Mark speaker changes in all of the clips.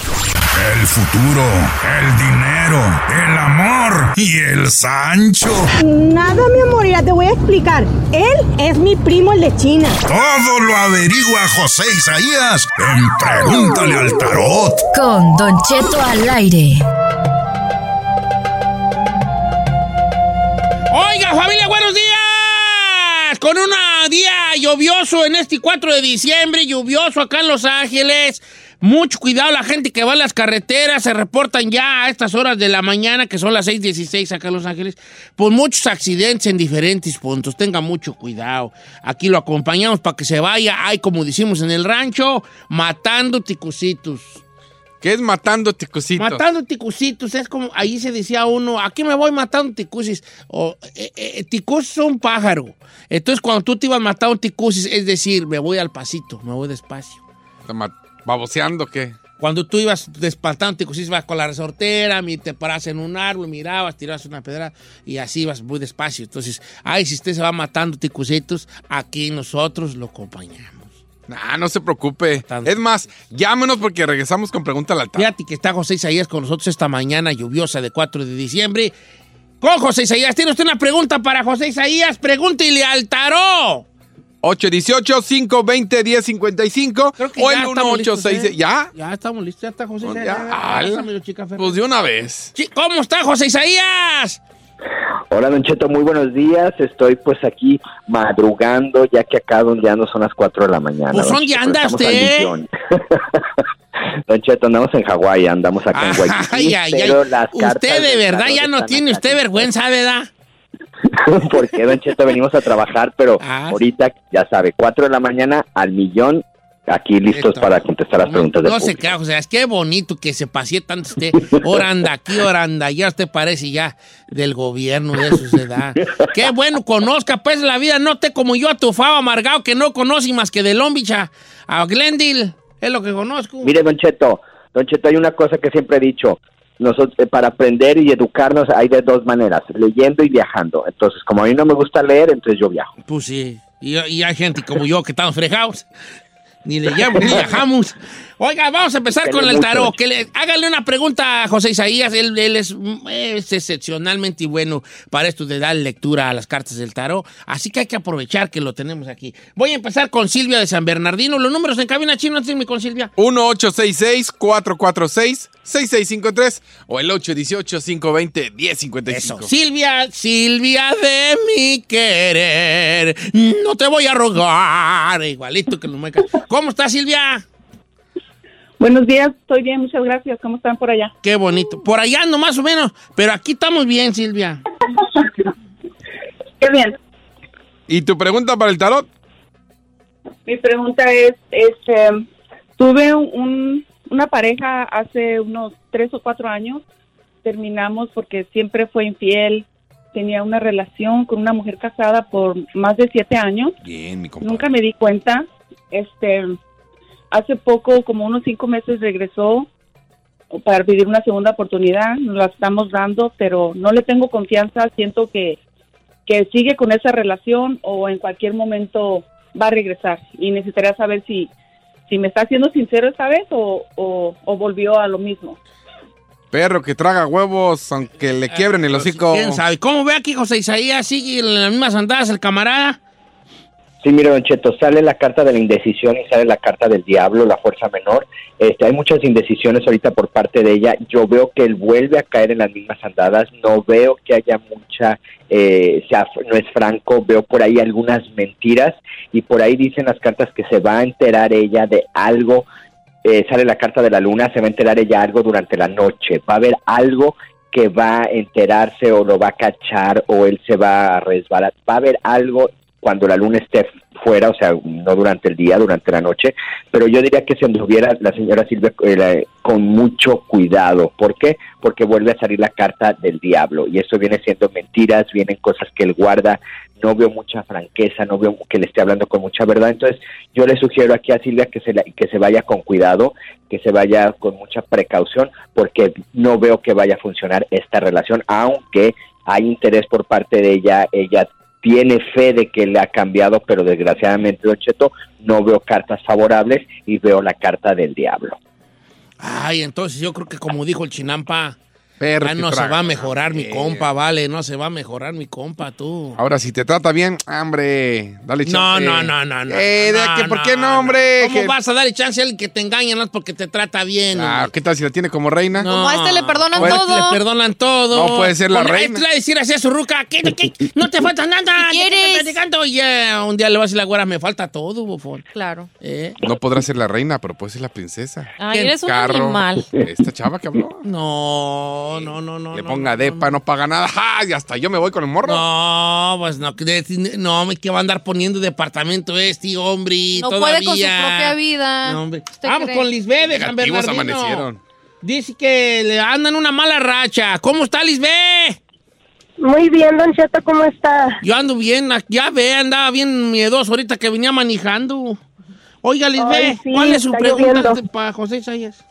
Speaker 1: El futuro, el dinero, el amor y el Sancho.
Speaker 2: Nada, mi amor, ya te voy a explicar. Él es mi primo, el de China.
Speaker 1: Todo lo averigua José Isaías en Pregúntale al Tarot.
Speaker 3: Con Don Cheto al aire.
Speaker 4: Oiga, familia, buenos días. Con un día lluvioso en este 4 de diciembre, lluvioso acá en Los Ángeles. Mucho cuidado la gente que va a las carreteras, se reportan ya a estas horas de la mañana, que son las 6.16 acá en Los Ángeles, por muchos accidentes en diferentes puntos. Tenga mucho cuidado. Aquí lo acompañamos para que se vaya, ay, como decimos en el rancho, matando ticucitos.
Speaker 5: ¿Qué es matando ticositos?
Speaker 4: Matando ticucitos, es como, ahí se decía uno, aquí me voy matando ticusis. O, eh, eh, ticusis es un pájaro. Entonces, cuando tú te ibas matando ticusis, es decir, me voy al pasito, me voy despacio.
Speaker 5: Está ma- ¿Baboseando qué?
Speaker 4: Cuando tú ibas despatando ticusis, vas con la resortera, mi- te paras en un árbol, mirabas, tirabas una pedra y así ibas muy despacio. Entonces, ay, si usted se va matando ticucitos, aquí nosotros lo acompañamos.
Speaker 5: Nah, no se preocupe.
Speaker 4: Tanto.
Speaker 5: Es más, llámenos porque regresamos con pregunta al altar.
Speaker 4: Fíjate que está José Isaías con nosotros esta mañana lluviosa de 4 de diciembre. Con José Isaías, tiene usted una pregunta para José Isaías, pregúntele al tarot.
Speaker 5: 818-520-1055
Speaker 4: Creo que
Speaker 5: o
Speaker 4: ya
Speaker 5: el
Speaker 4: estamos listos,
Speaker 5: 1866.
Speaker 4: ¿eh?
Speaker 5: ¿Ya?
Speaker 4: Ya estamos listos, ya está José
Speaker 5: Pues
Speaker 4: Isaías.
Speaker 5: ya,
Speaker 4: Ya,
Speaker 5: ala.
Speaker 4: pásamelo, chica Ferrari.
Speaker 5: Pues de una vez.
Speaker 4: Chi- ¿Cómo está José Isaías?
Speaker 6: Hola, Don Cheto, muy buenos días. Estoy pues aquí madrugando, ya que acá donde ando son las 4 de la mañana.
Speaker 4: Pues,
Speaker 6: Don
Speaker 4: ¿dónde eh?
Speaker 6: Cheto,
Speaker 4: anda
Speaker 6: estamos al
Speaker 4: usted?
Speaker 6: millón. Don Cheto, andamos en Hawái, andamos acá en Waikiki.
Speaker 4: Ah, Ay, ay, ay.
Speaker 6: pero las
Speaker 4: Usted
Speaker 6: cartas
Speaker 4: de
Speaker 6: del
Speaker 4: verdad
Speaker 6: tarot
Speaker 4: ya no
Speaker 6: están
Speaker 4: tiene
Speaker 6: acá.
Speaker 4: usted vergüenza, ¿verdad?
Speaker 6: Porque, Don Cheto, venimos a trabajar, pero
Speaker 4: Ah.
Speaker 6: ahorita, ya sabe, 4 de la mañana al millón, aquí listos
Speaker 4: Esto.
Speaker 6: para contestar las preguntas del
Speaker 4: No se
Speaker 6: público.
Speaker 4: crea, José Isaías, qué bonito que se pasee tanto usted. Ahora anda aquí, ahora anda allá. Usted parece ya del gobierno de su edad. Qué bueno, conozca pues la vida. No te como yo atufado, amargado, que no conoce más que de Lombicha a Glendale. Es lo que conozco.
Speaker 6: Mire, Don Cheto, Don Cheto, hay una cosa que siempre he dicho. Nosotros, eh, para aprender y educarnos hay de dos maneras, leyendo y viajando. Entonces, como a mí no me gusta leer, entonces yo viajo.
Speaker 4: Pues sí. Y, y hay gente como yo que estamos fregados. Ni le llamo, ni viajamos. Oiga, vamos a empezar con el tarot. Que le- hágale una pregunta a José Isaías. Él, él es, mm, es excepcionalmente bueno para esto de dar lectura a las cartas del tarot. Así que hay que aprovechar que lo tenemos aquí. Voy a empezar con Silvia de San Bernardino. Los números en cabina chino antes de irme con Silvia.
Speaker 5: 1866-446-6653 o el 818-520-1055.
Speaker 4: Eso. Silvia, Silvia de mi querer. No te voy a rogar. Igualito que los muecas. ¿Cómo está Silvia?
Speaker 2: Buenos días, estoy bien, muchas gracias. ¿Cómo están por allá?
Speaker 4: Qué bonito. Por allá ando más o menos, pero aquí estamos bien, Silvia.
Speaker 2: Qué bien.
Speaker 5: ¿Y tu pregunta para el tarot?
Speaker 2: Mi pregunta es, este, tuve un, una pareja hace unos tres o cuatro años terminamos porque siempre fue infiel. Tenía una relación con una mujer casada por más de siete años.
Speaker 5: Bien, mi compadre.
Speaker 2: Nunca me di cuenta. Este, hace poco, como unos cinco meses, regresó para pedir una segunda oportunidad. Nos la estamos dando, pero no le tengo confianza. Siento que, que sigue con esa relación o en cualquier momento va a regresar. Y necesitaría saber si, si me está siendo sincero esta vez o, o- o volvió a lo mismo.
Speaker 5: Perro que traga huevos aunque le quiebren el hocico.
Speaker 4: Eh, ¿Quién sabe? ¿Cómo ve aquí José Isaías? ¿Sigue Pues en las mismas andadas el camarada?
Speaker 6: Sí, mire, Don Cheto, sale la carta de la indecisión y sale la carta del diablo, la fuerza menor. Este, hay muchas indecisiones ahorita por parte de ella. Yo veo que él vuelve a caer en las mismas andadas. No veo que haya mucha, eh, sea- no es franco. Veo por ahí algunas mentiras y por ahí dicen las cartas que se va a enterar ella de algo. Eh, sale la carta de la luna, se va a enterar ella algo durante la noche. Va a haber algo que va a enterarse o lo va a cachar o él se va a resbalar. Va a haber algo cuando la luna esté fuera, o sea, no durante el día, durante la noche, pero yo diría que se anduviera la señora Silvia eh, la- con mucho cuidado. ¿Por qué? Porque vuelve a salir la carta del diablo y eso viene siendo mentiras, vienen cosas que él guarda, no veo mucha franqueza, no veo que le esté hablando con mucha verdad. Entonces, yo le sugiero aquí a Silvia que se, la- que se vaya con cuidado, que se vaya con mucha precaución, porque no veo que vaya a funcionar esta relación, aunque hay interés por parte de ella, ella tiene fe de que le ha cambiado, pero desgraciadamente, Don Cheto, no veo cartas favorables y veo la carta del diablo.
Speaker 4: Ay, entonces yo creo que como dijo el chinampa,
Speaker 5: Perro
Speaker 4: ah,
Speaker 5: que
Speaker 4: no se
Speaker 5: traga.
Speaker 4: va a mejorar mi
Speaker 5: Eh.
Speaker 4: compa, vale, no se va a mejorar mi compa, tú.
Speaker 5: Ahora, si te trata bien, hombre, dale
Speaker 4: No,
Speaker 5: chance.
Speaker 4: no, no, no, no.
Speaker 5: Eh, de
Speaker 4: no,
Speaker 5: que, ¿Por
Speaker 4: no,
Speaker 5: qué no, hombre?
Speaker 4: ¿Cómo
Speaker 5: Que-
Speaker 4: vas a darle chance a alguien que te engaña? No es porque te trata bien.
Speaker 5: Ah, ¿Qué tal si la tiene como reina?
Speaker 4: No. Como a este le
Speaker 7: perdonan
Speaker 5: Bueno,
Speaker 7: todo.
Speaker 4: Le perdonan todo.
Speaker 5: No puede ser la
Speaker 4: Con- Ay,
Speaker 5: reina.
Speaker 4: Te va a decir así a su ruca, ¿qué, qué, qué? no te falta nada. ¿Qué quieres? platicando? Y eh, un día le vas a decir la güera, me falta todo, bufón.
Speaker 7: Claro.
Speaker 4: ¿Eh?
Speaker 5: No podrá ser la reina, pero puede ser la princesa.
Speaker 7: Ay, eres un
Speaker 5: Carro.
Speaker 7: animal.
Speaker 5: Esta chava que habló.
Speaker 4: No, no, no, no.
Speaker 5: le ponga depa, no, paga nada. ¡Ay, hasta yo me voy con el morro!
Speaker 4: No, pues no, que- no, hombre, que va a andar poniendo departamento este hombre
Speaker 7: No
Speaker 4: todavía.
Speaker 7: puede con su propia vida.
Speaker 4: No, hombre.
Speaker 7: ¿Usted
Speaker 4: Vamos
Speaker 7: cree?
Speaker 4: con Lisbeth de San
Speaker 5: Negativos
Speaker 4: Bernardino.
Speaker 5: amanecieron.
Speaker 4: Dice que le andan una mala racha. ¿Cómo está Lisbeth?
Speaker 8: Muy bien, Don Cheto, ¿cómo está?
Speaker 4: Yo ando bien, ah, ya ve, andaba bien miedoso ahorita que venía manejando. Oiga, Lisbeth,
Speaker 8: Ay, sí,
Speaker 4: ¿cuál es su
Speaker 8: está
Speaker 4: pregunta
Speaker 8: lloviendo.
Speaker 4: para José Sayas?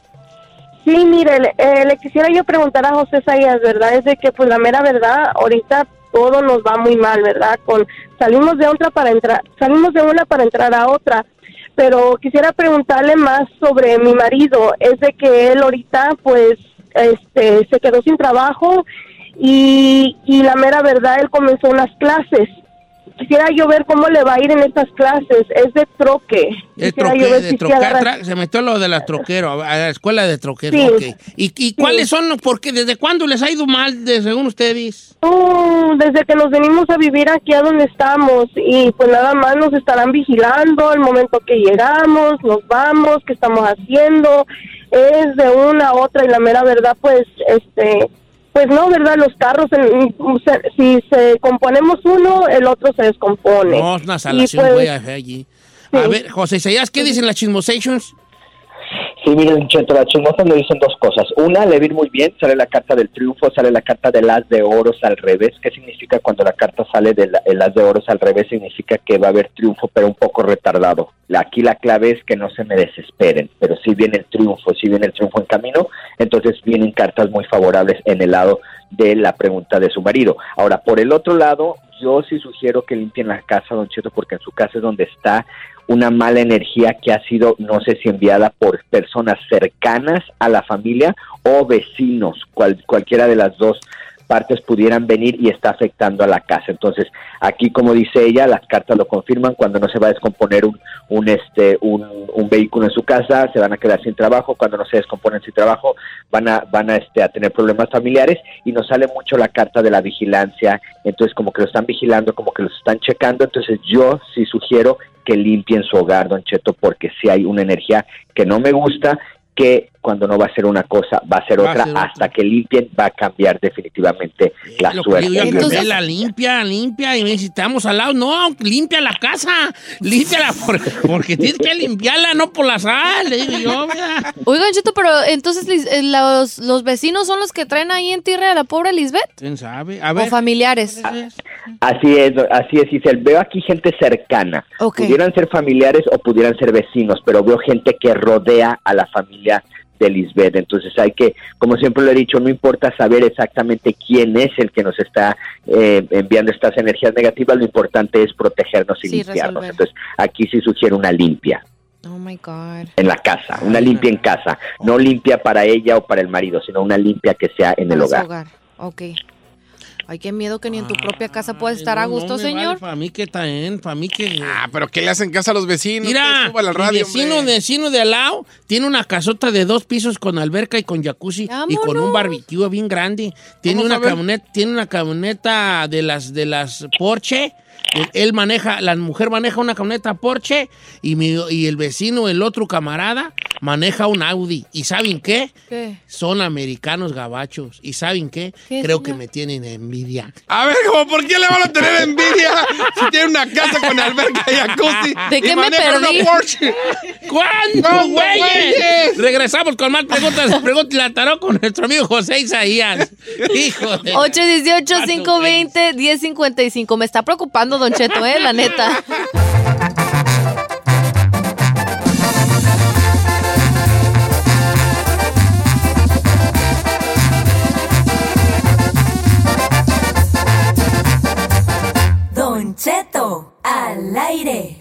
Speaker 8: Sí, mire, le, eh, le quisiera yo preguntar a José Sayas, ¿verdad? Es de que, pues, la mera verdad, ahorita todo nos va muy mal, ¿verdad? Con Salimos de otra para entrar, salimos de una para entrar a otra. Pero quisiera preguntarle más sobre mi marido. Es de que él ahorita, pues, este, se quedó sin trabajo y, y la mera verdad, él comenzó unas clases. Quisiera yo ver cómo le va a ir en estas clases. Es de troque.
Speaker 4: Es
Speaker 8: Quisiera
Speaker 4: Eh, troque-
Speaker 8: yo ver
Speaker 4: de
Speaker 8: si se
Speaker 4: trocar,
Speaker 8: agarra-
Speaker 4: tra- se metió lo de la troquero, a la escuela de troquero.
Speaker 8: Sí.
Speaker 4: ok. ¿Y, y cuáles son los, por qué, desde cuándo les ha ido mal, de- según ustedes?
Speaker 8: Oh, desde que nos venimos a vivir aquí a donde estamos y pues nada más nos estarán vigilando el momento que llegamos, nos vamos, qué estamos haciendo, es de una a otra y la mera verdad pues este pues no, ¿verdad? Los carros, en- se- si se componemos uno, el otro se descompone.
Speaker 4: No, es una salación,
Speaker 8: Y,
Speaker 4: güey,
Speaker 8: pues,
Speaker 4: allí. A ver, José Sayas, ¿qué dicen las chismosations?
Speaker 6: Sí, mire, Don Cheto, las chismosas me dicen dos cosas. Una, le va a ir muy bien, sale la carta del triunfo, sale la carta del as de oros al revés. ¿Qué significa cuando la carta sale del el as de oros al revés? Significa que va a haber triunfo, pero un poco retardado. La- Aquí la clave es que no se me desesperen, pero sí viene el triunfo, sí viene el triunfo en camino. Entonces vienen cartas muy favorables en el lado de la pregunta de su marido. Ahora, por el otro lado, yo sí sugiero que limpien la casa, Don Cheto, porque en su casa es donde está una mala energía que ha sido, no sé si enviada por personas cercanas a la familia o vecinos, cual- cualquiera de las dos partes pudieran venir y está afectando a la casa. Entonces, aquí como dice ella, las cartas lo confirman, cuando no se va a descomponer un, un, este, un, un vehículo en su casa, se van a quedar sin trabajo, cuando no se descomponen sin trabajo, van a, van a, este, a tener problemas familiares y nos sale mucho la carta de la vigilancia, entonces como que lo están vigilando, como que los están checando, entonces yo sí sugiero que limpien su hogar, don Cheto, porque si hay una energía que no me gusta, que cuando no va a ser una cosa, va a ser
Speaker 4: Va a
Speaker 6: otra,
Speaker 4: ser otra.
Speaker 6: hasta que limpien, va a cambiar definitivamente la
Speaker 4: Lo que
Speaker 6: suerte.
Speaker 4: digo yo,
Speaker 6: Ellos
Speaker 4: entonces
Speaker 6: me-
Speaker 4: la limpia, limpia, y me dice, estamos al lado, no, limpia la casa, límpiala, por- porque tienes que limpiarla, no por la sal, le digo yo, mira.
Speaker 7: Oigan, Cheto, pero entonces Liz- eh, los, los vecinos son los que traen ahí en tierra a la pobre Lisbeth.
Speaker 4: ¿Quién sabe?
Speaker 7: O familiares.
Speaker 6: Así es, así es, Giselle. Veo aquí gente cercana.
Speaker 7: Ok.
Speaker 6: Pudieran ser familiares o pudieran ser vecinos, pero veo gente que rodea a la familia de Lisbeth. Entonces hay que, como siempre lo he dicho, no importa saber exactamente quién es el que nos está eh, enviando estas energías negativas, lo importante es protegernos y
Speaker 7: Sí,
Speaker 6: limpiarnos.
Speaker 7: resolver.
Speaker 6: Entonces aquí sí sugiero una limpia
Speaker 7: Oh my God.
Speaker 6: en la casa, una limpia en casa, no limpia para ella o para el marido, sino una limpia que sea en el
Speaker 7: Para su
Speaker 6: hogar.
Speaker 7: hogar. Ok. Ay, qué miedo que ni en tu propia casa puedas estar a
Speaker 4: Ah, no, no
Speaker 7: gusto,
Speaker 4: me
Speaker 7: señor.
Speaker 4: Para mí que está en, para mí que... Ah,
Speaker 5: pero ¿qué le hacen casa a los vecinos?
Speaker 4: Mira,
Speaker 5: Que suba la
Speaker 4: mi
Speaker 5: radio,
Speaker 4: vecino, vecino de al lado tiene una casota de dos pisos con alberca y con jacuzzi y con un barbecue bien grande. Tiene
Speaker 5: Vamos a
Speaker 4: una
Speaker 5: ver.
Speaker 4: camioneta, tiene una camioneta de las de las Porsche. Él- Él maneja, la mujer maneja una camioneta Porsche y, mi- y el vecino, el otro camarada, maneja un Audi. ¿Y saben qué?
Speaker 7: ¿Qué?
Speaker 4: Son americanos gabachos. ¿Y saben qué?
Speaker 7: ¿Qué,
Speaker 4: Creo
Speaker 7: señor?
Speaker 4: que me tienen envidia.
Speaker 5: A ver, ¿cómo ¿por qué le van a tener envidia si Ah, tiene una casa con alberca y jacuzzi?
Speaker 4: ¿De
Speaker 5: Ah. y
Speaker 4: qué me
Speaker 5: maneja una
Speaker 4: perdí?
Speaker 5: Porsche?
Speaker 4: ¿Cuándo,
Speaker 5: ¿Cuándo,
Speaker 4: güeyes?
Speaker 5: güeyes?
Speaker 4: Regresamos con más preguntas. Pregúntale a Tarot con nuestro amigo José Isaías. Hijo de...
Speaker 7: 818-520-1055. Me está preocupando, Don Cheto, eh, la neta.
Speaker 9: Don Cheto al aire.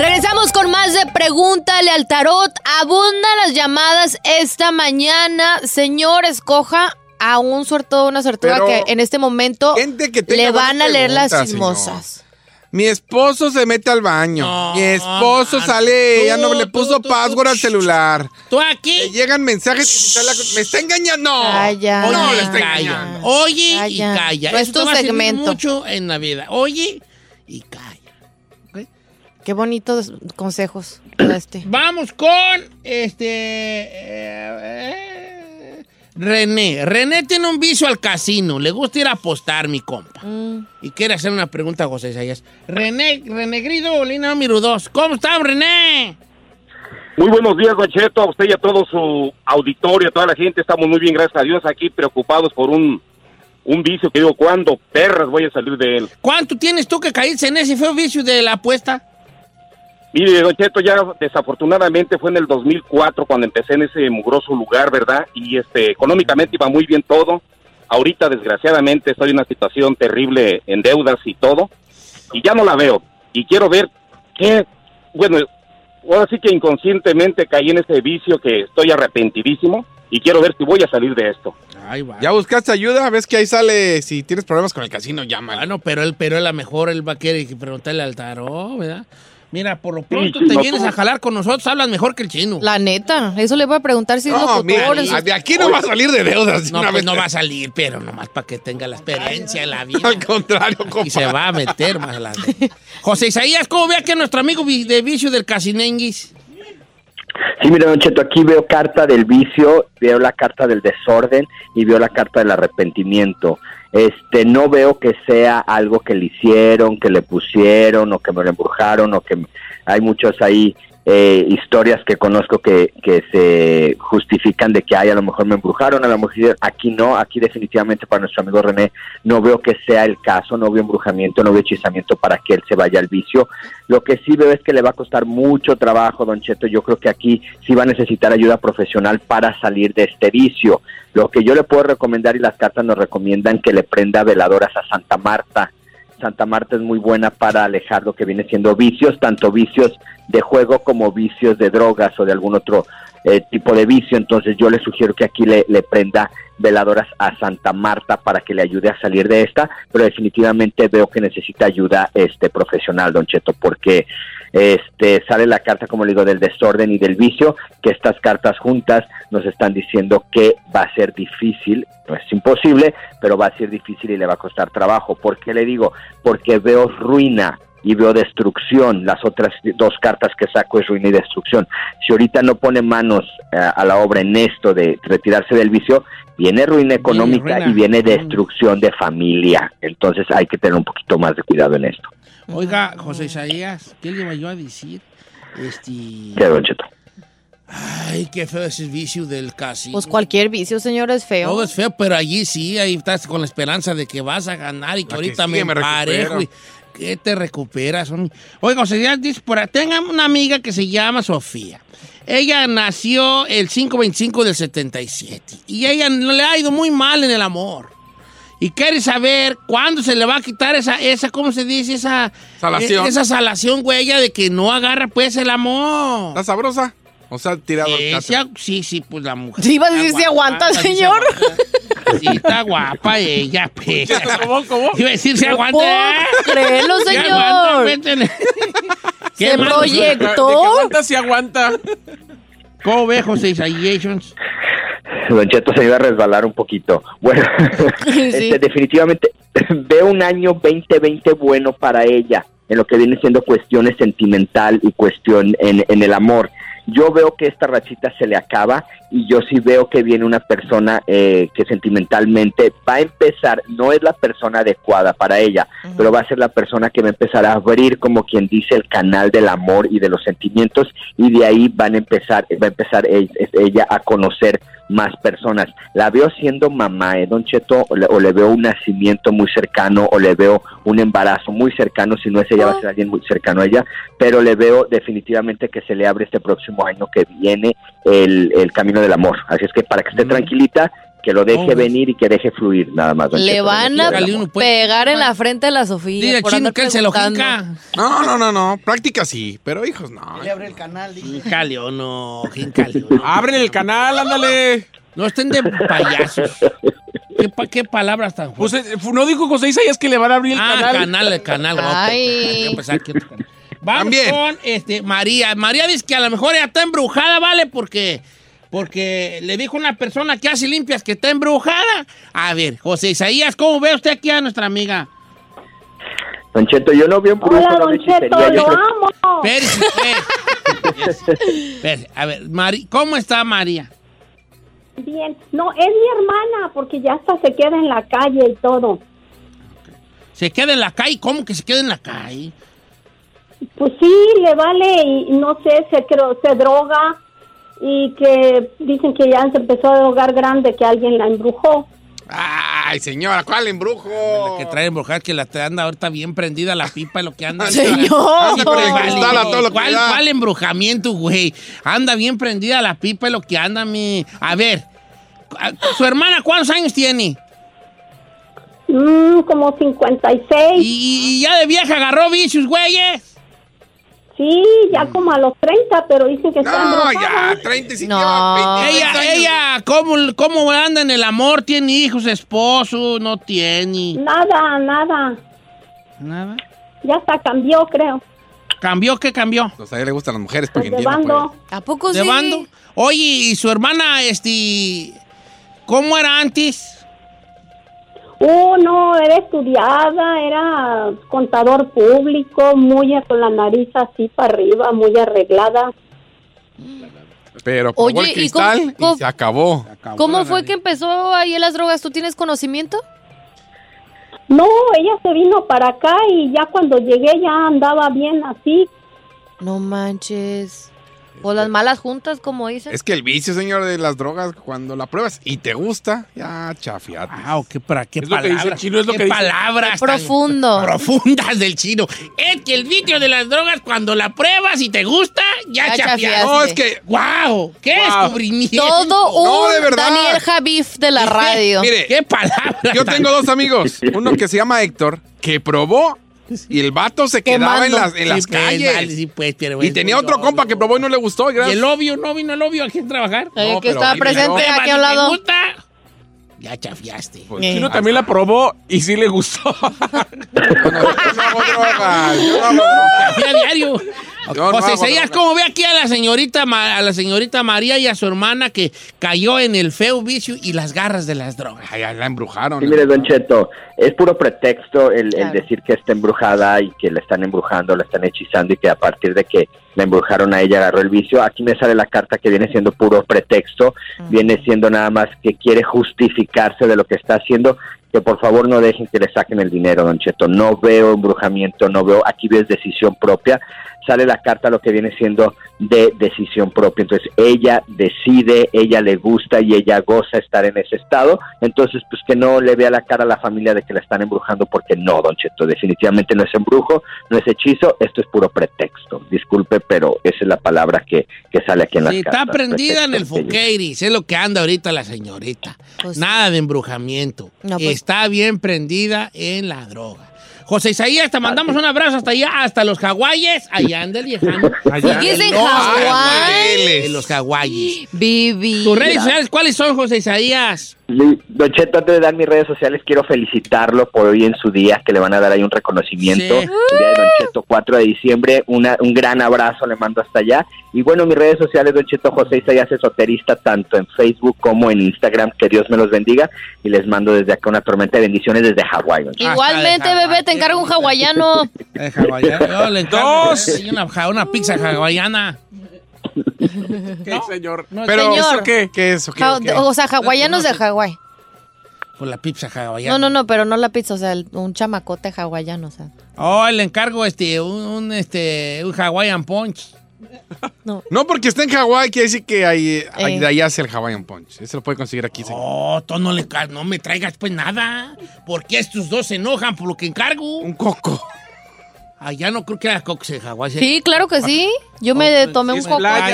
Speaker 7: Regresamos con más de Pregúntale al Tarot. Abundan las llamadas esta mañana. Señor, escoja a un sorteo, una sortuda
Speaker 5: Pero,
Speaker 7: que en este momento
Speaker 5: tenga
Speaker 7: le van
Speaker 5: buenas
Speaker 7: a leer las
Speaker 5: preguntas, señor.
Speaker 7: chismosas.
Speaker 5: Mi esposo se mete al baño. Mi esposo sale, ya no le puso password al celular.
Speaker 4: ¿Tú aquí?
Speaker 5: Le llegan mensajes y está la- me está engañando.
Speaker 7: Calla.
Speaker 5: No,
Speaker 4: Oye,
Speaker 5: le está
Speaker 4: calla.
Speaker 5: engañando.
Speaker 4: Oye
Speaker 7: Calla.
Speaker 4: y calla.
Speaker 7: No es
Speaker 4: Eso
Speaker 7: tu
Speaker 4: te va a servir
Speaker 7: segmento.
Speaker 4: mucho en la vida. Oye,
Speaker 7: Qué bonitos consejos. daste.
Speaker 4: vamos con este eh, eh, René. René tiene un vicio al casino. Le gusta ir a apostar, mi compa.
Speaker 10: Mm.
Speaker 4: Y quiere hacer una pregunta a José Isaías. René, René Grido, Bolina número 2. ¿Cómo estás, René?
Speaker 11: Muy buenos días, Don Cheto, a usted y a todo su auditorio, a toda la gente. Estamos muy bien, gracias a Dios, aquí preocupados por un, un vicio que digo, ¿cuándo perras voy a salir de él?
Speaker 4: ¿Cuánto tienes tú que caíste en ese feo vicio de la apuesta?
Speaker 11: Mire, Don Cheto, ya desafortunadamente fue en el 2004 cuando empecé en ese mugroso lugar, ¿verdad? Y este, económicamente iba muy bien todo. Ahorita, desgraciadamente, estoy en una situación terrible en deudas y todo. Y ya no la veo. Y quiero ver qué, bueno, ahora sí que inconscientemente caí en ese vicio que estoy arrepentidísimo. Y quiero ver si voy a salir de esto.
Speaker 5: ¿Ya buscaste ayuda? ¿Ves que ahí sale? Eh, Si tienes problemas con el casino, llama.
Speaker 4: Bueno, Ah, pero él, pero él a lo mejor él va a querer preguntarle al tarot, ¿verdad? Mira, por lo pronto
Speaker 5: sí,
Speaker 4: te
Speaker 5: no,
Speaker 4: vienes
Speaker 5: tú-
Speaker 4: a jalar con nosotros, hablas mejor que el chino.
Speaker 7: La neta, eso le voy a preguntar si es
Speaker 4: No,
Speaker 5: pues,
Speaker 7: locutor.
Speaker 4: mira,
Speaker 7: es-
Speaker 4: de
Speaker 5: aquí no va a salir de deudas.
Speaker 4: No,
Speaker 5: una
Speaker 4: pues
Speaker 5: vez.
Speaker 4: no va a salir, pero nomás para que tenga la experiencia en la vida.
Speaker 5: Al contrario,
Speaker 4: Y se va a meter más adelante. José Isaías, ¿cómo ve aquí a nuestro amigo vi- de vicio del Casinenguis?
Speaker 6: Sí, mira, Don Cheto, aquí veo carta del vicio, veo la carta del desorden y veo la carta del arrepentimiento. Este, no veo que sea algo que le hicieron, que le pusieron o que me lo embrujaron o que hay muchos ahí eh, historias que conozco que, que se justifican de que ay, a lo mejor me embrujaron, a lo mejor aquí no, aquí definitivamente para nuestro amigo René no veo que sea el caso, no veo embrujamiento, no veo hechizamiento para que él se vaya al vicio. Lo que sí veo es que le va a costar mucho trabajo, don Cheto, yo creo que aquí sí va a necesitar ayuda profesional para salir de este vicio. Lo que yo le puedo recomendar y las cartas nos recomiendan que le prenda veladoras a Santa Marta. Santa Marta es muy buena para alejar lo que viene siendo vicios, tanto vicios de juego como vicios de drogas o de algún otro eh, tipo de vicio. Entonces yo le sugiero que aquí le, le prenda veladoras a Santa Marta para que le ayude a salir de esta, pero definitivamente veo que necesita ayuda este profesional, don Cheto, porque este sale la carta, como le digo, del desorden y del vicio, que estas cartas juntas nos están diciendo que va a ser difícil, no es imposible, pero va a ser difícil y le va a costar trabajo. ¿Por qué le digo? Porque veo ruina, y veo destrucción. Las otras dos cartas que saco es ruina y destrucción. Si ahorita no pone manos eh, a la obra en esto de retirarse del vicio, viene ruina económica
Speaker 4: ruina.
Speaker 6: y viene destrucción de familia. Entonces hay que tener un poquito más de cuidado en esto.
Speaker 4: Oiga, José Isaías, ¿qué le iba yo a decir? Este.
Speaker 6: Ya, Don Cheto.
Speaker 4: Ay, qué feo ese vicio del casi.
Speaker 7: Pues cualquier vicio, señor, es feo.
Speaker 4: Todo es feo, pero allí sí, ahí estás con la esperanza de que vas a ganar y que
Speaker 7: La que
Speaker 4: ahorita
Speaker 7: sigue
Speaker 4: me,
Speaker 7: me
Speaker 4: parejo.
Speaker 7: recupero.
Speaker 4: Y que te recuperas. hombre. Oiga, o sea, ya dice por ahí, tengan una amiga que se llama Sofía. Ella nació el 525 del 77 y ella no le ha ido muy mal en el amor. Y quiere saber cuándo se le va a quitar esa, esa ¿cómo se dice? Esa e,
Speaker 5: Salación.
Speaker 4: Esa salación, güey, ella de que no agarra pues el amor.
Speaker 5: Está sabrosa. O sea, tirado al
Speaker 4: Sí,
Speaker 5: catre.
Speaker 4: sí, agu- sí, sí, pues la mujer.
Speaker 7: Sí, iba a decir,
Speaker 5: Ah,
Speaker 4: Está
Speaker 7: ¿se aguanta,
Speaker 4: guapa, sí, se
Speaker 7: señor?
Speaker 4: aguanta. Sí, está guapa ella, pues. ¿Cómo, cómo? Iba a decir, ¿se
Speaker 7: No
Speaker 4: aguanta? ¿eh?
Speaker 7: puedo creerlo,
Speaker 4: ¿Se
Speaker 7: señor.
Speaker 4: aguanta, cuéntale? ¿Qué
Speaker 7: Se
Speaker 4: más?
Speaker 7: proyectó.
Speaker 4: ¿De qué aguanta, si aguanta? ¿Cómo ve, José Isaías?
Speaker 6: Don Cheto se iba a resbalar un poquito. Bueno, este, definitivamente veo un año 2020 bueno para ella en lo que viene siendo cuestiones sentimental y cuestión en, en el amor. Yo veo que esta rachita se le acaba y yo sí veo que viene una persona eh, que sentimentalmente va a empezar, no es la persona adecuada para ella, pero va a ser la persona que va a empezar a abrir, como quien dice, el canal del amor y de los sentimientos y de ahí van a empezar, va a empezar e- e- ella a conocer más personas. La veo siendo mamá, ¿eh, Don Cheto? O le, o le veo un nacimiento muy cercano, o le veo un embarazo muy cercano, si no es ella, va a ser alguien muy cercano a ella, pero le veo definitivamente que se le abre este próximo año que viene el, el camino del amor. Así es que para que esté
Speaker 7: Mm.
Speaker 6: tranquilita, que lo deje
Speaker 4: Hombre.
Speaker 6: venir y que deje fluir, nada más. Don
Speaker 7: Oh. Le
Speaker 6: Cheto,
Speaker 7: van a
Speaker 6: del amor.
Speaker 7: pegar en la frente a la Sofía.
Speaker 5: Dile al
Speaker 7: por
Speaker 5: pues. chino
Speaker 7: andar
Speaker 5: que él se lo
Speaker 7: preguntando.
Speaker 5: No, no, no, no. Práctica sí, pero hijos no.
Speaker 4: Le abre el canal. Jincale o no, jincale
Speaker 5: Abren el canal, ándale.
Speaker 4: No estén de payasos. ¿Qué, pa- qué palabras tan
Speaker 12: Pues, eh, fu- no dijo José Isaías que le van a abrir el
Speaker 4: Ah,
Speaker 12: canal.
Speaker 4: canal, el canal. pues, ok,
Speaker 12: Ay.
Speaker 4: voy a empezar aquí otro canal. Vamos
Speaker 12: También.
Speaker 4: con este, María. María dice que a lo mejor ya está embrujada, ¿vale? Porque, porque le dijo una persona que hace limpias que está embrujada. A ver, José Isaías, ¿cómo ve usted aquí a nuestra amiga?
Speaker 6: Don Cheto, yo no veo un brujo, no veo hechicería, yo creo-
Speaker 4: amo. Espérese, espérese. Espérese. A ver, Mari- ¿cómo está María?
Speaker 13: Bien, no, es mi hermana porque ya hasta se queda en la calle y todo.
Speaker 4: ¿Se queda en la calle? ¿Cómo que se queda en la calle?
Speaker 13: Pues sí, le vale y no sé, se, cro- se droga y que dicen que ya se empezó a drogar grande, que alguien la embrujó.
Speaker 5: Ay, señora, ¿cuál embrujo?
Speaker 4: Que trae embrujadas que la te anda ahorita bien prendida la pipa y lo que anda.
Speaker 5: Señor.
Speaker 4: Anda
Speaker 5: Con el
Speaker 4: válido.
Speaker 5: cristal a todo lo que
Speaker 4: ¿Cuál,
Speaker 5: da.
Speaker 4: cuál embrujamiento, güey? Anda bien prendida la pipa y lo que anda, mi. A ver, ¿su hermana cuántos años tiene?
Speaker 13: Mm, como 56.
Speaker 4: ¿Y, y ya de vieja agarró Mm. vicios, eh. güeyes?
Speaker 13: Sí, ya como a los 30, pero dicen que está embrujada.
Speaker 5: 35
Speaker 4: Ella, ella ¿cómo, ¿cómo anda en el amor? ¿Tiene hijos, esposo? No tiene.
Speaker 13: Nada, nada.
Speaker 4: Nada.
Speaker 13: Ya hasta cambió, creo.
Speaker 4: ¿Cambió? ¿Qué cambió?
Speaker 5: Pues a ella le gustan las mujeres para
Speaker 13: Pues
Speaker 5: que
Speaker 13: de
Speaker 5: entienda.
Speaker 13: bando.
Speaker 7: ¿A poco
Speaker 4: ¿De bando? Oye, ¿y su hermana, este. ¿Cómo era antes?
Speaker 13: Uh, no, era estudiada, era contador público, muy a- con la nariz así para arriba, muy arreglada.
Speaker 5: pues. Pero probó
Speaker 7: Oye,
Speaker 5: el
Speaker 7: ¿y cómo-
Speaker 5: cristal y,
Speaker 7: cómo-
Speaker 5: se acabó.
Speaker 7: ¿Cómo fue que empezó ahí en las drogas? ¿Tú tienes conocimiento?
Speaker 13: No, ella se vino para acá y ya cuando llegué ya andaba bien así.
Speaker 7: No manches. O las malas juntas, como dicen.
Speaker 5: Es que el vicio, señor, de las drogas, cuando la pruebas y te gusta, ya chafiate.
Speaker 4: Ah, ¿qué, para qué
Speaker 5: es lo que dice el
Speaker 4: palabras,
Speaker 5: chino, es lo
Speaker 4: qué
Speaker 5: que dice.
Speaker 4: palabras tan
Speaker 7: Profundo.
Speaker 4: profundas del chino. Es que el vicio de las drogas, cuando la pruebas y te gusta, ya,
Speaker 7: Ya
Speaker 4: chafiaste.
Speaker 7: chafiaste. No, es que-
Speaker 4: ¡Wow! ¡Qué
Speaker 5: Guau.
Speaker 4: descubrimiento!
Speaker 7: Todo un Daniel Javif de la radio.
Speaker 5: Mire,
Speaker 4: ¿Qué palabra?
Speaker 5: Yo tengo dos amigos. Uno que se llama Héctor, que probó y el vato se quedaba en
Speaker 4: Quemando.
Speaker 5: las, en las
Speaker 4: Sí, pues,
Speaker 5: calles.
Speaker 4: vale, sí, pues, pero
Speaker 5: y
Speaker 4: es
Speaker 5: tenía
Speaker 4: muy
Speaker 5: otro compa que probó y no le gustó.
Speaker 4: Y
Speaker 5: gracias.
Speaker 4: el obvio, no vino el obvio aquí a trabajar.
Speaker 7: Eh,
Speaker 5: No,
Speaker 7: que
Speaker 5: pero
Speaker 7: estaba
Speaker 5: dime,
Speaker 7: presente
Speaker 5: no.
Speaker 7: aquí a un
Speaker 4: ¿Te
Speaker 7: lado.
Speaker 4: gusta? Ya chafiaste.
Speaker 5: Pues,
Speaker 12: El chino
Speaker 5: Ah,
Speaker 12: también la probó y sí le gustó.
Speaker 5: no hago drogas, yo no hago
Speaker 4: Chafía diario.
Speaker 5: Yo no
Speaker 4: José
Speaker 5: hago
Speaker 4: Isaías, ¿cómo ve aquí a la señorita Ma- a la señorita María y a su hermana que cayó en el feo vicio y las garras de las drogas?
Speaker 5: Ay, ay, la embrujaron.
Speaker 6: Sí, mire, Don Cheto, es puro pretexto el, el decir que está embrujada y que la están embrujando, la están hechizando y que a partir de que la embrujaron a ella agarró el vicio. Aquí me sale la carta que viene siendo puro pretexto, viene siendo nada más que quiere justificarse de lo que está haciendo. Que por favor no dejen que le saquen el dinero, Don Cheto. No veo embrujamiento, no veo. Aquí ves decisión propia. Sale la carta lo que viene siendo de decisión propia. Entonces ella decide, ella le gusta y ella goza estar en ese estado. Entonces, pues que no le vea la cara a la familia de que la están embrujando, porque no, Don Cheto. Definitivamente no es embrujo, no es hechizo. Esto es puro pretexto. Disculpe, pero esa es la palabra que, que sale aquí en la
Speaker 4: Sí, está prendida en el Foqueiris, es lo que anda ahorita la señorita. Nada de embrujamiento. Está bien prendida en la droga. José Isaías, te mandamos un abrazo hasta allá, hasta los Hawaies, allá anda el viejano. Allá anda
Speaker 7: ¿Sigues
Speaker 4: el-
Speaker 7: en
Speaker 4: No,
Speaker 7: Hawái?
Speaker 4: En los Hawaies.
Speaker 7: Vivi.
Speaker 4: ¿Tus redes sociales cuáles son, José Isaías?
Speaker 6: Li- Don Cheto, antes de dar mis redes sociales, quiero felicitarlo por hoy en su día, que le van a dar ahí un reconocimiento.
Speaker 4: Sí.
Speaker 6: El día de Don Cheto, 4 de diciembre. Una- un gran abrazo le mando hasta allá. Y bueno, mis redes sociales, Don Cheto José Isaías Esoterista, tanto en Facebook como en Instagram. Que Dios me los bendiga. Y les mando desde acá una tormenta de bendiciones desde Hawái. Don Cheto.
Speaker 14: Ah,
Speaker 7: Igualmente, bebé, te encargo un hawaiano.
Speaker 5: Eh,
Speaker 4: Yo le encargo eh, una, ja- una pizza hawaiana.
Speaker 12: ¿Qué, señor?
Speaker 5: Pero,
Speaker 7: señor.
Speaker 5: ¿eso qué? ¿Qué es eso? ¿Qué-
Speaker 7: Ja-
Speaker 5: qué?
Speaker 7: O sea, hawaianos de Hawái.
Speaker 4: Con Pues la pizza hawaiana.
Speaker 7: No, no, no, pero no la pizza, o sea, el- un chamacote hawaiano, o sea.
Speaker 4: Oh, le encargo este, un, un, este, un Hawaiian Punch.
Speaker 5: No, porque está en Hawái, quiere decir que ahí, ahí-
Speaker 4: Eh.
Speaker 5: de allá hace el Hawaiian Punch. Ese lo puede conseguir aquí, señor.
Speaker 4: No, tú no, le, encar- no me traigas pues nada. Porque estos dos se enojan por lo que encargo. Un
Speaker 5: coco.
Speaker 4: Allá no creo que haya cocos en Hawái.
Speaker 7: Sí, claro que sí. Yo me
Speaker 5: Ah,
Speaker 7: tomé un coco. bien raro.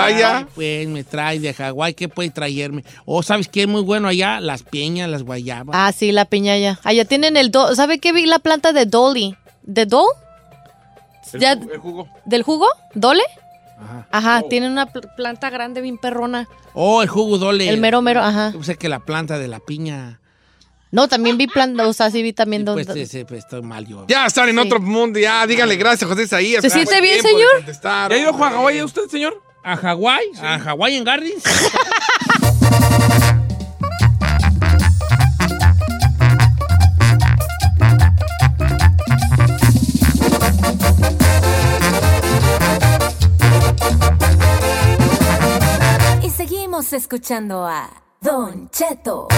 Speaker 4: Ay, Pues me trae de Hawái, ¿qué puede traerme? O, ¿sabes qué es muy bueno allá? Las piñas, las guayabas.
Speaker 7: Ah, sí, la piña ya. Allá tienen el do ¿Sabe qué vi? La planta de Dolly. ¿De Dol? Ya- ¿Del jugo? Oh. ¿Dole? Ajá, tienen una pl- planta grande bien perrona.
Speaker 4: Oh, el jugo dole.
Speaker 7: El mero mero, ajá.
Speaker 4: Yo pensé que la planta de la piña.
Speaker 7: No, también vi planta, o sea, sí vi también
Speaker 4: Pues,
Speaker 7: donde...
Speaker 4: ese, pues, estoy mal yo. Ah.
Speaker 5: Ya están en otro mundo, ya. Díganle gracias, José Isaías.
Speaker 7: ¿Se
Speaker 5: Fue
Speaker 7: siente
Speaker 5: buen
Speaker 7: bien,
Speaker 5: tiempo de
Speaker 7: señor?
Speaker 5: contestar.
Speaker 12: ¿Ya ha ido a Hawái usted, señor?
Speaker 4: ¿A Hawái? ¿A Hawái en Gardens?
Speaker 9: Y seguimos escuchando a Don Cheto.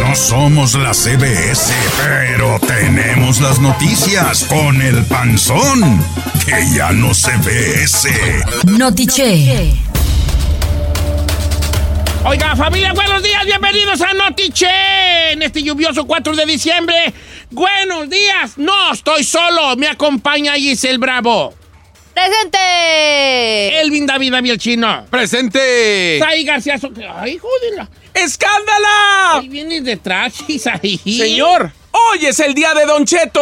Speaker 1: No somos la CBS, pero tenemos las noticias con el panzón, que ya no se ve ese.
Speaker 9: Notiche.
Speaker 4: Oiga, familia, buenos días, bienvenidos a Notiche en este lluvioso 4 de diciembre. Buenos días, no estoy solo, me acompaña Giselle Bravo.
Speaker 7: ¡Presente!
Speaker 4: Elvin David Damiel Chino.
Speaker 5: ¡Presente!
Speaker 4: Sai García So- ¡Ay, jódela!
Speaker 12: ¡Escándala!
Speaker 4: Ahí vienes detrás, Isaí.
Speaker 12: Señor, hoy es el día de Don Cheto.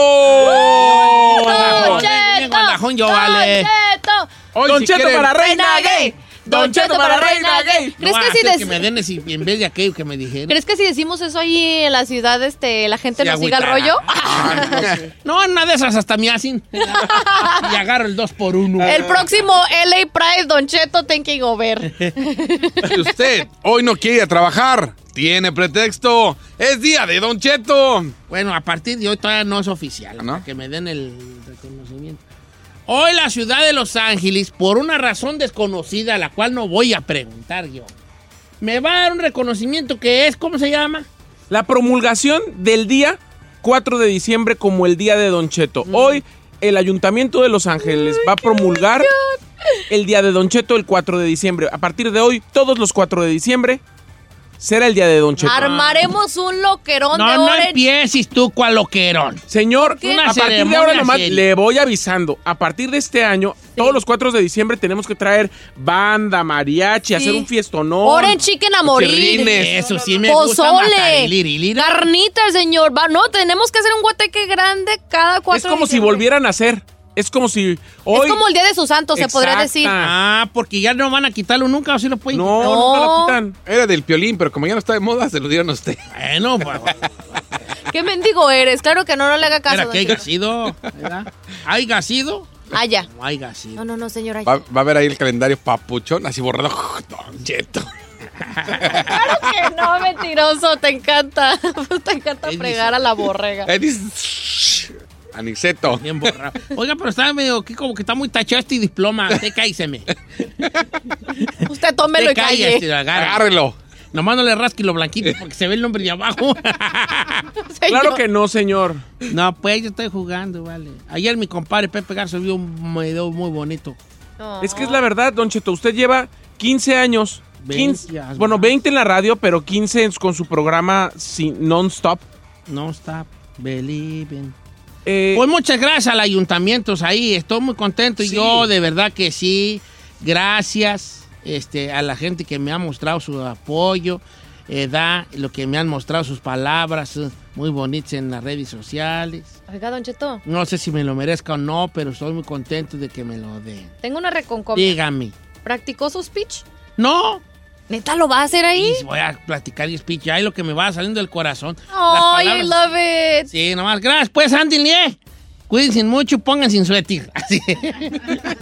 Speaker 4: Don Cheto, Guandajón, yo, Don vale.
Speaker 7: Cheto.
Speaker 12: Hoy, Don
Speaker 4: si
Speaker 12: Cheto
Speaker 4: quieren-
Speaker 12: para reina gay. Don Cheto para reina gay.
Speaker 7: ¿Crees
Speaker 4: No
Speaker 7: que
Speaker 4: va a
Speaker 7: si
Speaker 4: ser
Speaker 7: des-
Speaker 4: que me den ese- en vez de aquello que me dijeron?
Speaker 7: ¿Crees que si decimos eso ahí en la ciudad, este, la gente
Speaker 4: Se
Speaker 7: nos siga el
Speaker 4: agüitará.
Speaker 7: rollo?
Speaker 5: Ah, pues
Speaker 4: No, nada de esas hasta me hacen. y agarro el 2 por 1
Speaker 7: El próximo LA Pride, Don Cheto, thinking over.
Speaker 5: Si usted hoy no quiere ir a trabajar, tiene pretexto. Es día de Don Cheto.
Speaker 4: Bueno, a partir de hoy todavía no es oficial, hasta que me den el reconocimiento. Hoy la ciudad de Los Ángeles, por una razón desconocida, la cual no voy a preguntar yo, me va a dar un reconocimiento que es, ¿cómo se llama?
Speaker 12: La promulgación del día 4 de diciembre como el día de Don Cheto.
Speaker 7: Mm.
Speaker 12: Hoy el Ayuntamiento de Los Ángeles va a promulgar el día de Don Cheto el 4 de diciembre. A partir de hoy, todos los 4 de diciembre será el día de Don Cheto.
Speaker 7: Armaremos un loquerón de
Speaker 4: No, no
Speaker 7: hora en-
Speaker 4: empieces tú cual loquerón.
Speaker 12: Señor,
Speaker 7: qué?
Speaker 12: a
Speaker 4: Una
Speaker 12: partir de
Speaker 4: ceremonia
Speaker 12: ahora nomás
Speaker 4: seria.
Speaker 12: le voy avisando. A partir de este año, todos los 4 de diciembre tenemos que traer banda, mariachi, hacer un fiestonón.
Speaker 7: Orange chicken a morir.
Speaker 12: chirrines.
Speaker 4: Eso sí me gusta matar el liri,
Speaker 7: Pozole.
Speaker 4: liri.
Speaker 7: Carnita, señor. Va, no, tenemos que hacer un guateque grande cada cuatro
Speaker 12: Es como
Speaker 7: de
Speaker 12: si
Speaker 7: diciembre.
Speaker 12: volvieran a hacer. Es como si hoy...
Speaker 7: Es como el día de su santo, se podría
Speaker 12: Exacta.
Speaker 7: decir.
Speaker 4: Ah, porque ya no van a quitarlo nunca, o si lo pueden
Speaker 12: No,
Speaker 4: quitar?
Speaker 12: nunca
Speaker 7: No.
Speaker 12: lo quitan.
Speaker 5: Era del piolín, pero como ya no está de moda, se lo dieron a usted.
Speaker 4: Bueno, pues,
Speaker 7: Qué mendigo eres. Claro que no, no le haga caso.
Speaker 4: era
Speaker 7: don
Speaker 4: que haya
Speaker 7: Cheto.
Speaker 4: sido, ¿verdad? ¿Haya sido?
Speaker 7: Allá.
Speaker 4: Oiga, sí.
Speaker 7: No, no, no, señora.
Speaker 5: Va, va a haber ahí el calendario papuchón, así borrado. Don Cheto.
Speaker 7: Claro que no, mentiroso. Te encanta. Pues te encanta fregar a la borrega.
Speaker 5: Eh, dice, Aniceto.
Speaker 4: Bien borrado. Oiga, pero está medio aquí como que está muy tachado este diploma. Usted cáíseme.
Speaker 7: Usted tómelo y calle.
Speaker 4: Agárrelo. Nomás no le rasque lo blanquito porque se ve el nombre de abajo.
Speaker 12: Claro que no, señor.
Speaker 4: No, pues yo estoy jugando, vale. Ayer mi compadre Pepe Garza vio un video muy bonito.
Speaker 12: Es que es la verdad, Don Cheto. Usted lleva 15 años. 15, bueno, 20 en la radio, pero 15 en- con su programa sin, non-stop.
Speaker 4: Non-stop. Believe Pues muchas gracias al ayuntamiento ahí, estoy muy contento y yo de verdad que sí, gracias este, a la gente que me ha mostrado su apoyo, eh, da lo que me han mostrado sus palabras eh, muy bonitas en las redes sociales.
Speaker 7: Oiga, Don Cheto,
Speaker 4: No sé si me lo merezca o no, pero estoy muy contento de que me lo den.
Speaker 7: tengo una reconcomia.
Speaker 4: Dígame.
Speaker 7: ¿Practicó su speech?
Speaker 4: No.
Speaker 7: ¿Neta lo va a hacer ahí?
Speaker 4: Voy a platicar y speech, ahí lo que me va saliendo del corazón.
Speaker 7: Oh,
Speaker 4: Las
Speaker 7: I
Speaker 4: palabras-
Speaker 7: love it.
Speaker 4: Sí, nomás. Gracias, pues, Andy Lee. Cuídense mucho, pónganse en suéter. Así.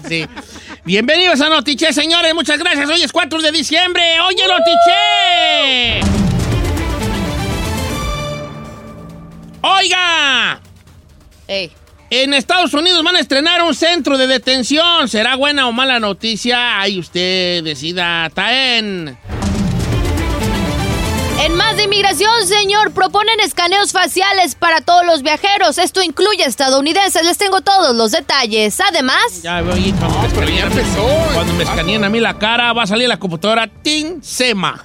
Speaker 4: sí. Bienvenidos a Notiche, señores. Muchas gracias. Hoy es 4 de diciembre. ¡Oye, Notiche! ¡Oiga! En Estados Unidos van a estrenar un centro de detención. ¿Será buena o mala noticia? Ahí usted decida. Taen.
Speaker 7: En más de inmigración, señor, proponen escaneos faciales para todos los viajeros. Esto incluye estadounidenses. Les tengo todos los detalles. Además,
Speaker 4: Ya veo ahí cuando, me escanean, cuando me escanean a mí la cara, va a salir la computadora Tin Sema.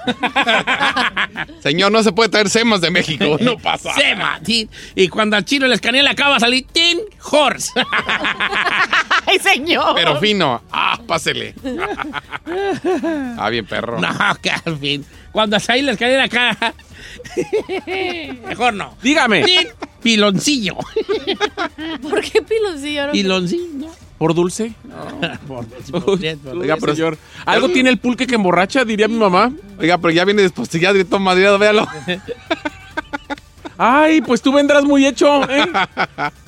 Speaker 5: Señor, no se puede traer semas de México. No pasa.
Speaker 4: Sema. Tin. Y cuando al chino le escanean la cara, va a salir Tin Horse.
Speaker 7: ¡Ay, señor!
Speaker 5: Pero fino. Ah, pásele. Ah, bien, perro.
Speaker 4: No, que al fin. Cuando ahí le escanean la cara, mejor no.
Speaker 12: Dígame.
Speaker 4: Tin Piloncillo.
Speaker 7: ¿Por qué piloncillo?
Speaker 4: Piloncillo.
Speaker 12: ¿Por dulce?
Speaker 5: Oiga, pero-
Speaker 12: señor. ¿Algo tiene el pulque que emborracha? Diría mi mamá.
Speaker 5: Oiga, pero ya viene despostillado y todo madriado, véalo.
Speaker 12: Ay, pues tú vendrás muy hecho, ¿eh?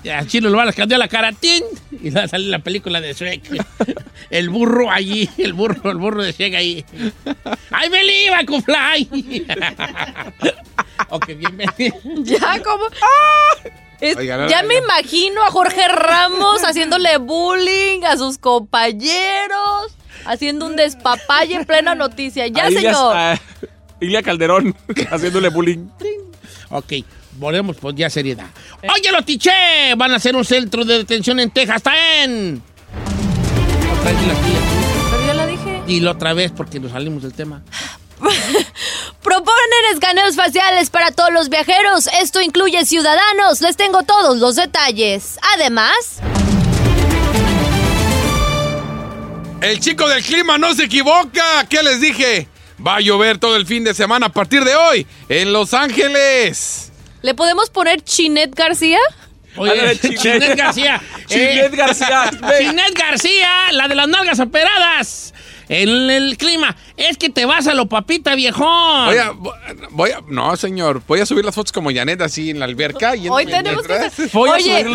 Speaker 4: Y al chino le van a escanear la cara Tin. Y va a salir la película de Shrek. El burro allí, el burro, el burro de Shrek ahí. ¡Ay, believe I can fly! ok, bienvenido.
Speaker 7: ya como... ¡Ah! Es-
Speaker 4: Oiga, no,
Speaker 7: ya
Speaker 4: no,
Speaker 7: me imagino a Jorge Ramos haciéndole bullying a sus compañeros, haciendo un despapalle en plena noticia. Ya,
Speaker 12: A Ilia-
Speaker 7: señor.
Speaker 12: a ¿eh? Ilia Calderón haciéndole bullying.
Speaker 4: Ok, volvemos pues ya seriedad. ¡Oye, los tiché! Van a hacer un centro de detención en Texas, está en. Otra vez la tía.
Speaker 7: Pero yo la dije.
Speaker 4: Y la otra vez porque nos salimos del tema.
Speaker 7: Proponen escaneos faciales para todos los viajeros. Esto incluye ciudadanos. Les tengo todos los detalles. Además,
Speaker 5: El chico del clima no se equivoca. ¿Qué les dije? Va a llover todo el fin de semana a partir de hoy en Los Ángeles.
Speaker 7: ¿le podemos poner Chinet García?
Speaker 4: Oye,
Speaker 5: Ándale,
Speaker 4: Chinet,
Speaker 5: Chinet.
Speaker 4: García. Eh,
Speaker 5: Chinet García, ve.
Speaker 4: Chinet García, la de las nalgas operadas. En el clima. Es que te vas a lo papita, viejón.
Speaker 5: Voy a, voy a- no señor, voy a subir las fotos como Janet así en la alberca. yéndome
Speaker 7: Hoy tenemos que...
Speaker 5: detrás.
Speaker 7: hacer- Oye,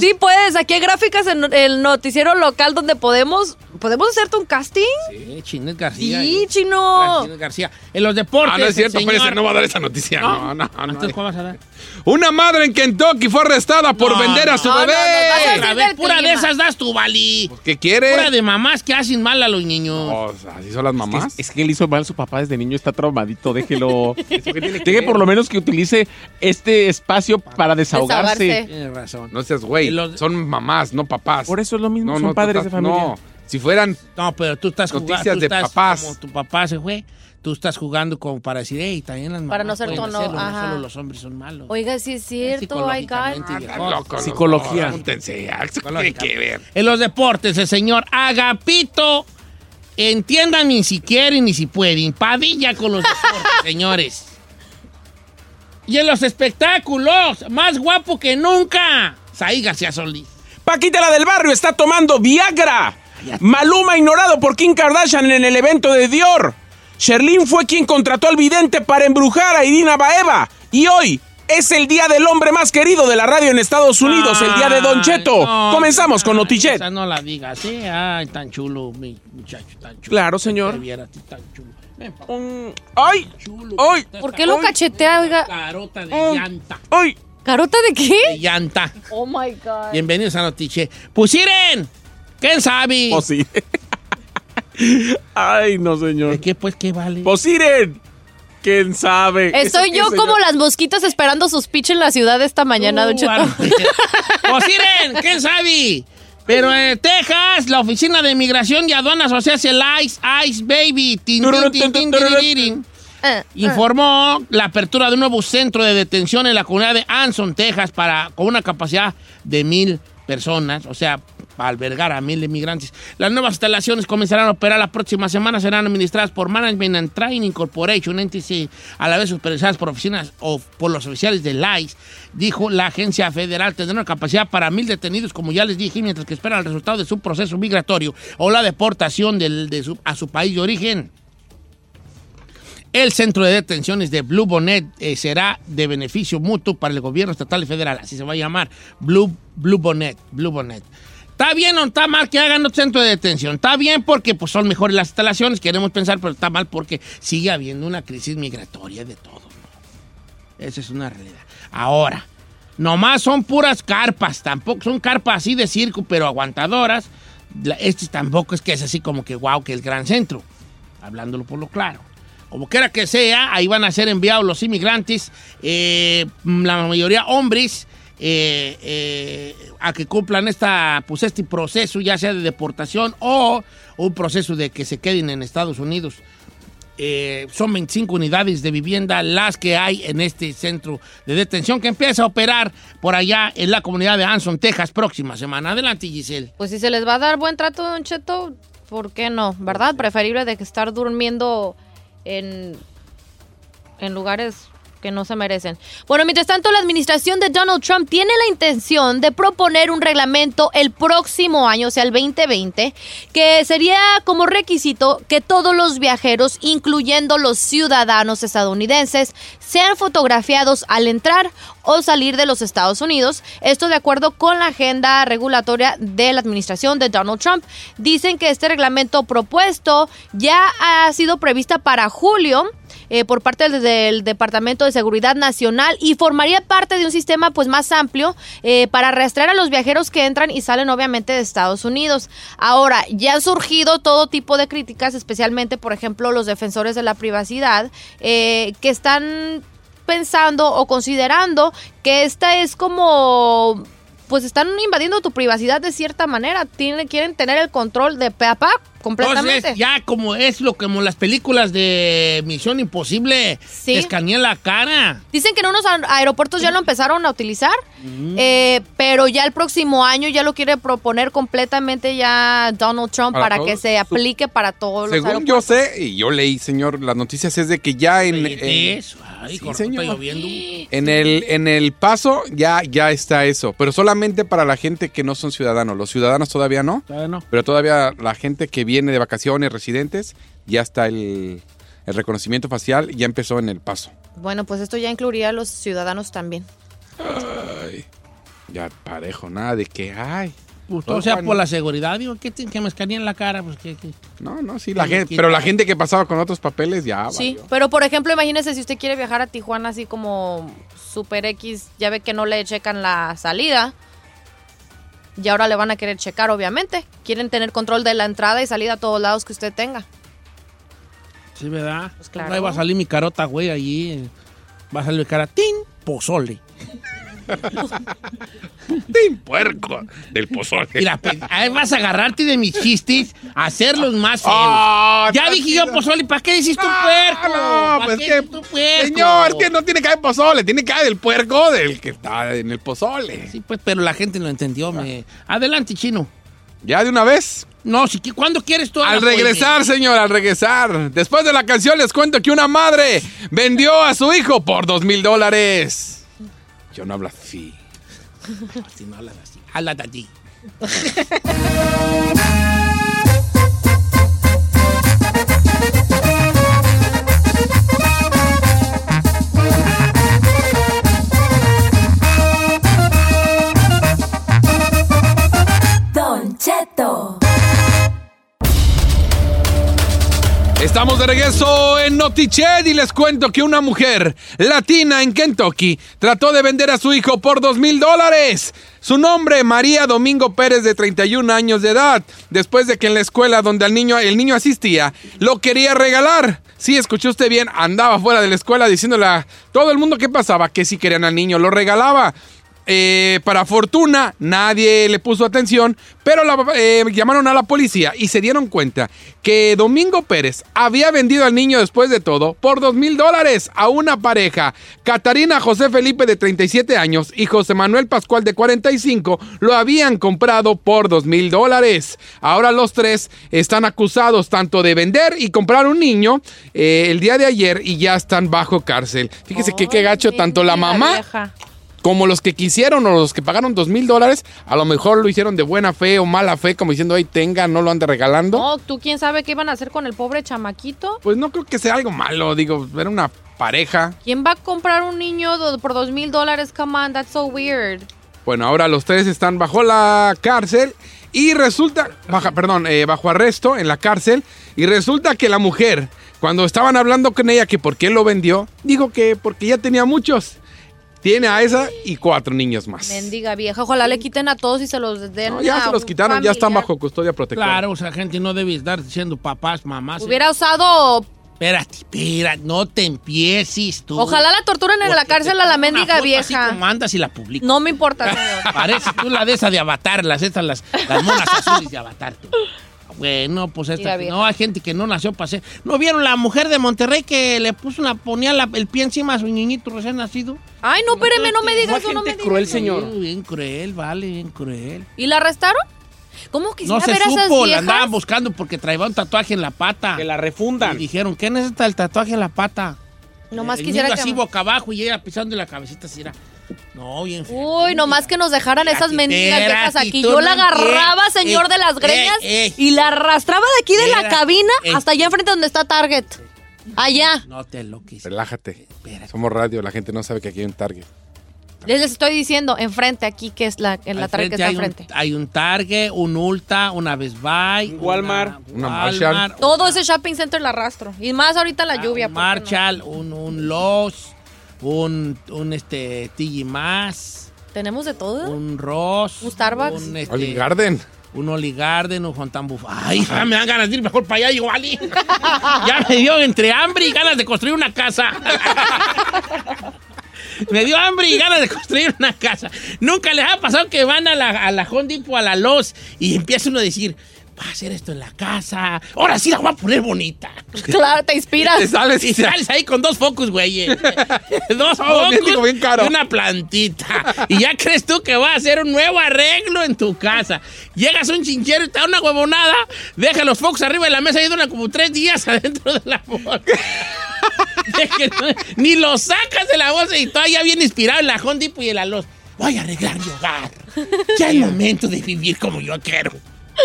Speaker 7: Sí, puedes. Aquí hay gráficas en el noticiero local donde podemos... ¿Podemos hacerte un casting?
Speaker 4: Eh, Chinet García.
Speaker 7: Sí,
Speaker 4: eh,
Speaker 7: chino.
Speaker 4: Chinet García. En los deportes.
Speaker 5: Ah, no es cierto,
Speaker 4: el señor-
Speaker 5: parece, no va a dar esa noticia.
Speaker 4: No.
Speaker 5: No, no, no.
Speaker 4: Entonces, ¿cuál vas a dar?
Speaker 5: Una madre en Kentucky fue arrestada por vender a su bebé. Pues,
Speaker 4: Otra vez, pura de esas das tu bali.
Speaker 5: ¿Qué quiere?
Speaker 4: Pura de mamás que hacen mal a los niños.
Speaker 5: así son las mamás.
Speaker 12: Es, es que le hizo mal su papá desde niño, está traumadito, déjelo. Deje por lo menos que utilice este espacio para desahogarse.
Speaker 4: Tienes razón.
Speaker 5: No seas güey. Son mamás, no papás. Por
Speaker 12: eso es lo mismo,
Speaker 4: son padres de familia.
Speaker 5: No, si fueran.
Speaker 4: No, pero tú estás jugando.
Speaker 5: Noticias
Speaker 4: tú
Speaker 5: de
Speaker 4: estás
Speaker 5: papás.
Speaker 4: Como tu papá se fue, tú estás jugando como para decir, hey, también las mamás.
Speaker 7: Para no ser
Speaker 4: pueden
Speaker 7: tono,
Speaker 4: hacerlo, no
Speaker 7: ajá.
Speaker 4: solo los hombres son malos.
Speaker 7: Oiga, sí es cierto. Ay, cal.
Speaker 12: Psicología.
Speaker 5: que ver.
Speaker 4: En los deportes, el señor Agapito. Entiendan ni si quieren ni si pueden. Padilla con los deportes, señores. Y en los espectáculos, más guapo que nunca. Saí García Solís.
Speaker 12: Paquita la del barrio está tomando Viagra. Maluma ignorado por Kim Kardashian en el evento de Dior. Sherlyn fue quien contrató al vidente para embrujar a Irina Baeva. Y hoy, Es el día del hombre más querido de la radio en Estados Unidos, el día de Don Cheto. Comenzamos con Notichet.
Speaker 4: Esa no la digas, ¿sí? Ay, tan chulo, mi muchacho, tan chulo.
Speaker 12: Claro, señor.
Speaker 4: Te viera a ti tan chulo.
Speaker 12: Mm, ¡Ay! ¡Ay!
Speaker 7: ¿Por qué lo cachetea, oiga?
Speaker 4: Carota de llanta.
Speaker 12: ¡Ay!
Speaker 7: ¿Carota de qué?
Speaker 4: De llanta.
Speaker 7: Oh my God.
Speaker 4: Bienvenidos a Notiche. Pues Iren, ¿quién sabe?
Speaker 12: Pues sí. Ay, no, señor.
Speaker 4: ¿Qué, pues, qué vale?
Speaker 12: Pues Iren, ¿quién sabe?
Speaker 7: Estoy
Speaker 12: ¿Eso qué,
Speaker 7: yo
Speaker 12: señor?
Speaker 7: como las mosquitas esperando sus pitch en la ciudad esta mañana, Don Cheto.
Speaker 4: Pues miren, ¿quién sabe? Pero en Texas, la Oficina de Migración y Aduanas, o sea, es el ICE, ICE Baby, tin, tin, tin, tin, tiriririn,
Speaker 7: Eh,
Speaker 4: informó la apertura de un nuevo centro de detención en la comunidad de Anson, Texas, para, con una capacidad de mil personas, o sea, para albergar a mil inmigrantes. Las nuevas instalaciones comenzarán a operar la próxima semana, serán administradas por Management and Training Corporation, NTC, a la vez supervisadas por oficinas o por los oficiales del ICE, dijo la agencia federal. Tendrán una capacidad para mil detenidos, como ya les dije, mientras que esperan el resultado de su proceso migratorio o la deportación del- de su- a su país de origen. El centro de detenciones de Blue Bonnet eh, será de beneficio mutuo para el gobierno estatal y federal. Así se va a llamar. Blue, Blue Bonnet. Blue Bonnet. Está bien o está mal que hagan otro centro de detención. Está bien porque pues, son mejores las instalaciones, queremos pensar, pero está mal porque sigue habiendo una crisis migratoria de todo. ¿no? Esa es una realidad. Ahora, nomás son puras carpas, tampoco son carpas así de circo, pero aguantadoras. La- Este tampoco es que es así como que wow, que el gran centro. Hablándolo por lo claro. Como quiera que sea, ahí van a ser enviados los inmigrantes, eh, la mayoría hombres, eh, eh, a que cumplan esta, pues este proceso, ya sea de deportación o un proceso de que se queden en Estados Unidos. Eh, son 25 unidades de vivienda las que hay en este centro de detención que empieza a operar por allá en la comunidad de Anson, Texas, próxima semana. Adelante, Giselle.
Speaker 7: Pues si se les va a dar buen trato, Don Cheto, ¿por qué no? ¿Verdad? Preferible de que estar durmiendo en, en lugares que no se merecen. Bueno, mientras tanto, la administración de Donald Trump tiene la intención de proponer un reglamento el próximo año, o sea, el 2020, que sería como requisito que todos los viajeros, incluyendo los ciudadanos estadounidenses, sean fotografiados al entrar o salir de los Estados Unidos. Esto de acuerdo con la agenda regulatoria de la administración de Donald Trump. Dicen que este reglamento propuesto ya ha sido prevista para julio eh, por parte del, del Departamento de Seguridad Nacional y formaría parte de un sistema pues más amplio eh, para arrastrar a los viajeros que entran y salen obviamente de Estados Unidos. Ahora, ya han surgido todo tipo de críticas, especialmente por ejemplo los defensores de la privacidad, eh, que están pensando o considerando que esta es como pues están invadiendo tu privacidad de cierta manera, Tienen, quieren tener el control de pe a pa completamente.
Speaker 4: Entonces, ya como es lo que como las películas de Misión Imposible,
Speaker 7: Sí.
Speaker 4: te escanean la cara.
Speaker 7: Dicen que en unos aer- aeropuertos ya lo empezaron a utilizar,
Speaker 5: Mm.
Speaker 7: eh, pero ya el próximo año ya lo quiere proponer completamente ya Donald Trump
Speaker 5: Para
Speaker 7: para,
Speaker 5: todos.
Speaker 7: que se aplique para todos los
Speaker 5: Según
Speaker 7: aeropuertos.
Speaker 5: yo sé, y yo leí, señor, las noticias es de que ya en,
Speaker 4: ¿Qué
Speaker 5: en,
Speaker 4: es? Ay, correcto, está lloviendo.
Speaker 5: en el en el paso ya ya está eso, pero solamente para la gente que no son ciudadanos. Los ciudadanos todavía no,
Speaker 4: Todavía no.
Speaker 5: pero todavía la gente que viene de vacaciones, residentes, ya está el, el reconocimiento facial, ya empezó en el paso.
Speaker 7: Bueno, pues esto ya incluiría a los ciudadanos también.
Speaker 5: Ay, ya parejo, nada de que ay.
Speaker 4: Pues, o sea, por la seguridad, digo, ¿qué tienen que me escanean la cara? Pues, ¿qué, qué?
Speaker 5: Ah, No, no, sí, la gente, pero la gente que pasaba con otros papeles ya
Speaker 7: sí, pero por ejemplo, imagínese si usted quiere viajar a Tijuana así como Super X, ya ve que no le checan la salida. Y ahora le van a querer checar, obviamente. Quieren tener control de la entrada y salida a todos lados que usted tenga.
Speaker 4: Sí, ¿verdad? Pues
Speaker 7: claro.
Speaker 4: Ahí va a salir mi carota, güey, allí. Va a salir mi cara, ¡tin! Pozole.
Speaker 5: puerco del pozole.
Speaker 4: Mira, pe- ahí vas a agarrarte de mis chistes, a hacerlos más feos.
Speaker 5: Ah,
Speaker 4: ya dije yo pozole, ¿para qué dices tú puerco?
Speaker 5: No,
Speaker 4: ¿Para
Speaker 5: pues
Speaker 4: qué
Speaker 5: que,
Speaker 4: dices tú puerco?
Speaker 5: señor, que no tiene que haber pozole, tiene que haber del puerco del que está en el pozole. Ah.
Speaker 4: Sí, pues, pero la gente lo entendió. me- Adelante, chino.
Speaker 5: ¿Ya de una vez?
Speaker 4: No, si, qui- ¿cuándo quieres tú? pues,
Speaker 5: Al regresar, señor, al regresar. Después de la canción les cuento que una madre vendió a su hijo por dos mil dólares. Yo no hablo así.
Speaker 4: Si no hablas así, habla de ti.
Speaker 5: Estamos de regreso en Notiched y les cuento que una mujer latina en Kentucky trató de vender a su hijo por dos mil dólares. Su nombre, María Domingo Pérez, de 31 años de edad, después de que en la escuela donde el niño, el niño asistía, lo quería regalar. Sí, escuchó usted bien, andaba fuera de la escuela diciéndole a todo el mundo que pasaba que si querían al niño, lo regalaba. Eh, para fortuna, nadie le puso atención, pero la- eh, llamaron a la policía y se dieron cuenta que Domingo Pérez había vendido al niño después de todo por dos mil dólares a una pareja. Catarina José Felipe de 37 años y José Manuel Pascual de 45 lo habían comprado por dos mil dólares. Ahora los tres están acusados tanto de vender y comprar un niño eh, el día de ayer y ya están bajo cárcel. Fíjese que qué gacho, tanto la mamá
Speaker 7: Vieja.
Speaker 5: como los que quisieron o los que pagaron dos mil dólares, a lo mejor lo hicieron de buena fe o mala fe, como diciendo, ay, tenga, no lo ande regalando.
Speaker 7: No, tú quién sabe qué iban a hacer con el pobre chamaquito.
Speaker 5: Pues no creo que sea algo malo, digo, era una pareja.
Speaker 7: ¿Quién va a comprar un niño do- por dos mil dólares? Come on, that's so weird.
Speaker 5: Bueno, ahora los tres están bajo la cárcel y resulta, baja, perdón, eh, bajo arresto en la cárcel y resulta que la mujer, cuando estaban hablando con ella que por qué lo vendió, dijo que porque ya tenía muchos. Tiene a esa y cuatro niños más.
Speaker 7: Mendiga vieja, ojalá le quiten a todos y se los den.
Speaker 5: No, ya
Speaker 7: a
Speaker 5: se los
Speaker 7: un
Speaker 5: quitaron, ya están
Speaker 7: familiar.
Speaker 5: bajo custodia protectora.
Speaker 4: Claro, o sea, gente no debe estar diciendo papás, mamás. eh.
Speaker 7: Hubiera usado.
Speaker 4: Espérate, espérate, no te empieces tú.
Speaker 7: Ojalá la torturen en la cárcel a la mendiga vieja.
Speaker 4: ¿Cómo andas y la publico?
Speaker 7: No me importa, señor.
Speaker 4: Parece tú la de esa de Avatar, las estas, las, las monas azules de Avatar. tú. Bueno, pues
Speaker 7: Mira,
Speaker 4: esta.
Speaker 7: vieja.
Speaker 4: No, hay gente que no nació para ser. ¿No vieron la mujer de Monterrey que le puso una, ponía la- el pie encima a su niñito recién nacido?
Speaker 7: Ay, no, espéreme, no me diga eso, no me diga eso.
Speaker 4: Sí, Bien cruel, vale, bien cruel.
Speaker 7: ¿Y la arrestaron? ¿Cómo quisiera
Speaker 4: No se
Speaker 7: ver a esas
Speaker 4: supo, la
Speaker 7: viejas?
Speaker 4: andaban buscando porque traía un tatuaje en la pata. Que la refundan. Y dijeron, ¿qué necesita el tatuaje en la pata?
Speaker 7: Nomás
Speaker 4: El
Speaker 7: quisiera
Speaker 4: niño
Speaker 7: que-
Speaker 4: así boca abajo y ella pisando la cabecita así era. No, bien feo.
Speaker 7: Uy, nomás que nos dejaran esas mendigas
Speaker 4: espérate,
Speaker 7: viejas aquí.
Speaker 4: tú
Speaker 7: Yo
Speaker 4: no Eh,
Speaker 7: la agarraba,
Speaker 4: entiendes.
Speaker 7: señor de las
Speaker 4: Ey,
Speaker 7: greñas,
Speaker 4: ey.
Speaker 7: y la arrastraba de aquí de la
Speaker 4: Espérate,
Speaker 7: cabina
Speaker 4: ey.
Speaker 7: hasta allá enfrente donde está Target. Allá.
Speaker 4: No te loques.
Speaker 5: Relájate. Somos radio, la gente no sabe que aquí hay un target.
Speaker 7: Les les estoy diciendo, enfrente aquí, que es la, en la
Speaker 4: Al
Speaker 7: Target que está
Speaker 4: hay un,
Speaker 7: enfrente.
Speaker 4: hay un Target, un Ulta, una Best Buy, Walmart, una,
Speaker 5: Marshall.
Speaker 4: Walmart,
Speaker 7: Todo ese shopping center la arrastro. Y más ahorita la lluvia.
Speaker 4: un
Speaker 7: porque
Speaker 4: Marshall, un, un Lowe's, un, un este, TG Más,
Speaker 7: no. pues, Tenemos de todo.
Speaker 4: un Ross,
Speaker 7: Un Starbucks.
Speaker 4: un este,
Speaker 5: Olive Garden.
Speaker 4: un Oligarden, un Juan Tambuf. Ay, ya me dan ganas de ir mejor para allá, yo, vale. ya me dio entre hambre y ganas de construir una casa. me dio hambre y ganas de construir una casa. Nunca les ha pasado que van a la, a la Home Depot, a la Lowe's, y empieza uno a decir, va a hacer esto en la casa, ahora sí la voy a poner bonita.
Speaker 7: Claro, te inspiras.
Speaker 4: pues, Te sales, y sales ahí con dos focus, güey. dos
Speaker 5: Oh, bien,
Speaker 4: focus
Speaker 5: digo, bien caro.
Speaker 4: y una plantita. y ya crees tú que va a hacer un nuevo arreglo en tu casa. Llegas a un chinchero y te da una huevonada, deja los focus arriba de la mesa y duran como tres días adentro de la bolsa. De que no- ni los sacas de la bolsa y todavía bien inspirado en la Home Depot y en la Lowe's. Voy a arreglar mi hogar. Ya es momento de vivir como yo quiero.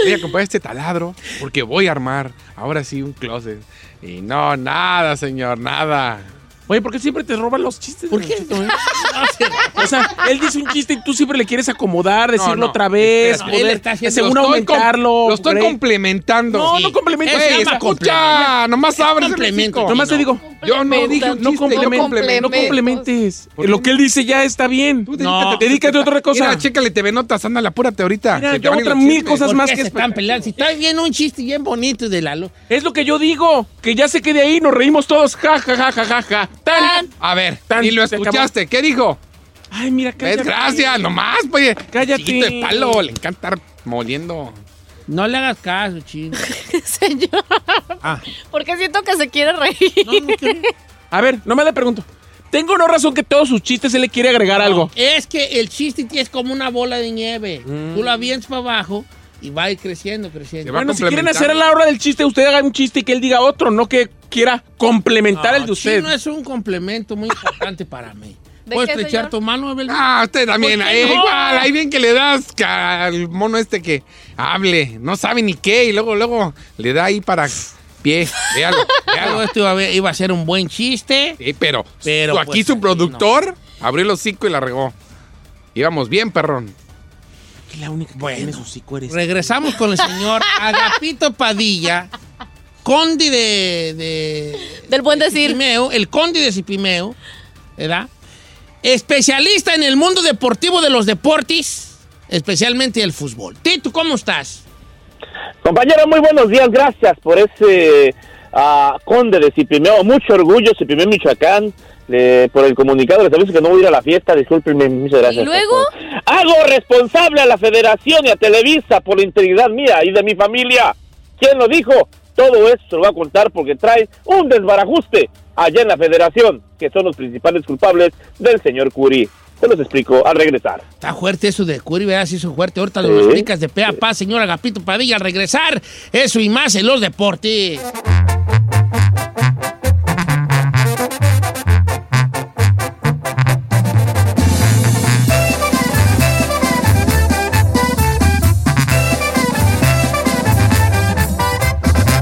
Speaker 5: Voy a comprar este taladro porque voy a armar ahora sí un closet. Y no, nada, señor, nada.
Speaker 12: Oye, ¿por qué siempre te roban los chistes? ¿Por qué?
Speaker 4: No sé.
Speaker 12: O sea, él dice un chiste y tú siempre le quieres acomodar, decirlo
Speaker 5: no,
Speaker 12: otra vez,
Speaker 5: espera,
Speaker 12: poder,
Speaker 5: él está haciendo-
Speaker 12: según
Speaker 5: lo estoy com-
Speaker 12: aumentarlo.
Speaker 5: lo estoy complementando.
Speaker 12: No,
Speaker 5: Sí.
Speaker 12: no complemento.
Speaker 5: Ey, escucha, nomás abres el hocico.
Speaker 12: Nomás te digo, yo no
Speaker 5: Complemento,
Speaker 12: dije un
Speaker 5: no
Speaker 12: chiste, complemento,
Speaker 5: complemento.
Speaker 12: no complementes. Lo que él dice ya está bien.
Speaker 5: No.
Speaker 12: dedícate a otra cosa.
Speaker 5: Mira, chécale, te venotas, ándale, apúrate ahorita.
Speaker 12: Mira,
Speaker 5: se te
Speaker 12: yo
Speaker 5: van a ir
Speaker 12: otras
Speaker 5: los
Speaker 12: mil
Speaker 5: chismes.
Speaker 12: cosas
Speaker 4: ¿Por
Speaker 12: más
Speaker 4: qué
Speaker 12: que
Speaker 4: se
Speaker 12: espe-
Speaker 4: están peleando? Si está bien un chiste bien bonito de la Lowe's.
Speaker 12: Es lo que yo digo, que ya sé que de ahí nos reímos todos. Ja, ja, ja, ja, ja, ja. Tan.
Speaker 5: A ver,
Speaker 12: Tan,
Speaker 5: y lo
Speaker 12: se acabó.
Speaker 5: escuchaste, ¿qué dijo?
Speaker 12: Ay, mira, cállate.
Speaker 5: Es gracias, nomás, pues. oye.
Speaker 12: Cállate.
Speaker 5: Chiquito de palo, le encanta estar moliendo.
Speaker 4: No le hagas caso, chino.
Speaker 7: Señor.
Speaker 4: Ah.
Speaker 7: Porque siento que se quiere reír.
Speaker 12: A ver, no me le pregunto. Tengo no razón que todos sus chistes él le quiere agregar algo.
Speaker 4: Es que el chiste es como una bola de nieve.
Speaker 5: Mm.
Speaker 4: Tú la avientas para abajo y va a ir creciendo, creciendo.
Speaker 12: Bueno, si quieren hacer a la hora del chiste, usted haga un chiste y que él diga otro, no que quiera complementar el de usted.
Speaker 4: Chino es un complemento muy importante para mí.
Speaker 7: ¿De
Speaker 4: ¿Puedo
Speaker 7: qué,
Speaker 4: estrechar
Speaker 7: señor?
Speaker 4: tu mano, Abel?
Speaker 5: Ah, usted también.
Speaker 4: ¿Por qué
Speaker 5: eh,
Speaker 4: no?
Speaker 5: Igual, ahí bien que le das ca- al mono este que hable, no sabe ni qué, y luego, luego le da ahí para pie. Véalo,
Speaker 4: Todo
Speaker 5: véalo.
Speaker 4: esto iba a, ver- iba a ser un buen chiste.
Speaker 5: Sí, pero,
Speaker 4: Pero,
Speaker 5: su- aquí
Speaker 4: pues,
Speaker 5: su
Speaker 4: ahí
Speaker 5: productor abrió el hocico y la regó. Íbamos bien, perrón.
Speaker 12: Que la única que
Speaker 4: Bueno.
Speaker 12: tiene su hocico eres.
Speaker 4: Regresamos con el señor Agapito Padilla, conde de. Del buen decir. el conde de Cipimeo, ¿verdad? Especialista en el mundo deportivo de los deportes, especialmente el fútbol. Tito, ¿cómo estás?
Speaker 10: Compañero, muy buenos días. Gracias por ese ah, conde de Cipimeo. Mucho orgullo, Cipimeo Michoacán. eh, por el comunicado, les aviso que no voy a ir a la fiesta, discúlpenme, muchas gracias. Hago responsable a la federación y a Televisa por la integridad mía y de mi familia. ¿Quién lo dijo? Todo esto se lo voy a contar porque trae un desbarajuste allá en la federación, que son los principales culpables del señor Curi. Se los explico al regresar.
Speaker 4: Está fuerte eso de Curi, ¿verdad? Sí, eso es fuerte. Ahorita lo
Speaker 10: Sí.
Speaker 4: explicas de pe a pa, señora Gapito Padilla. Al regresar, eso y más en los deportes.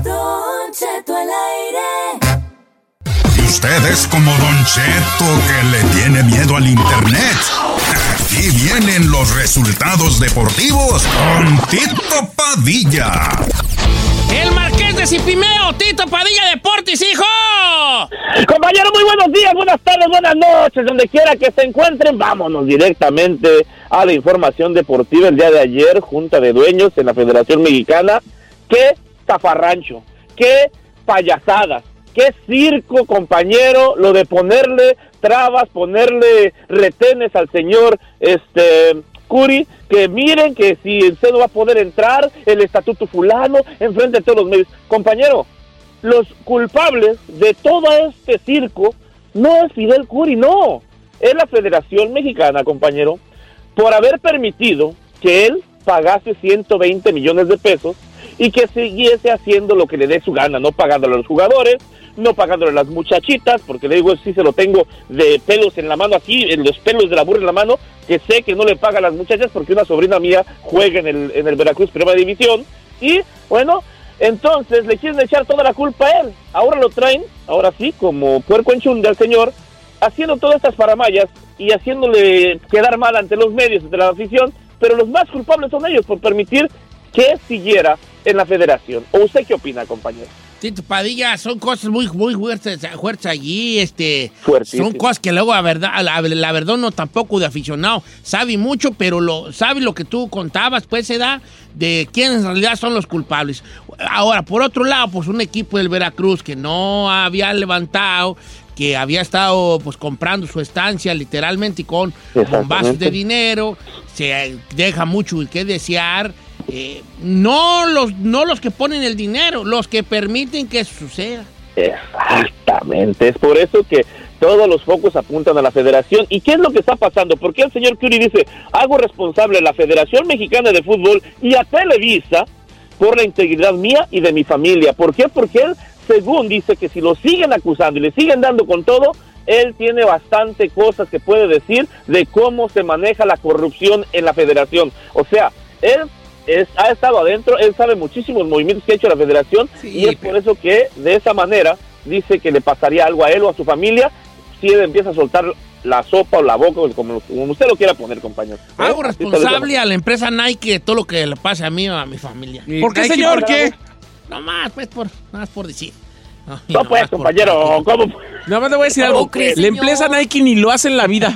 Speaker 9: Don Cheto al aire.
Speaker 1: Y usted es como Don Cheto que le tiene miedo al internet. Aquí vienen los resultados deportivos con Tito Padilla.
Speaker 4: El Marqués de Cipimeo, Tito Padilla Deportes, hijo.
Speaker 10: Compañero, muy buenos días, buenas tardes, buenas noches, donde quiera que se encuentren, vámonos directamente a la información deportiva el día de ayer, Junta de Dueños en la Federación Mexicana, qué zafarrancho, qué payasadas, qué circo, compañero, lo de ponerle trabas, ponerle retenes al señor, este, Curi, que miren que si usted no va a poder entrar, el estatuto fulano, enfrente de todos los medios. Compañero, los culpables de todo este circo no es Fidel Curi, no. Es la Federación Mexicana, compañero, por haber permitido que él pagase 120 millones de pesos y que siguiese haciendo lo que le dé su gana, no pagándole a los jugadores, no pagándole a las muchachitas, porque le digo, sí se lo tengo de pelos en la mano aquí, en los pelos de la burra en la mano, que sé que no le paga a las muchachas porque una sobrina mía juega en el, en el Veracruz Primera División. Y bueno, entonces le quieren echar toda la culpa a él. Ahora lo traen, ahora sí, como puerco en chunda al señor, haciendo todas estas paramayas y haciéndole quedar mal ante los medios, ante la afición, pero los más culpables son ellos por permitir que siguiera en la federación. ¿O usted qué opina, compañero?
Speaker 4: Tito Padilla, son cosas muy, muy fuertes, fuertes allí, este,
Speaker 10: Fuertísimo.
Speaker 4: son cosas que luego a verdad, a la, la verdad no tampoco de aficionado sabe mucho, pero lo sabe lo que tú contabas, pues se da de quiénes en realidad son los culpables. Ahora, por otro lado, pues un equipo del Veracruz que no había levantado, que había estado pues comprando su estancia literalmente con con vasos de dinero, se deja mucho que desear. eh, no, los, no los que ponen el dinero, los que permiten que eso suceda.
Speaker 10: Exactamente, es por eso que todos los focos apuntan a la federación. ¿Y qué es lo que está pasando? Porque el señor Curry dice, hago responsable a la Federación Mexicana de Fútbol y a Televisa por la integridad mía y de mi familia? ¿Por qué? Porque él, según dice que si lo siguen acusando y le siguen dando con todo, él tiene bastante cosas que puede decir de cómo se maneja la corrupción en la federación. O sea, él es- ha estado adentro, él sabe muchísimos movimientos que ha hecho la federación y es por eso que de esa manera dice que le pasaría algo a él o a su familia si él empieza a soltar la sopa o la boca, o como, como usted lo quiera poner, compañero.
Speaker 4: Hago
Speaker 10: ¿Eh? Así está
Speaker 4: responsable a la empresa Nike de todo lo que le pase a mí o a mi familia.
Speaker 10: ¿Por qué, Nike, señor? por qué?
Speaker 4: No más, pues, por, nada más por decir. No, y
Speaker 10: No,
Speaker 4: no
Speaker 10: pues,
Speaker 4: más por-
Speaker 10: compañero, ¿cómo?
Speaker 12: Nada más le voy a decir algo.
Speaker 4: ¿Cómo crees,
Speaker 12: La
Speaker 4: señor?
Speaker 12: empresa Nike ni lo hace en la vida.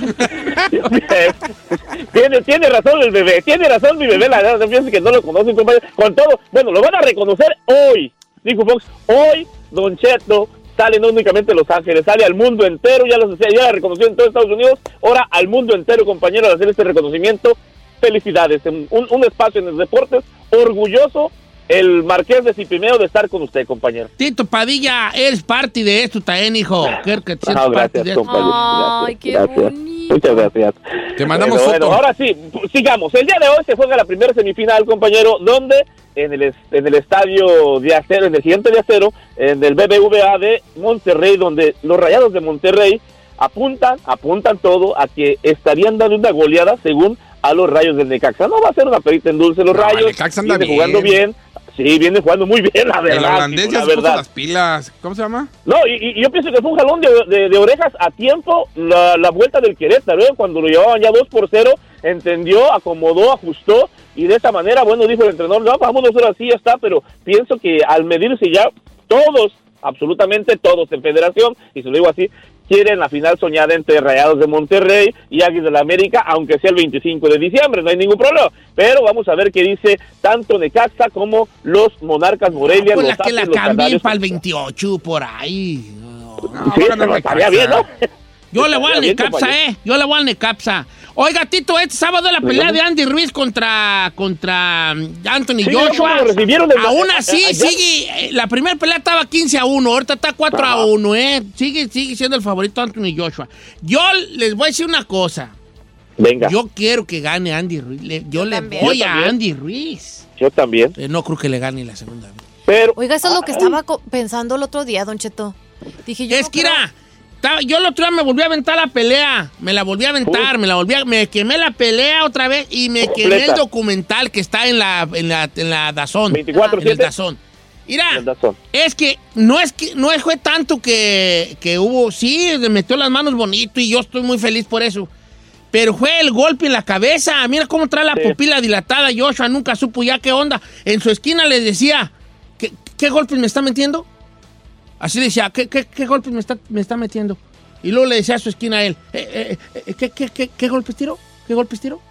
Speaker 10: tiene, tiene razón el bebé, tiene razón mi bebé, la verdad, fíjense que no lo conocen, compadre, con todo, bueno, lo van a reconocer hoy, dijo Fox, hoy Don Cheto sale no únicamente a Los Ángeles, sale al mundo entero, ya lo ya la reconoció en todo Estados Unidos, ahora al mundo entero, compañero, al hacer este reconocimiento, felicidades, un, un- un espacio en los deportes, orgulloso el Marqués de Cipimeo de estar con usted, compañero.
Speaker 4: Tito Padilla, eres parte de esto también, hijo. Quiero que te sientas
Speaker 10: Ah,
Speaker 4: parte de
Speaker 10: gracias,
Speaker 4: esto.
Speaker 10: compañero. gracias, gracias. Muchas gracias.
Speaker 12: Te mandamos
Speaker 10: Bueno,
Speaker 12: foto.
Speaker 10: bueno, ahora sí, p- sigamos. El día de hoy se juega la primera semifinal, compañero, donde en el, es- en el estadio de acero, en el gigante de acero, en el BBVA de Monterrey, donde los rayados de Monterrey apuntan, apuntan todo a que estarían dando una goleada según a los rayos del Necaxa. No va a ser una perita en dulce los
Speaker 5: No,
Speaker 10: rayos.
Speaker 5: el Necaxa anda
Speaker 10: viene jugando
Speaker 5: bien.
Speaker 10: bien. Sí, viene jugando muy bien, la verdad.
Speaker 5: el holandés
Speaker 10: Kiko,
Speaker 5: ya
Speaker 10: la
Speaker 5: se puso
Speaker 10: verdad.
Speaker 5: las pilas. ¿Cómo se llama?
Speaker 10: No, y, y yo pienso que fue un jalón de, de- de orejas a tiempo la, la vuelta del Querétaro, ¿eh? cuando lo llevaban ya 2 por 0, entendió, acomodó, ajustó, y de esa manera, bueno, dijo el entrenador, no, vámonos ahora sí, ya está, pero pienso que al medirse ya todos, absolutamente todos en federación, y se lo digo así, quieren la final soñada entre Rayados de Monterrey y Águilas de la América, aunque sea el 25 de diciembre, no hay ningún problema. Pero vamos a ver qué dice tanto Necaxa como los Monarcas Morelia,
Speaker 4: Pues
Speaker 10: los
Speaker 4: la que
Speaker 10: Atlas,
Speaker 4: la
Speaker 10: los
Speaker 4: cambien
Speaker 10: Canarios.
Speaker 4: para el 28, por ahí. No,
Speaker 10: Sí,
Speaker 4: ahora Ah, no
Speaker 10: pero
Speaker 4: me
Speaker 10: estaría
Speaker 4: cansa.
Speaker 10: bien, ¿no?
Speaker 4: Yo le voy al
Speaker 10: Estaría bien,
Speaker 4: Necapsa,
Speaker 10: compañero.
Speaker 4: ¿eh? Yo le voy al Necapsa. Oiga, Tito, este sábado la pelea de Andy Ruiz contra, contra mm, Anthony
Speaker 10: Sí, mira cómo
Speaker 4: Joshua.
Speaker 10: lo recibieron en la-
Speaker 4: Aún así,
Speaker 10: a- ayer.
Speaker 4: sigue. eh, La primera pelea estaba 15 a 1, ahorita está 4 a 1, ¿eh? Sigue, sigue siendo el favorito Anthony Joshua. Yo les voy a decir una cosa.
Speaker 10: Venga.
Speaker 4: Yo quiero que gane Andy Ruiz. Le- Yo, le
Speaker 10: también.
Speaker 4: voy
Speaker 10: Yo
Speaker 4: a
Speaker 10: también.
Speaker 4: Andy Ruiz. Eh,
Speaker 10: Yo también.
Speaker 4: no creo que le gane la segunda vez.
Speaker 10: Pero
Speaker 7: Oiga, eso es lo que estaba co- pensando el otro día, Don Cheto. Dije yo.
Speaker 4: Es que era. ta- Yo el otro día me volví a aventar la pelea. Me la volví a aventar, me la volví a- Me quemé la pelea otra vez y me quemé el
Speaker 10: Completa.
Speaker 4: documental que está en la, en la, en la Dazón.
Speaker 10: 24,
Speaker 4: En el
Speaker 10: 7.
Speaker 4: Dazón. Mira,
Speaker 10: Tienes razón.
Speaker 4: es que no es que no fue tanto que, que hubo. Sí, le metió las manos bonito y yo estoy muy feliz por eso. Pero fue el golpe en la cabeza. Mira cómo trae la pupila dilatada. Joshua nunca supo ya qué onda. En su esquina les decía, ¿qué, qué golpes me está metiendo? Así decía, ¿qué, qué, qué golpes me está, me está metiendo? Y luego le decía a su esquina a él, "Eh, eh, eh, ¿qué, qué, qué, qué golpes tiro? ¿Qué golpes tiro?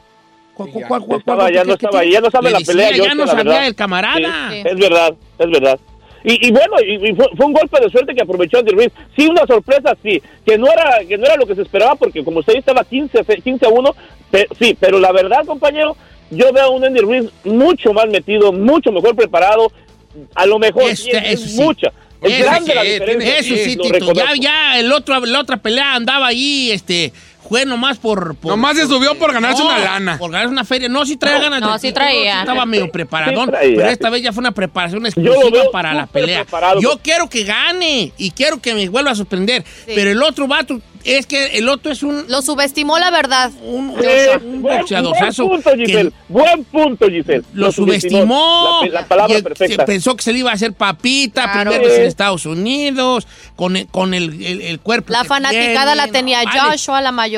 Speaker 4: ¿Cuál, cuál, cuál, cuál
Speaker 10: Estaba,
Speaker 4: golpe
Speaker 10: ya
Speaker 4: crees
Speaker 10: no
Speaker 4: que
Speaker 10: estaba
Speaker 4: tiro?"
Speaker 10: ahí, ya no sabe
Speaker 4: Le
Speaker 10: la
Speaker 4: decía,
Speaker 10: pelea.
Speaker 4: Ya
Speaker 10: Joshua,
Speaker 4: no
Speaker 10: la
Speaker 4: sabía
Speaker 10: verdad.
Speaker 4: el camarada.
Speaker 10: Sí, Es verdad, es verdad. Y, y bueno, y, y fue, fue un golpe de suerte que aprovechó Andy Ruiz. Sí, una sorpresa, sí, que no era que no era lo que se esperaba, porque como usted dice, estaba 15, a se- 15 a 1, pe- sí, pero la verdad, compañero, yo veo a un Andy Ruiz mucho más metido, mucho mejor preparado, a lo mejor sí,
Speaker 4: Este,
Speaker 10: es,
Speaker 4: eso
Speaker 10: es
Speaker 4: sí.
Speaker 10: mucha. Es
Speaker 4: Eso
Speaker 10: grande la
Speaker 4: sí,
Speaker 10: diferencia,
Speaker 4: eso sí,
Speaker 10: lo
Speaker 4: Tito. Ya,
Speaker 10: reconozco.
Speaker 4: ya el otro, la otra pelea andaba ahí, este, fue nomás por. por
Speaker 5: Nomás se subió por ganarse
Speaker 4: No,
Speaker 5: una lana.
Speaker 4: Por ganarse una feria. No, sí traía ganas
Speaker 7: No,
Speaker 4: de
Speaker 7: sí
Speaker 4: Tito,
Speaker 7: traía.
Speaker 4: Estaba medio preparadón.
Speaker 7: Sí traía.
Speaker 4: pero esta vez ya fue una preparación
Speaker 7: lo
Speaker 4: exclusiva
Speaker 7: veo
Speaker 4: para la
Speaker 7: súper
Speaker 4: pelea.
Speaker 7: preparado.
Speaker 4: Yo quiero que gane y quiero que me vuelva a sorprender.
Speaker 7: Sí.
Speaker 4: Pero el otro vato, es que el otro es un.
Speaker 7: Lo subestimó, la verdad.
Speaker 4: Sí, un buen- boxeadorazo buen punto, que- Giselle.
Speaker 10: Buen punto, Giselle.
Speaker 4: Lo subestimó.
Speaker 10: La, la palabra
Speaker 4: Y, eh,
Speaker 10: perfecta.
Speaker 4: se Pensó que se le iba a hacer papita,
Speaker 7: Claro.
Speaker 4: primera vez en
Speaker 7: Sí.
Speaker 4: Estados Unidos, con el, con el, el- el cuerpo.
Speaker 7: La
Speaker 4: que
Speaker 7: fanaticada
Speaker 4: tiene,
Speaker 7: la
Speaker 4: no,
Speaker 7: tenía
Speaker 4: vale.
Speaker 7: Joshua, la mayoría.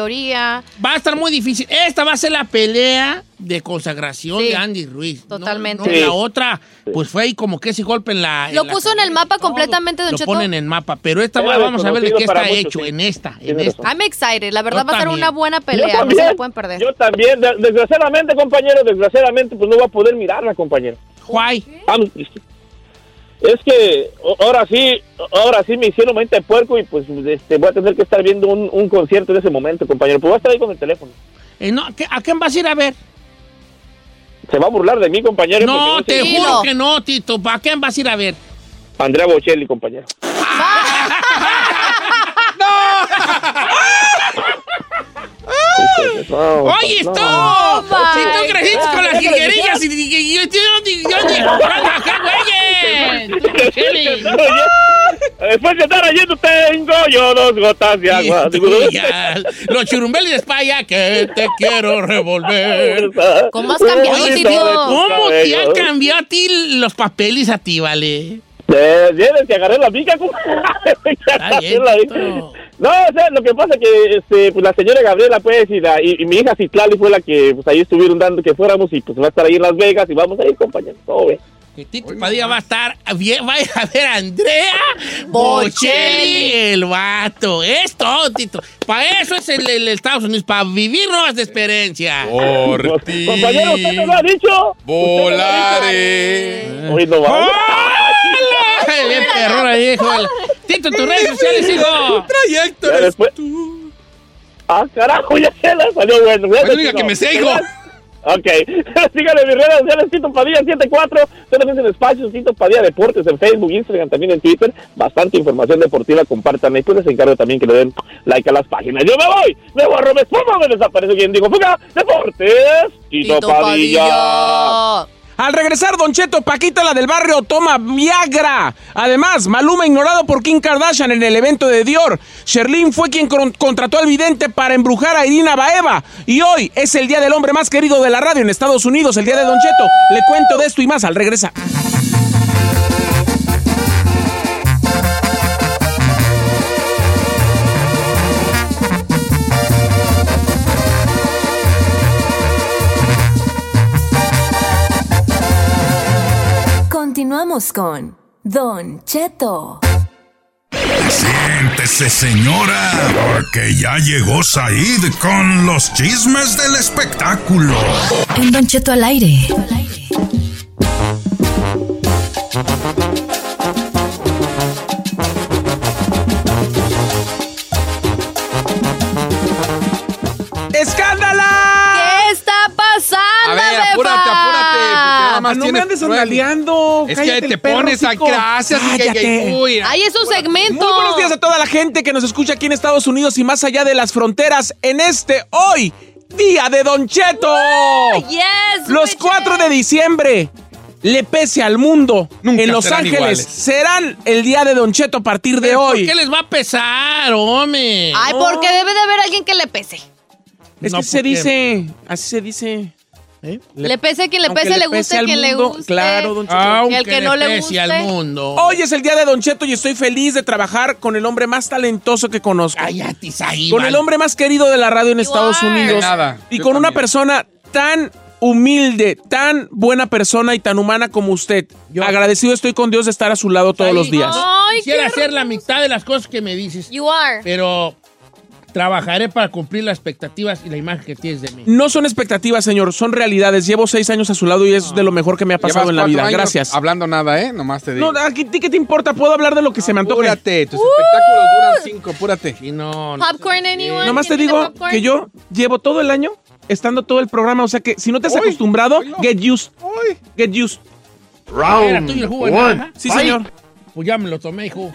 Speaker 4: Va a estar muy difícil. Esta va a ser la pelea de consagración
Speaker 7: Sí.
Speaker 4: de Andy Ruiz. No,
Speaker 7: Totalmente.
Speaker 4: no,
Speaker 7: Sí.
Speaker 4: La otra, pues fue ahí como que ese golpe en la. en
Speaker 7: Lo
Speaker 4: la
Speaker 7: puso en el mapa completamente, Don
Speaker 4: lo
Speaker 7: Cheto.
Speaker 4: ponen en mapa, pero esta
Speaker 10: Era
Speaker 4: va- vamos a ver de qué
Speaker 10: desconocido
Speaker 4: está
Speaker 10: para muchos,
Speaker 4: hecho
Speaker 10: sí.
Speaker 4: en esta, en
Speaker 10: Tiene
Speaker 4: esta.
Speaker 7: I'm excited. La
Speaker 4: Yo
Speaker 7: verdad va a ser
Speaker 4: también.
Speaker 7: una buena
Speaker 10: yo
Speaker 7: pelea. No se
Speaker 10: también,
Speaker 7: la pueden perder.
Speaker 10: yo también. De- Desgraciadamente, compañero, desgraciadamente, pues no voy a poder mirarla, compañero.
Speaker 4: Guay.
Speaker 10: Am- Es que o- ahora sí, ahora sí me hicieron mente de puerco y pues este, voy a tener que estar viendo un, un concierto en ese momento, compañero. Pues voy a estar ahí con el teléfono.
Speaker 4: Eh, no, ¿qué- ¿A quién vas a ir a ver?
Speaker 10: Se va a burlar de mí, compañero.
Speaker 4: No,
Speaker 10: porque
Speaker 4: te
Speaker 10: yo sé-
Speaker 4: juro que no, Tito. ¿Para quién vas a ir a ver?
Speaker 10: Andrea Bocelli, compañero.
Speaker 8: Pues
Speaker 10: No,
Speaker 4: ¡Oye,
Speaker 10: no.
Speaker 4: esto!
Speaker 10: No,
Speaker 4: si
Speaker 10: my
Speaker 4: tú creciste
Speaker 10: God.
Speaker 4: con las
Speaker 10: Déjalo de
Speaker 4: jilguerillas y y- y- yo yo- yo- yo- yo- acá, güeyes! Tú, Chele.
Speaker 10: Después de estar allí, tengo yo dos gotas de agua.
Speaker 4: Y ya, Los churumbeles de España que te quiero revolver.
Speaker 7: ¿Cómo has cambiado,
Speaker 4: Oye,
Speaker 7: Tito?
Speaker 4: ¿Cómo te ha
Speaker 10: cabellos.
Speaker 4: cambiado a ti los papeles a ti, vale?
Speaker 10: Eh, vienes, te agarré la mica, compadre. Te agarré la mica. No, o sea, lo que pasa que este, pues, la señora Gabriela, pues, y, la- y- y mi hija Citlali fue la que pues, ahí estuvieron dando que fuéramos y pues va a estar ahí en Las Vegas y vamos a ir, compañero. Todo bien.
Speaker 4: Que Tito Padilla va a estar, bien- va a ir a ver a Andrea Bocelli, el vato. Es todo, Tito. Para eso es el, el Estados Unidos, para vivir nuevas de experiencia.
Speaker 15: Por ti.
Speaker 10: Compañero, usted me lo ha dicho.
Speaker 4: Ah.
Speaker 12: Eh,
Speaker 15: Volaré.
Speaker 10: Hoy no va.
Speaker 4: ¡Hala! Bien perrón ahí, hijo. Tito, tus redes sociales, hijo.
Speaker 10: Trayecto Ah, carajo, ya se la salió bueno. Ya
Speaker 5: Bueno,
Speaker 10: se
Speaker 5: diga
Speaker 10: tiró.
Speaker 5: que me sé, hijo.
Speaker 10: Ok, síganme en mis redes sociales, Tito Padilla 74, solamente en espacios, Tito Padilla Deportes en Facebook, Instagram, también en Twitter, bastante información deportiva, compartan y pues les encargo también que le den like a las páginas. Yo me voy, me borro, me esfumo, me desaparece quien digo, fuga, Deportes, Tito, Padilla.
Speaker 12: Al regresar, Don Cheto, Paquita, la del barrio, toma Viagra. Además, Maluma ignorado por Kim Kardashian en el evento de Dior. Sherlyn fue quien con- contrató al vidente para embrujar a Irina Baeva. Y hoy es el día del hombre más querido de la radio en Estados Unidos, el día de Don Cheto. Le cuento de esto y más al regresar.
Speaker 9: Continuamos con Don Cheto.
Speaker 1: Siéntese, señora, porque ya llegó Said con los chismes del espectáculo.
Speaker 15: En Don Cheto al aire.
Speaker 12: ¡Escándala!
Speaker 7: ¿Qué está pasando,
Speaker 12: A ver, apúrate,
Speaker 7: befa?
Speaker 12: apúrate, porque nada más
Speaker 5: no me
Speaker 12: tienes
Speaker 5: andes
Speaker 12: nueve.
Speaker 5: andaleando,
Speaker 12: Es
Speaker 5: cállate
Speaker 12: que
Speaker 5: el
Speaker 12: te
Speaker 5: perro
Speaker 12: pones a
Speaker 5: hocico.
Speaker 12: gracias. y-
Speaker 5: Cállate.
Speaker 12: y- y- uy,
Speaker 7: Ahí es un segmento.
Speaker 12: Muy buenos días a toda la gente que nos escucha aquí en Estados Unidos y más allá de las fronteras en este hoy, Día de Don Cheto.
Speaker 7: Yes,
Speaker 12: Los 4 de diciembre, le pese al mundo, en Los
Speaker 5: serán
Speaker 12: Ángeles
Speaker 5: iguales.
Speaker 12: serán el Día de Don Cheto a partir de hoy.
Speaker 4: ¿Qué les va a pesar, hombre?
Speaker 7: Ay, pues, porque debe de haber alguien que le pese.
Speaker 12: Es
Speaker 4: No,
Speaker 12: que se
Speaker 4: ¿por qué?
Speaker 12: dice, así se dice.
Speaker 7: Le, pese a quien le
Speaker 12: Aunque
Speaker 7: pese, le,
Speaker 12: pese
Speaker 7: guste a
Speaker 12: al
Speaker 7: quien le
Speaker 12: mundo,
Speaker 7: guste.
Speaker 12: Claro, Don Cheto.
Speaker 7: Y al que no le guste.
Speaker 4: mundo.
Speaker 12: Hoy es el día de Don Cheto y estoy feliz de trabajar con el hombre más talentoso que conozco. Con el hombre más querido de la radio en Estados Unidos.
Speaker 5: nada,
Speaker 12: y
Speaker 5: yo
Speaker 12: con una persona tan humilde, tan buena persona y tan humana como usted. Agradecido estoy con Dios de estar a su lado todos los días.
Speaker 7: Ay,
Speaker 4: Quisiera
Speaker 7: qué
Speaker 4: hacer la mitad de las cosas que me dices,
Speaker 7: You are.
Speaker 4: pero trabajaré para cumplir las expectativas y la imagen que tienes de mí.
Speaker 12: No son expectativas, señor, son realidades. Llevo seis años a su lado y es de lo mejor que me ha pasado
Speaker 5: Llevas
Speaker 12: en la
Speaker 5: cuatro
Speaker 12: vida.
Speaker 5: años
Speaker 12: Gracias.
Speaker 5: Hablando nada, ¿eh? Nomás te digo.
Speaker 12: No, ¿a ti qué te importa? Puedo hablar de lo que se me antoje.
Speaker 5: Apúrate, tus espectáculos duran cinco, apúrate.
Speaker 4: no,
Speaker 7: Uh, Popcorn, anyone?
Speaker 12: Nomás te
Speaker 7: ¿Quién tiene
Speaker 12: digo
Speaker 7: popcorn?
Speaker 12: que yo llevo todo el año estando todo el programa, o sea que si no te has acostumbrado, get used. Get used.
Speaker 4: Era tuyo el jugo de naranja.
Speaker 12: Sí, señor.
Speaker 4: Pues ya me lo tomé, hijo.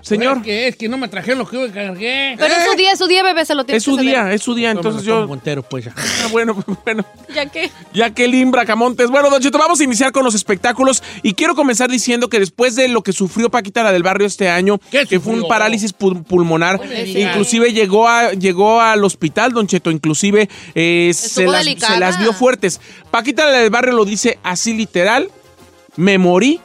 Speaker 12: Señor.
Speaker 4: Es que es que no me trajeron lo que yo cargué.
Speaker 7: Pero es su día, es su día, bebé, se lo tienes
Speaker 12: Es su
Speaker 7: que saber.
Speaker 12: día, es su día, entonces yo...
Speaker 4: Montero, pues.
Speaker 12: Ah, bueno, bueno.
Speaker 7: Ya que.
Speaker 12: Ya que limbra, Camontes. Bueno, Don Cheto, vamos a iniciar con los espectáculos y quiero comenzar diciendo que después de lo que sufrió Paquita la del Barrio este año, que fue un
Speaker 5: sufrió?
Speaker 12: parálisis pul- pulmonar,
Speaker 5: me digas.
Speaker 12: inclusive llegó a llegó al hospital, Don Cheto, inclusive eh, se,
Speaker 5: Estuvo
Speaker 12: las,
Speaker 5: delicada.
Speaker 12: se las vio fuertes. Paquita la del Barrio lo dice así literal, me morí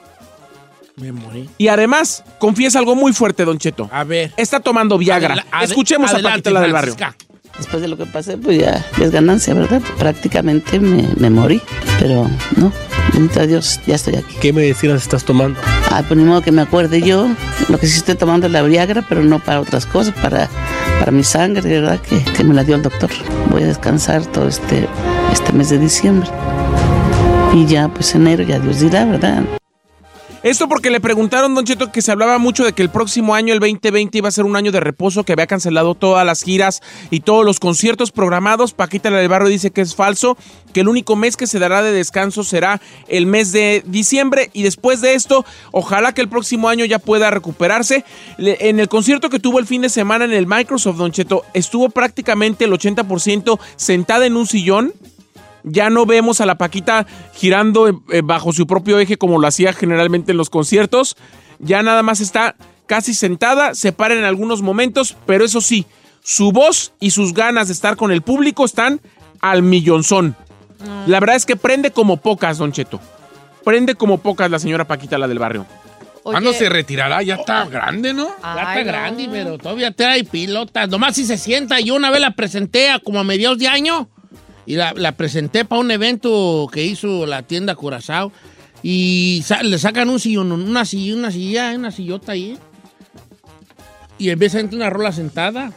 Speaker 4: Me morí.
Speaker 12: y además confiesa algo muy fuerte, Don Cheto.
Speaker 4: A ver.
Speaker 12: Está tomando Viagra.
Speaker 16: Adela- ade-
Speaker 12: Escuchemos a
Speaker 16: adelante,
Speaker 12: Paquita la del Barrio.
Speaker 16: Francisca. Después de lo que pasé, pues ya es ganancia, ¿verdad? Prácticamente me, me morí, pero no. Bendito Dios, ya estoy aquí. ¿Qué medicinas estás tomando? Ah, pues ni modo que me acuerde yo. Lo que sí estoy tomando es la Viagra, pero no para otras cosas, para, para mi sangre, ¿verdad? Que, que me la dio el doctor. Voy a descansar todo este, este mes de diciembre. Y ya, pues enero, ya Dios dirá, ¿verdad?
Speaker 12: Esto porque le preguntaron, Don Cheto, que se hablaba mucho de que el próximo año, el 2020, iba a ser un año de reposo, que había cancelado todas las giras y todos los conciertos programados. Paquita la del Barrio dice que es falso, que el único mes que se dará de descanso será el mes de diciembre. Y después de esto, ojalá que el próximo año ya pueda recuperarse. Le- En el concierto que tuvo el fin de semana en el Microsoft, Don Cheto, estuvo prácticamente el 80% sentada en un sillón. Ya no vemos a la Paquita girando eh, bajo su propio eje como lo hacía generalmente en los conciertos. Ya nada más está casi sentada, se para en algunos momentos, pero eso sí, su voz y sus ganas de estar con el público están al millonzón.
Speaker 4: Mm.
Speaker 12: La verdad es que prende como pocas, Don Cheto. Prende como pocas la señora Paquita, la del barrio.
Speaker 5: ¿Cuándo Ah, se retirará? Ya está grande, ¿no?
Speaker 4: Oh. Ya está grande, pero todavía trae pilotas. Nomás si se sienta. Yo una vez la presenté a como a mediados de año y la, la presenté para un evento que hizo la tienda Curazao y sa- le sacan un sillón, una silla, una silla, una sillota ahí. Y en vez entra una rola sentada.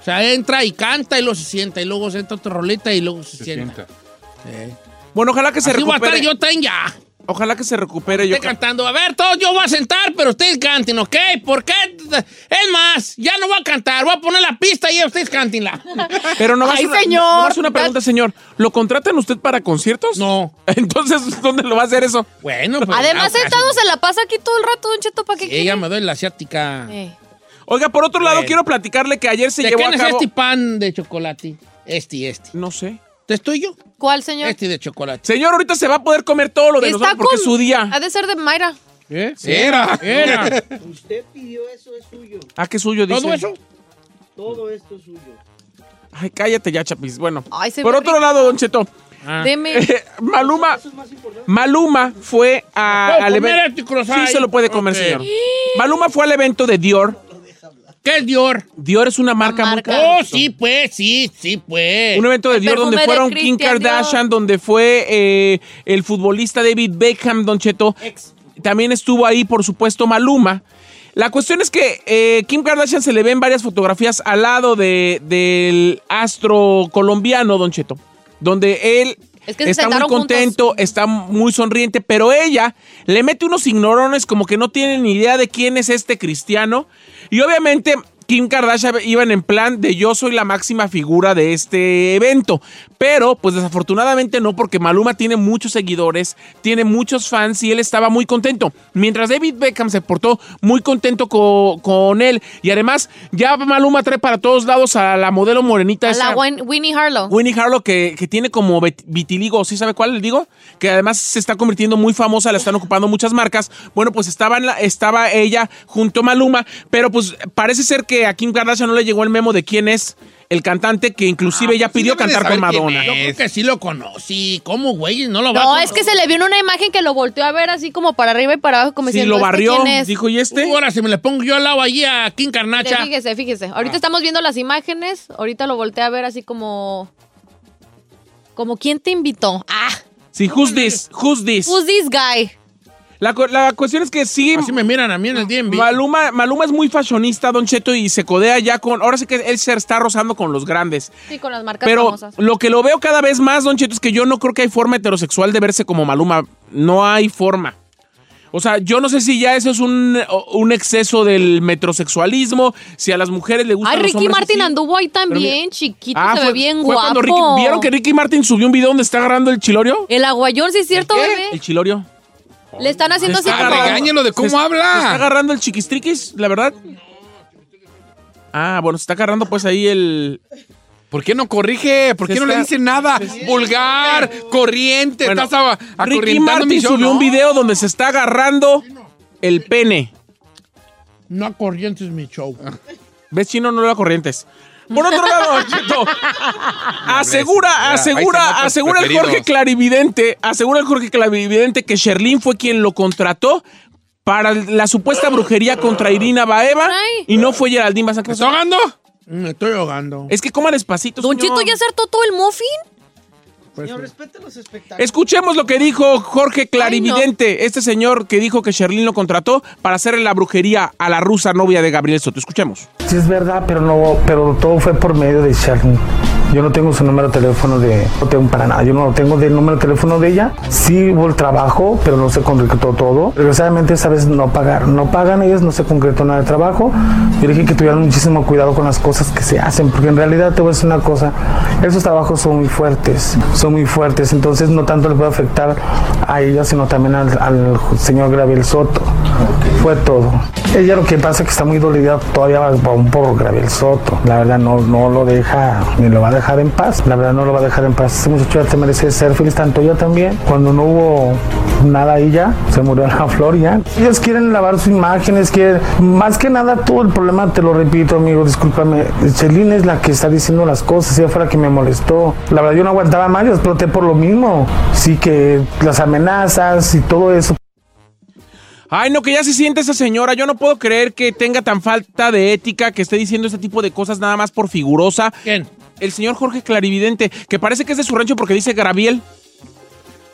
Speaker 4: O sea, entra y canta y luego se sienta y luego se entra otra rolita y luego se, sienta.
Speaker 12: Bueno, ojalá que se
Speaker 4: Así voy a estar
Speaker 12: recupere.
Speaker 4: yo también ya.
Speaker 12: Ojalá que se recupere. Yo
Speaker 4: Estoy cantando. A ver, todos yo voy a sentar, pero ustedes canten, ¿ok? ¿Por qué? Es más, ya no voy a cantar, voy a poner la pista y ustedes cantenla.
Speaker 12: Pero no vas
Speaker 4: Ay,
Speaker 12: una,
Speaker 4: señor.
Speaker 12: nomás una pregunta, señor. ¿Lo contratan usted para conciertos?
Speaker 4: No.
Speaker 12: Entonces, ¿dónde lo va a hacer eso?
Speaker 4: Bueno,
Speaker 5: pues,
Speaker 7: Además, sentado se la pasa aquí todo el rato, Don Cheto, ¿para qué
Speaker 12: Este
Speaker 4: Ella me doy la asiática.
Speaker 7: quiere?
Speaker 12: Oiga, por otro lado, quiero platicarle que ayer se
Speaker 4: ¿De
Speaker 12: llevó
Speaker 4: quién
Speaker 12: a
Speaker 4: es
Speaker 12: cabo...
Speaker 4: este pan de chocolate? Este, este.
Speaker 12: No sé.
Speaker 4: ¿Te estoy yo?
Speaker 7: ¿Cuál, señor?
Speaker 4: Este de chocolate.
Speaker 12: Señor, ahorita se va a poder comer todo lo de
Speaker 7: Está
Speaker 12: nosotros porque
Speaker 7: con-
Speaker 12: es su día.
Speaker 7: Ha de ser de Mayra.
Speaker 4: ¿Eh?
Speaker 12: Era.
Speaker 4: Era.
Speaker 12: Ah, que es suyo, dice.
Speaker 4: ¿Todo eso?
Speaker 17: Todo esto es suyo.
Speaker 12: Ay, cállate ya, Chapis. Bueno.
Speaker 17: Ay, se
Speaker 12: por
Speaker 17: ve
Speaker 12: otro lado, Don Cheto.
Speaker 4: Ah.
Speaker 17: Deme.
Speaker 12: Eh, Maluma. Maluma fue a,
Speaker 4: ¿Puedo
Speaker 12: al
Speaker 4: comer
Speaker 12: evento.
Speaker 4: este croissant
Speaker 12: Sí,
Speaker 4: ahí?
Speaker 12: se lo puede comer,
Speaker 4: Ok.
Speaker 12: señor. Maluma fue al evento de Dior.
Speaker 4: ¿Qué es Dior?
Speaker 12: Dior es una marca, muy cara.
Speaker 4: Oh, sí, pues, sí, sí, pues.
Speaker 12: Un evento de Dior donde fueron Kim Kardashian, donde fue eh, el futbolista David Beckham, Don Cheto. también estuvo ahí, por supuesto, Maluma. La cuestión es que eh, Kim Kardashian se le ven varias fotografías al lado de- del astro colombiano, Don Cheto, donde él
Speaker 7: Es que se
Speaker 12: está muy
Speaker 7: sentaron
Speaker 12: contento, está muy sonriente, pero ella le mete unos ignorones como que no tiene ni idea de quién es este cristiano. Y obviamente Kim Kardashian iban en plan de yo soy la máxima figura de este evento. Pero pues desafortunadamente no, porque Maluma tiene muchos seguidores, tiene muchos fans y él estaba muy contento. Mientras David Beckham se portó muy contento co- con él. Y además ya Maluma trae para todos lados a la modelo morenita.
Speaker 7: A
Speaker 12: esa-
Speaker 7: la Win- Winnie Harlow.
Speaker 12: Winnie Harlow, que, que tiene como vet- vitiligo, ¿sí sabe cuál le digo? Que además se está convirtiendo muy famosa, la están ocupando muchas marcas. Bueno, pues estaba, en la- estaba ella junto a Maluma, pero pues parece ser que a Kim Kardashian no le llegó el memo de quién es el cantante, que inclusive ella pidió
Speaker 4: Ah, debe Pues de
Speaker 12: cantar con
Speaker 4: saber quién
Speaker 12: Madonna.
Speaker 4: es. Yo creo que sí lo conocí. ¿Cómo, güey? No lo va a
Speaker 7: No,
Speaker 4: conocer.
Speaker 7: es que se le vio en una imagen que lo volteó a ver así como para arriba y para abajo, como diciendo, ¿este quién es?
Speaker 12: ¿y este?
Speaker 4: ahora si me le pongo yo al lado allí a Kim
Speaker 7: Mire,
Speaker 4: Carnacha.
Speaker 7: Fíjese, fíjese. Ahorita
Speaker 4: Ah.
Speaker 7: estamos viendo las imágenes, ahorita lo volteé a ver así como... Como, ¿quién te invitó? Ah,
Speaker 12: Sí, who's this? Who's this?
Speaker 7: who's this guy?
Speaker 12: La, cu- la cuestión es que sí. Así
Speaker 4: me miran a mí en el DMV.
Speaker 12: Maluma, Maluma es muy fashionista, Don Cheto, y se codea ya con. Ahora sí que él se está rozando con los grandes.
Speaker 7: Sí, con las marcas
Speaker 12: Pero
Speaker 7: famosas.
Speaker 12: lo que lo veo cada vez más, Don Cheto, es que yo no creo que hay forma heterosexual de verse como Maluma. No hay forma. O sea, yo no sé si ya eso es un, un exceso del metrosexualismo, si a las mujeres le gusta.
Speaker 7: Ay, Ricky Martin
Speaker 12: andó
Speaker 7: anduvo ahí
Speaker 12: Pero
Speaker 7: también,
Speaker 12: mira-
Speaker 7: chiquito, se ve bien guapo.
Speaker 12: Ah, cuando Ricky- ¿Vieron que Ricky Martin subió un video donde está agarrando el chilorio?
Speaker 7: El aguayón, sí es cierto, bebé.
Speaker 12: El chilorio.
Speaker 7: Le están haciendo así como...
Speaker 12: Se- se está agarrando el chiquistriquis, la verdad. Ah, bueno, se está agarrando pues ahí el.
Speaker 5: ¿Por qué no corrige? ¿Por qué no le dice nada? Vulgar, corriente,
Speaker 12: Bueno,
Speaker 5: estás a,
Speaker 12: Ricky
Speaker 5: acorrientando mi
Speaker 12: Martin
Speaker 5: show,
Speaker 12: subió
Speaker 5: ¿no?
Speaker 12: un video donde se está agarrando el pene.
Speaker 4: No a corrientes mi show.
Speaker 12: ¿Ves, chino? No lo corrientes. Por otro lado, Cheto, asegura,
Speaker 5: Mira,
Speaker 12: asegura,
Speaker 5: ahí están nuestros
Speaker 12: asegura el
Speaker 5: preferidos.
Speaker 12: Jorge Clarividente, asegura el Jorge Clarividente que Sherlyn fue quien lo contrató para la supuesta brujería contra Irina Baeva y no fue Geraldine Bazán. ¿Estás ahogando?
Speaker 4: Me estoy ahogando.
Speaker 12: Es que coma despacito,
Speaker 7: Don
Speaker 12: señor.
Speaker 7: Chito ya acertó todo el muffin.
Speaker 17: Señor, respete los espectáculos.
Speaker 12: Escuchemos lo que dijo Jorge Clarividente, este señor que dijo que Sherlyn lo contrató para hacerle la brujería a la rusa novia de Gabriel Soto. Escuchemos.
Speaker 18: Sí es verdad, pero no, pero todo fue por medio de Sherlyn. Yo no tengo su número de teléfono de, no tengo para nada. Yo no tengo del número de teléfono de ella. Sí hubo el trabajo, pero no se concretó todo. Desgraciadamente esa vez no pagaron, no pagan ellos, no se concretó nada de trabajo. Yo dije que tuvieran muchísimo cuidado con las cosas que se hacen, porque en realidad te voy a decir una cosa, esos trabajos son muy fuertes, son muy fuertes. Entonces no tanto le puede afectar a ella, sino también al, al señor Gabriel Soto. Fue todo. Ella lo que pasa es que está muy dolida todavía aún por Gabriel Soto. La verdad no, no lo deja, ni lo va a dejar en paz. La verdad no lo va a dejar en paz. Ese muchacho ya se merece ser feliz, tanto ella también. Cuando no hubo nada ahí ya, se murió la flor ya. Ellos quieren lavar sus imágenes, quieren... Más que nada todo el problema, te lo repito amigo, discúlpame. Chelín es la que está diciendo las cosas, ella fue la que me molestó. La verdad yo no aguantaba más, yo exploté por lo mismo. Sí que las amenazas y todo eso.
Speaker 12: Ay, no, que ya se siente esa señora. Yo no puedo creer que tenga tan falta de ética que esté diciendo este tipo de cosas nada más por figurosa.
Speaker 4: ¿Quién?
Speaker 12: El señor Jorge Clarividente, que parece que es de su rancho porque dice Graviel.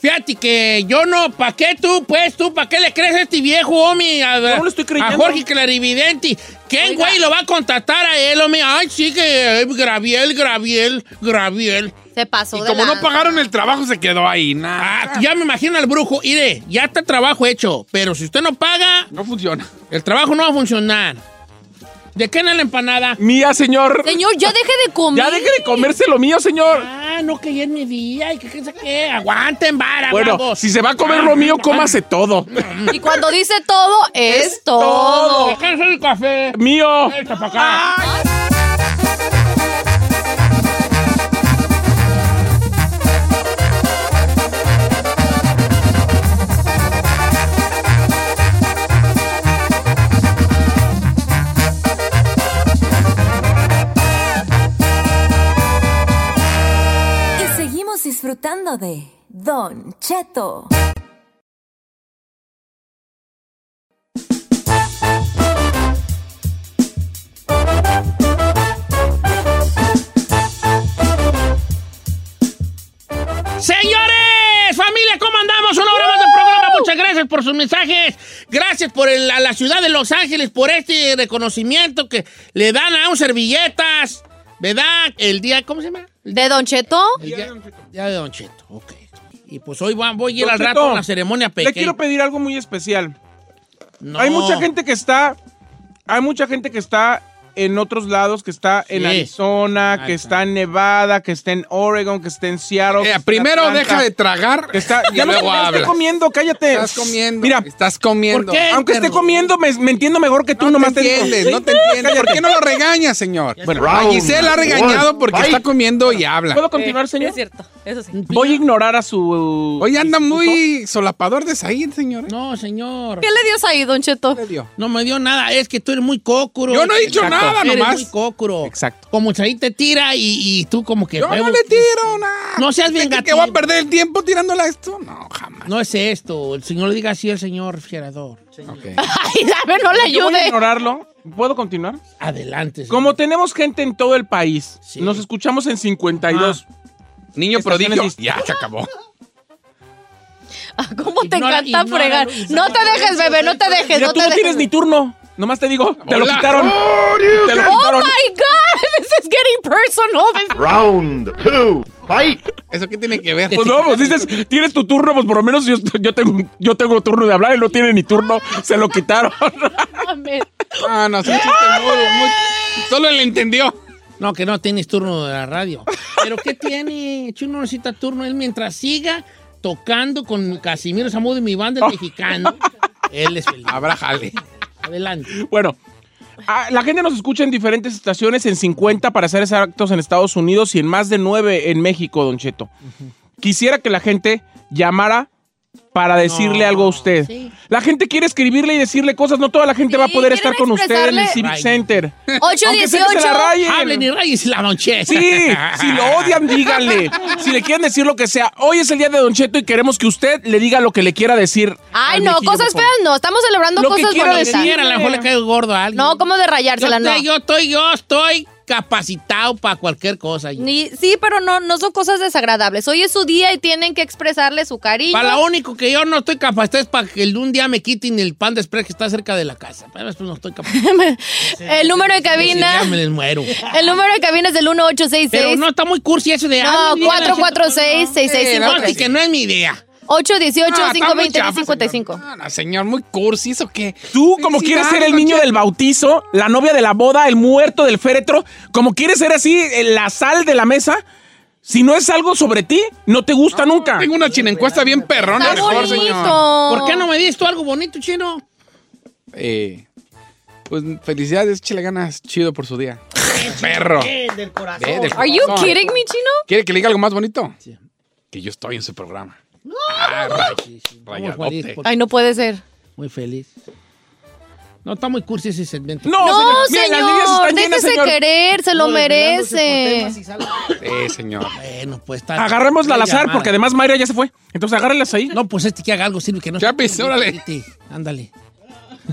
Speaker 4: Fíjate que yo no, ¿pa' qué tú, pues tú, ¿pa' qué le crees a este viejo, homie? A,
Speaker 12: No lo estoy creyendo.
Speaker 4: A Jorge Clarividente. ¿Quién, güey, lo va a contratar a él, homie? Ay, sí que eh, Graviel, Graviel, Graviel.
Speaker 7: Se pasó
Speaker 4: Y
Speaker 7: de
Speaker 4: como no
Speaker 7: lanza.
Speaker 4: pagaron el trabajo, se quedó ahí, nada.
Speaker 12: Ah,
Speaker 4: ya me imagino al brujo. Mire, ya está el trabajo hecho, pero si usted no paga... No funciona. El trabajo no va a funcionar. ¿De qué no la empanada?
Speaker 12: Mía, señor.
Speaker 7: Señor, ya deje de comer.
Speaker 12: Ya deje de comerse lo mío, señor.
Speaker 4: Ah, no, que ya es mi día y que qué sé qué. Aguanten, vara,
Speaker 12: Bueno,
Speaker 4: vagos. Ah,
Speaker 12: si se va a comer lo mío, cómase todo.
Speaker 7: Y cuando dice todo, es, todo.
Speaker 12: todo.
Speaker 4: ¿Qué es el café?
Speaker 12: Mío. Ah.
Speaker 4: Echa pa' acá.
Speaker 9: Y seguimos disfrutando de Don Cheto.
Speaker 4: Señores, familia, ¿cómo andamos? Una hora más del programa. Muchas gracias por sus mensajes. Gracias por el- a la ciudad de Los Ángeles por este reconocimiento que le dan a un servilletas. ¿Verdad? El día, ¿cómo se llama?
Speaker 7: ¿De Don Cheto?
Speaker 4: El día, día de Don Cheto, ok. Y pues hoy va- voy a ir
Speaker 12: Don
Speaker 4: al
Speaker 12: Cheto,
Speaker 4: rato a una ceremonia pequeña.
Speaker 12: Le quiero pedir algo muy especial. Hay mucha gente que está. Hay mucha gente que está en otros lados, que está en
Speaker 5: Sí.
Speaker 12: Arizona,
Speaker 5: Ahí
Speaker 12: que
Speaker 5: está. Eh,
Speaker 12: está en Nevada, que está en Oregon, que está en Seattle. que está en
Speaker 5: primero
Speaker 12: Atlanta,
Speaker 5: deja de tragar
Speaker 12: que está,
Speaker 5: y
Speaker 12: ya no,
Speaker 5: luego
Speaker 12: ya no estoy
Speaker 5: habla.
Speaker 12: comiendo, cállate.
Speaker 5: Estás comiendo,
Speaker 12: Mira,
Speaker 5: estás comiendo.
Speaker 12: ¿por qué? Aunque esté
Speaker 5: Perro?
Speaker 12: comiendo, me, me entiendo mejor que tú.
Speaker 5: No
Speaker 12: nomás
Speaker 5: te
Speaker 12: digo.
Speaker 5: entiendes,
Speaker 12: Sí,
Speaker 5: no te entiendes. ¿Por
Speaker 12: cállate.
Speaker 5: qué no lo regaña, señor?
Speaker 12: Bueno,
Speaker 5: a
Speaker 12: round
Speaker 5: Giselle la ha
Speaker 12: one,
Speaker 5: regañado porque
Speaker 12: fight.
Speaker 5: está comiendo y habla.
Speaker 12: ¿Puedo continuar, señor?
Speaker 7: Es cierto, eso sí.
Speaker 12: Eh, Voy a ignorar a su.
Speaker 5: Hoy anda muy solapador de Said, señor. ¿eh?
Speaker 4: No, señor.
Speaker 7: ¿Qué le dio ahí, Don Cheto? Le
Speaker 5: dio.
Speaker 4: No me dio nada, es que tú eres muy cócuro.
Speaker 5: Yo no he dicho nada,
Speaker 4: Eres
Speaker 5: nomás.
Speaker 4: muy cócuro.
Speaker 12: Exacto.
Speaker 4: Como ahí te tira y, y tú como que...
Speaker 5: Yo no
Speaker 4: huevos,
Speaker 5: le
Speaker 4: tú-
Speaker 5: tiro nada. Este
Speaker 4: No seas vengativo.
Speaker 5: que voy a perder el tiempo tirándola a esto? No, jamás.
Speaker 4: No es esto. El señor le diga así al señor Fierador.
Speaker 7: Ay, a ver, no le
Speaker 12: Yo voy a
Speaker 7: ayude.
Speaker 12: ignorarlo. ¿Puedo continuar?
Speaker 4: Adelante. señor.
Speaker 12: Como tenemos gente en todo el país, nos escuchamos en 52.
Speaker 5: Ah. Niño
Speaker 12: Estaciones dist-
Speaker 5: prodigio. Ya se acabó.
Speaker 7: ¿Cómo te
Speaker 4: Ignora-
Speaker 7: encanta
Speaker 4: ignora,
Speaker 7: fregar?
Speaker 4: Luis.
Speaker 7: No te dejes, bebé, no te dejes,
Speaker 12: Mira,
Speaker 7: no
Speaker 12: tú
Speaker 7: te
Speaker 12: no
Speaker 7: dejes.
Speaker 12: tienes ni turno. Nomás te digo, te lo
Speaker 5: Hola.
Speaker 12: quitaron. Te lo
Speaker 7: Oh
Speaker 12: quitaron.
Speaker 7: my God, this is getting personal.
Speaker 5: Round two. Fight. ¿Eso qué tiene que ver?
Speaker 12: Pues no, pues dices, tienes tu turno, pues por lo menos yo, estoy- yo tengo, yo tengo turno de hablar, él no tiene ni turno, se lo quitaron.
Speaker 7: Amén.
Speaker 5: Ah, no, es un chiste muy, muy- Solo le entendió.
Speaker 4: No, que no tienes turno de la radio. ¿Pero qué tiene? Chuy no necesita turno. Él mientras siga tocando con Casimiro Zamudio y mi banda el mexicano, él es feliz.
Speaker 5: Oh. Habrá jale.
Speaker 4: Adelante.
Speaker 12: Bueno, ah, la gente nos escucha en diferentes estaciones, en 50 para ser exactos en Estados Unidos y en más de 9 en México, Don Cheto. Quisiera que la gente llamara para decirle algo a usted. La gente quiere escribirle y decirle cosas, no toda la gente va a poder estar con usted en el
Speaker 7: expresarle-
Speaker 12: Civic
Speaker 4: Right.
Speaker 12: Center. Aunque sea que se la
Speaker 7: 818.
Speaker 12: rayen.
Speaker 4: Hablen y rayes la noche.
Speaker 12: Sí, si lo odian, díganle. Si le quieren decir lo que sea, hoy es el día de Don Cheto y queremos que usted le diga lo que le quiera decir.
Speaker 7: Ay,
Speaker 12: al
Speaker 7: no,
Speaker 12: viejillo,
Speaker 7: cosas
Speaker 12: por favor.
Speaker 7: feas no. Estamos celebrando
Speaker 12: Lo que
Speaker 7: cosas
Speaker 12: quiera
Speaker 7: bonitas.
Speaker 12: decir,
Speaker 4: a lo mejor le cae gordo a alguien.
Speaker 7: No, como de
Speaker 4: yo,
Speaker 7: rayársela, no.
Speaker 4: te- yo estoy, yo estoy capacitado para cualquier cosa. yo.
Speaker 7: Ni- sí, pero no, no son cosas desagradables. Hoy es su día y tienen que expresarle su cariño.
Speaker 4: Para lo único que yo no estoy capacitado es para que el- un día me quiten el pan de spray que está cerca de la casa. Pero eso no estoy capacitado.
Speaker 7: el número de cabina.
Speaker 4: Ya me les muero.
Speaker 7: El número de cabina es el
Speaker 4: Pero
Speaker 7: 1866.
Speaker 4: no está muy cursi eso de...
Speaker 7: No,
Speaker 4: "Ah, mi vida, la chingada".
Speaker 7: 446
Speaker 5: Eh,
Speaker 4: No,
Speaker 5: pues
Speaker 4: así que no es mi idea.
Speaker 7: 818
Speaker 5: Ah, está muy
Speaker 7: 520
Speaker 5: chafa,
Speaker 7: 55
Speaker 5: Ah, no, señor, muy cursi. ¿Eso qué?
Speaker 12: Tú, como quieres ser el niño del bautizo, la novia de la boda, el muerto del féretro, como quieres ser así, eh, la sal de la mesa, si no es algo sobre ti, no te gusta nunca.
Speaker 5: Tengo una chinencuesta bien perrona.
Speaker 7: Está
Speaker 5: mejor, señor.
Speaker 7: bonito.
Speaker 4: ¿Por qué no me dices tú algo bonito, chino?
Speaker 5: Eh, pues felicidades, échale ganas. Chido por su día. Perro.
Speaker 17: Eh, del corazón.
Speaker 5: Ve, del
Speaker 7: Are you
Speaker 5: corazón.
Speaker 7: kidding me, chino?
Speaker 5: ¿Quiere que le diga algo más bonito? Que yo estoy en su programa. Ah, ray-
Speaker 4: Vamos,
Speaker 5: rayadote.
Speaker 4: Juanito.
Speaker 7: Ay, no puede ser.
Speaker 4: Muy feliz. No está muy cursi ese segmento.
Speaker 12: No,
Speaker 7: No,
Speaker 12: mira, las líneas
Speaker 7: señor,
Speaker 12: están llenas,
Speaker 7: déjese
Speaker 12: señor.
Speaker 7: querer, se lo
Speaker 17: No, desvelándose por
Speaker 7: merece.
Speaker 17: temas y sale-
Speaker 5: Sí, señor.
Speaker 4: Bueno, pues está.
Speaker 12: Agarrémosla al
Speaker 4: Una
Speaker 12: azar,
Speaker 4: llamada.
Speaker 12: porque además Mayra ya se fue. Entonces agárrelas ahí.
Speaker 4: No, pues este que haga algo sirve que no.
Speaker 5: Chapis, órale.
Speaker 4: Sí, Ándale.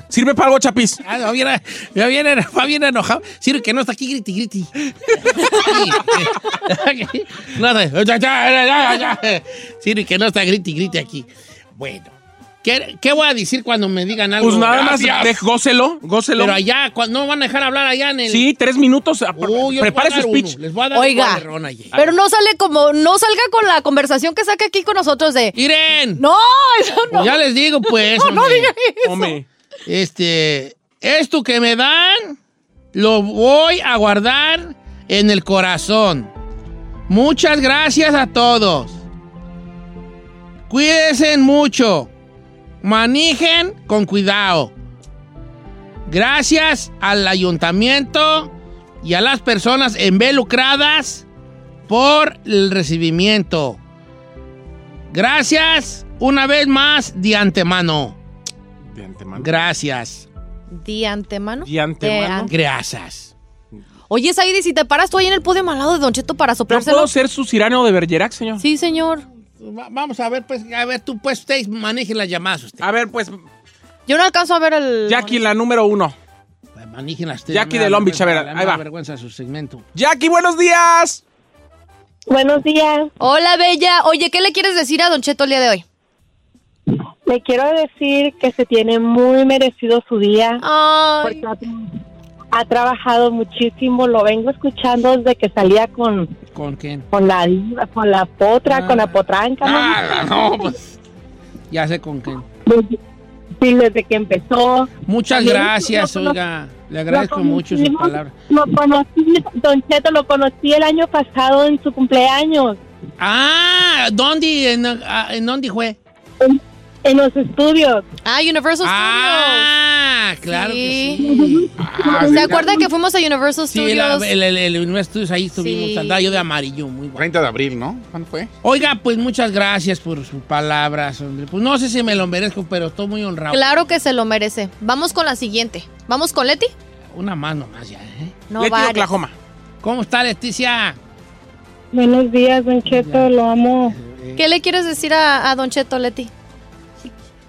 Speaker 12: Sirve para algo, Chapis.
Speaker 4: Ah, va bien, va bien, va bien enojado. Sirve que no está aquí griti, griti. Sí. Nada. Ya, ya, ya, ya. Sirve que no está griti, griti aquí. Bueno. ¿Qué, qué voy a decir cuando me digan algo?
Speaker 12: Pues nada más,
Speaker 4: Gracias.
Speaker 12: de- gócelo, gócelo.
Speaker 4: Pero allá, cuando no van a dejar hablar allá en el.
Speaker 12: Sí, tres minutos. ah,
Speaker 4: Uh, yo les voy a
Speaker 12: Prepare su
Speaker 4: dar
Speaker 12: speech.
Speaker 4: uno, Les voy a dar un
Speaker 7: Oiga.
Speaker 4: cuadrón allí.
Speaker 7: Pero no sale como, no salga con la conversación que saca aquí con nosotros de.
Speaker 4: Miren.
Speaker 7: No, eso no.
Speaker 4: Pues ya les digo, pues.
Speaker 7: No, no
Speaker 4: hombre.
Speaker 7: diga eso.
Speaker 12: Hombre.
Speaker 4: Este, esto que me dan, lo voy a guardar en el corazón. Muchas gracias a todos. Cuídense mucho. Manejen con cuidado. Gracias al ayuntamiento y a las personas involucradas por el recibimiento. Gracias una vez más de antemano.
Speaker 12: De antemano.
Speaker 4: Gracias.
Speaker 7: De antemano.
Speaker 12: De antemano.
Speaker 7: De an-
Speaker 4: Gracias.
Speaker 7: Oye, Saidi, si te paras tú ahí en el podio malado de Don Cheto para
Speaker 12: ¿No
Speaker 7: soplárselo.
Speaker 12: puedo ser su cirano de Bergerac, señor?
Speaker 7: Sí, señor.
Speaker 4: Va- vamos a ver, pues, a ver, tú, pues, ustedes manejen las llamadas. Usted.
Speaker 12: A ver, pues,
Speaker 7: Yo no alcanzo a ver el.
Speaker 12: Jackie, la número uno.
Speaker 4: Manejen las
Speaker 12: Jackie de Long Beach, a ver, ahí va.
Speaker 4: vergüenza su segmento.
Speaker 12: Jackie, buenos días.
Speaker 8: Buenos días.
Speaker 7: Hola, bella. Oye, ¿qué le quieres decir a Don Cheto el día de hoy?
Speaker 8: Le quiero decir que se tiene muy merecido su día.
Speaker 7: Ay.
Speaker 8: Porque ha, ha trabajado muchísimo. Lo vengo escuchando desde que salía con,
Speaker 4: ¿Con quién?
Speaker 8: con la diva, con la potra, con la potranca. ¿no?
Speaker 4: Ah, no, pues. Ya sé con quién.
Speaker 8: Desde- sí, desde que empezó.
Speaker 4: Muchas
Speaker 8: También
Speaker 4: gracias,
Speaker 8: lo cono-
Speaker 4: oiga. Le agradezco
Speaker 8: lo
Speaker 4: mucho sus
Speaker 8: conocimos-
Speaker 4: palabras.
Speaker 8: Lo conocí, Don Cheto, lo conocí el año pasado en su cumpleaños.
Speaker 4: Ah, ¿dónde, en, ah, en dónde fue?
Speaker 8: En, los estudios.
Speaker 7: Ah, Universal
Speaker 4: Ah, claro
Speaker 7: Sí.
Speaker 4: Ah,
Speaker 7: Studios. ¿Se
Speaker 4: mira.
Speaker 7: acuerda que fuimos a Universal
Speaker 4: Sí, la-
Speaker 7: Studios?
Speaker 4: el, el, el, Universal ahí estuvimos,
Speaker 7: Sí.
Speaker 4: andaba yo de amarillo, muy bueno.
Speaker 19: 30 de abril, ¿no? ¿Cuándo fue?
Speaker 4: Oiga, pues muchas gracias por sus palabras, hombre. Pues no sé si me lo merezco, pero estoy muy honrado.
Speaker 7: Claro que se lo merece. Vamos con la siguiente. ¿Vamos con Leti?
Speaker 4: Una más nomás ya, ¿eh?
Speaker 7: No Leti, varias. Oklahoma.
Speaker 4: ¿Cómo está, Leticia?
Speaker 8: Buenos días, Don Cheto, lo amo.
Speaker 7: ¿Qué le quieres decir a, a Don Cheto, Leti?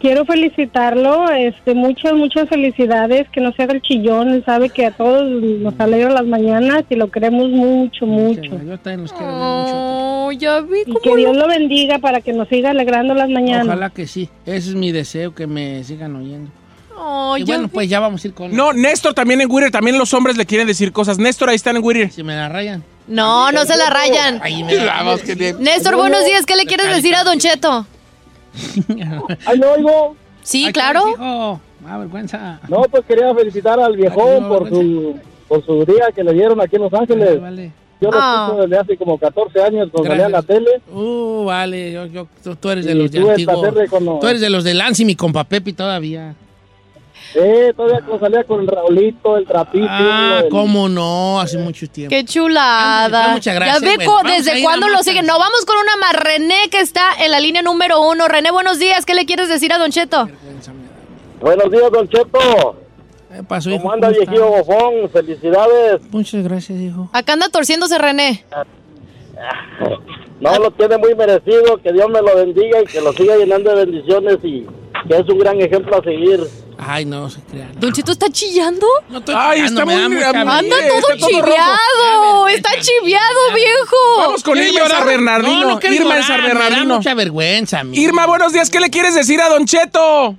Speaker 8: Quiero felicitarlo, este, muchas, muchas felicidades, que no se haga el chillón, él sabe que a todos nos alegra las mañanas y lo queremos mucho, mucho.
Speaker 4: Yo también los quiero
Speaker 7: Oh, ya vi
Speaker 8: Y que Dios lo bendiga para que nos siga alegrando las mañanas.
Speaker 4: Ojalá que sí. Ese es mi deseo, que me sigan oyendo.
Speaker 7: Oh,
Speaker 4: y bueno, pues ya vamos a ir con...
Speaker 12: No, Néstor también en Twitter, también los hombres le quieren decir cosas. Néstor, ahí están en Twitter.
Speaker 4: Si me la rayan.
Speaker 7: No, no se la rayan.
Speaker 4: Ay, me la-
Speaker 7: Néstor, buenos días. ¿Qué le quieres decir a Don Cheto?
Speaker 14: Ahí lo oigo.
Speaker 7: Sí, claro.
Speaker 4: Ah, vergüenza.
Speaker 14: No, pues quería felicitar al viejón por su por su día que le dieron aquí en Los Ángeles. Yo lo
Speaker 4: Ah.
Speaker 14: escucho desde hace como 14 años cuando salía en la
Speaker 4: Gracias.
Speaker 14: tele.
Speaker 4: Uh, vale, yo, yo- tú, tú eres de
Speaker 14: Y
Speaker 4: los de
Speaker 14: tuve el
Speaker 4: antiguo.
Speaker 14: placer de cono-
Speaker 4: Tú eres de los de Lance y mi compa Pepe todavía.
Speaker 14: Eh, todavía cuando salía con el Raulito, el Trapito.
Speaker 4: Ah,
Speaker 14: el-
Speaker 4: cómo no, hace mucho tiempo.
Speaker 7: Qué chulada.
Speaker 4: pues, muchas gracias.
Speaker 7: Ya ve
Speaker 4: Bueno,
Speaker 7: co-
Speaker 4: vamos a
Speaker 7: desde
Speaker 4: ir
Speaker 7: cuándo
Speaker 4: a
Speaker 7: lo
Speaker 4: más
Speaker 7: siguen. No, vamos con una más. René, que está en la línea número uno. René, buenos días. ¿Qué le quieres decir a Don Cheto?
Speaker 14: Buenos días, Don Cheto.
Speaker 4: ¿Qué Eh, pasó, hijo?
Speaker 14: ¿Cómo anda,
Speaker 4: ¿Cómo
Speaker 14: viejillo
Speaker 4: estás?
Speaker 14: bofón? Felicidades.
Speaker 4: Muchas gracias, hijo.
Speaker 7: Acá anda torciéndose René.
Speaker 14: No, lo tiene muy merecido. Que Dios me lo bendiga y que lo siga llenando de bendiciones y que es un gran ejemplo a seguir.
Speaker 4: Ay, no se crean.
Speaker 7: ¿Don Cheto está chillando?
Speaker 4: Ay, está muy
Speaker 7: Anda todo chiviado. Está chiviado, viejo.
Speaker 12: Vamos con Irma en San Bernardino.
Speaker 4: No, no quiero
Speaker 12: Irma en
Speaker 4: llorar,
Speaker 12: San
Speaker 4: me da
Speaker 12: Bernardino.
Speaker 4: mucha vergüenza, mi.
Speaker 12: Irma, buenos días. ¿Qué le quieres decir a Don Cheto?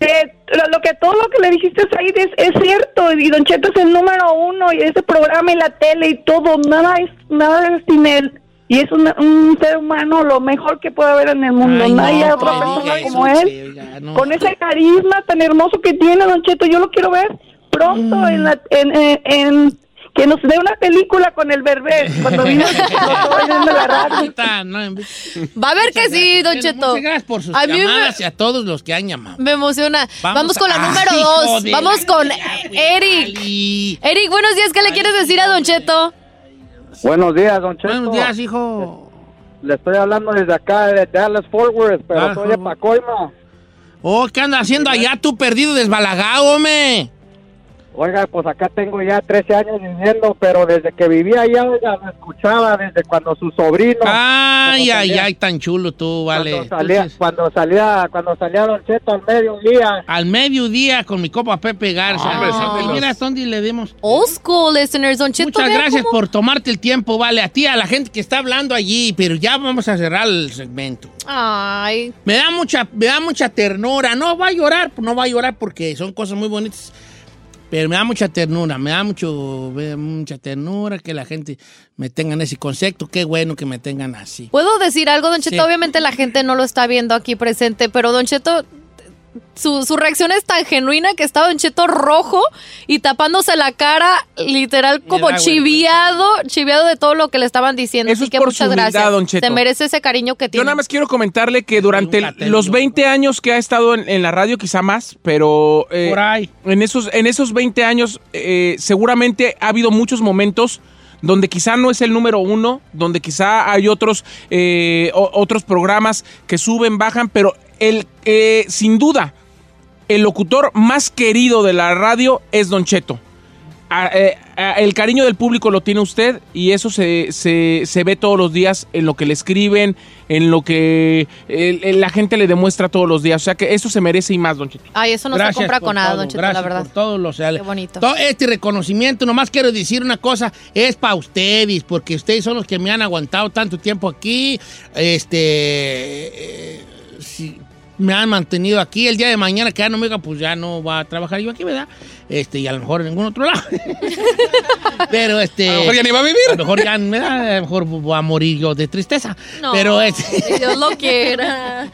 Speaker 8: lo, lo que todo lo que le dijiste ahí es, es cierto y Don Cheto es el número uno y ese programa y la tele y todo nada es nada es sin él y es un, un ser humano lo mejor que puede haber en el mundo
Speaker 4: Ay, no
Speaker 8: nadie
Speaker 4: te
Speaker 8: otra persona
Speaker 4: diga
Speaker 8: como
Speaker 4: eso,
Speaker 8: él con ese carisma tan hermoso que tiene Don Cheto yo lo quiero ver pronto
Speaker 4: Mm.
Speaker 8: en la en, en- en- que nos dé una película con el bebé cuando vino
Speaker 4: Ahorita, no, en-
Speaker 7: Va a ver que sí, Don
Speaker 4: Bueno,
Speaker 7: Cheto.
Speaker 4: muchas gracias por sus
Speaker 7: A mí me-
Speaker 4: llamadas y a todos los que han llamado.
Speaker 7: Me emociona.
Speaker 4: Vamos
Speaker 7: Vamos, con la
Speaker 4: a-
Speaker 7: número
Speaker 4: ¡Hijo
Speaker 7: dos.
Speaker 4: de
Speaker 7: Vamos
Speaker 4: la-
Speaker 7: con Eric. Eric, buenos días. ¿Qué le quieres decir a Don Cheto?
Speaker 14: Buenos días, Don Cheto.
Speaker 4: Buenos días, hijo.
Speaker 14: Le estoy hablando desde acá, de Dallas Fort Worth, pero
Speaker 4: Ah,
Speaker 14: soy de
Speaker 4: Fort
Speaker 14: Pacoima.
Speaker 4: Oh, ¿qué anda haciendo allá tú perdido, desbalagado, hombre?
Speaker 14: Oiga, pues acá tengo ya 13 años viviendo, pero desde que vivía allá, oiga, lo escuchaba desde cuando su sobrino...
Speaker 4: Ay,
Speaker 14: cuando
Speaker 4: ay,
Speaker 14: salía-
Speaker 4: ay, tan chulo tú, vale.
Speaker 14: Cuando salía,
Speaker 4: Entonces,
Speaker 14: cuando salía, cuando salía Don Cheto al mediodía. Ah,
Speaker 4: al mediodía con mi copa Pepe Garza.
Speaker 14: Hombre,
Speaker 7: son de los-
Speaker 4: Pues Mira, Sondi, le dimos.
Speaker 7: Old school listeners, Don
Speaker 14: Pues
Speaker 7: Cheto.
Speaker 4: Muchas
Speaker 7: vea
Speaker 4: gracias
Speaker 7: cómo-
Speaker 4: por tomarte el tiempo, vale. A ti, a la gente que está hablando allí, pero ya vamos a cerrar el segmento.
Speaker 7: Ay.
Speaker 4: Me da mucha, me da mucha ternura. No va a llorar, no va a llorar porque son cosas muy bonitas. Pero me da mucha ternura, me da mucho, me da mucha ternura que la gente me tengan ese concepto. Qué bueno que me tengan así.
Speaker 7: ¿Puedo decir algo, Don Cheto?
Speaker 4: Sí.
Speaker 7: Obviamente la gente no lo está viendo aquí presente, pero Don Cheto, su, su reacción es tan genuina que está Don Cheto rojo y tapándose la cara, literal como
Speaker 12: da vergüenza.
Speaker 7: chiviado, chiviado de todo lo que le estaban diciendo. Así que
Speaker 12: por
Speaker 7: muchas
Speaker 12: su humildad,
Speaker 7: gracias.
Speaker 12: Don Cheto.
Speaker 7: Te merece ese cariño que
Speaker 12: Yo
Speaker 7: tiene.
Speaker 12: nada más quiero comentarle que durante el- los 20 años que ha estado en, en la radio, quizá más, pero eh,
Speaker 4: Por ahí.
Speaker 12: En, esos, en esos 20 años eh, seguramente ha habido muchos momentos donde quizá no es el número uno, donde quizá hay otros, eh, o- otros programas que suben, bajan, pero el, eh, sin duda el locutor más querido de la radio es Don Cheto. A- eh, a- el cariño del público lo tiene usted y eso se, se- se ve todos los días en lo que le escriben, en lo que el- el- la gente le demuestra todos los días. O sea que eso se merece y más, Don Cheto.
Speaker 7: Ay, eso no
Speaker 4: Gracias
Speaker 7: se compra
Speaker 4: por
Speaker 7: con nada,
Speaker 4: todo,
Speaker 7: Don Cheto, la
Speaker 4: gracias
Speaker 7: verdad.
Speaker 4: por todo lo sea,
Speaker 7: Qué bonito.
Speaker 4: todo este reconocimiento, nomás quiero decir una cosa, es para ustedes, porque ustedes son los que me han aguantado tanto tiempo aquí. Este, eh, sí, me han mantenido aquí. El día de mañana que ya no me diga, pues ya no va a trabajar yo aquí, ¿verdad? Este, y a lo mejor en ningún otro lado. Pero este. A lo
Speaker 5: mejor ya ni va a vivir.
Speaker 4: A lo mejor ya, ¿verdad? a lo mejor voy a morir yo de tristeza.
Speaker 7: No,
Speaker 4: Pero este.
Speaker 7: si Dios lo quiera.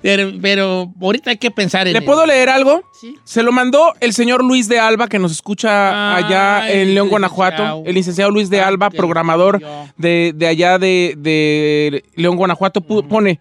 Speaker 4: Pero, pero ahorita hay que pensar en
Speaker 12: ¿Le puedo leer algo? Se lo mandó el señor Luis de Alba, que nos escucha allá en León, Guanajuato. El licenciado Luis de Alba, programador de, de allá de, de León, Guanajuato, pu- pone...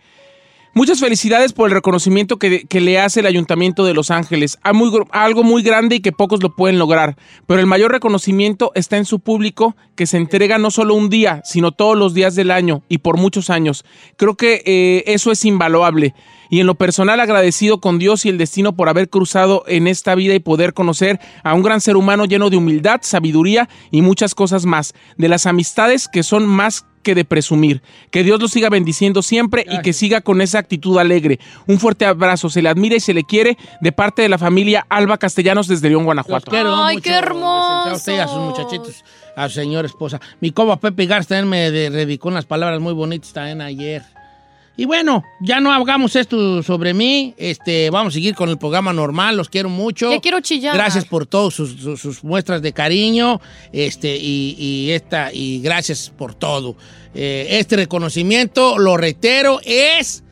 Speaker 12: Muchas felicidades por el reconocimiento que, que le hace el Ayuntamiento de Los Ángeles. A muy gr- algo muy grande y que pocos lo pueden lograr. Pero el mayor reconocimiento está en su público que se entrega no solo un día, sino todos los días del año y por muchos años. Creo que eh, eso es invaluable. Y en lo personal agradecido con Dios y el destino por haber cruzado en esta vida y poder conocer a un gran ser humano lleno de humildad, sabiduría y muchas cosas más. De las amistades que son más que de presumir. Que Dios lo siga bendiciendo siempre y que siga con esa actitud alegre. Un fuerte abrazo, se le admira y se le quiere de parte de la familia Alba Castellanos desde León, Guanajuato.
Speaker 7: Ay, qué
Speaker 4: hermoso. A usted y a sus muchachitos, a su señora esposa. Mi coba Pepe Garza también me de- dedicó unas palabras muy bonitas también ayer. Y bueno, ya no hagamos esto sobre mí. Este, vamos a seguir con el programa normal. Los quiero mucho.
Speaker 7: Ya quiero chillar.
Speaker 4: Gracias por todas sus, sus- sus muestras de cariño. Este, y, y esta, y gracias por todo. Eh, este reconocimiento, lo reitero, es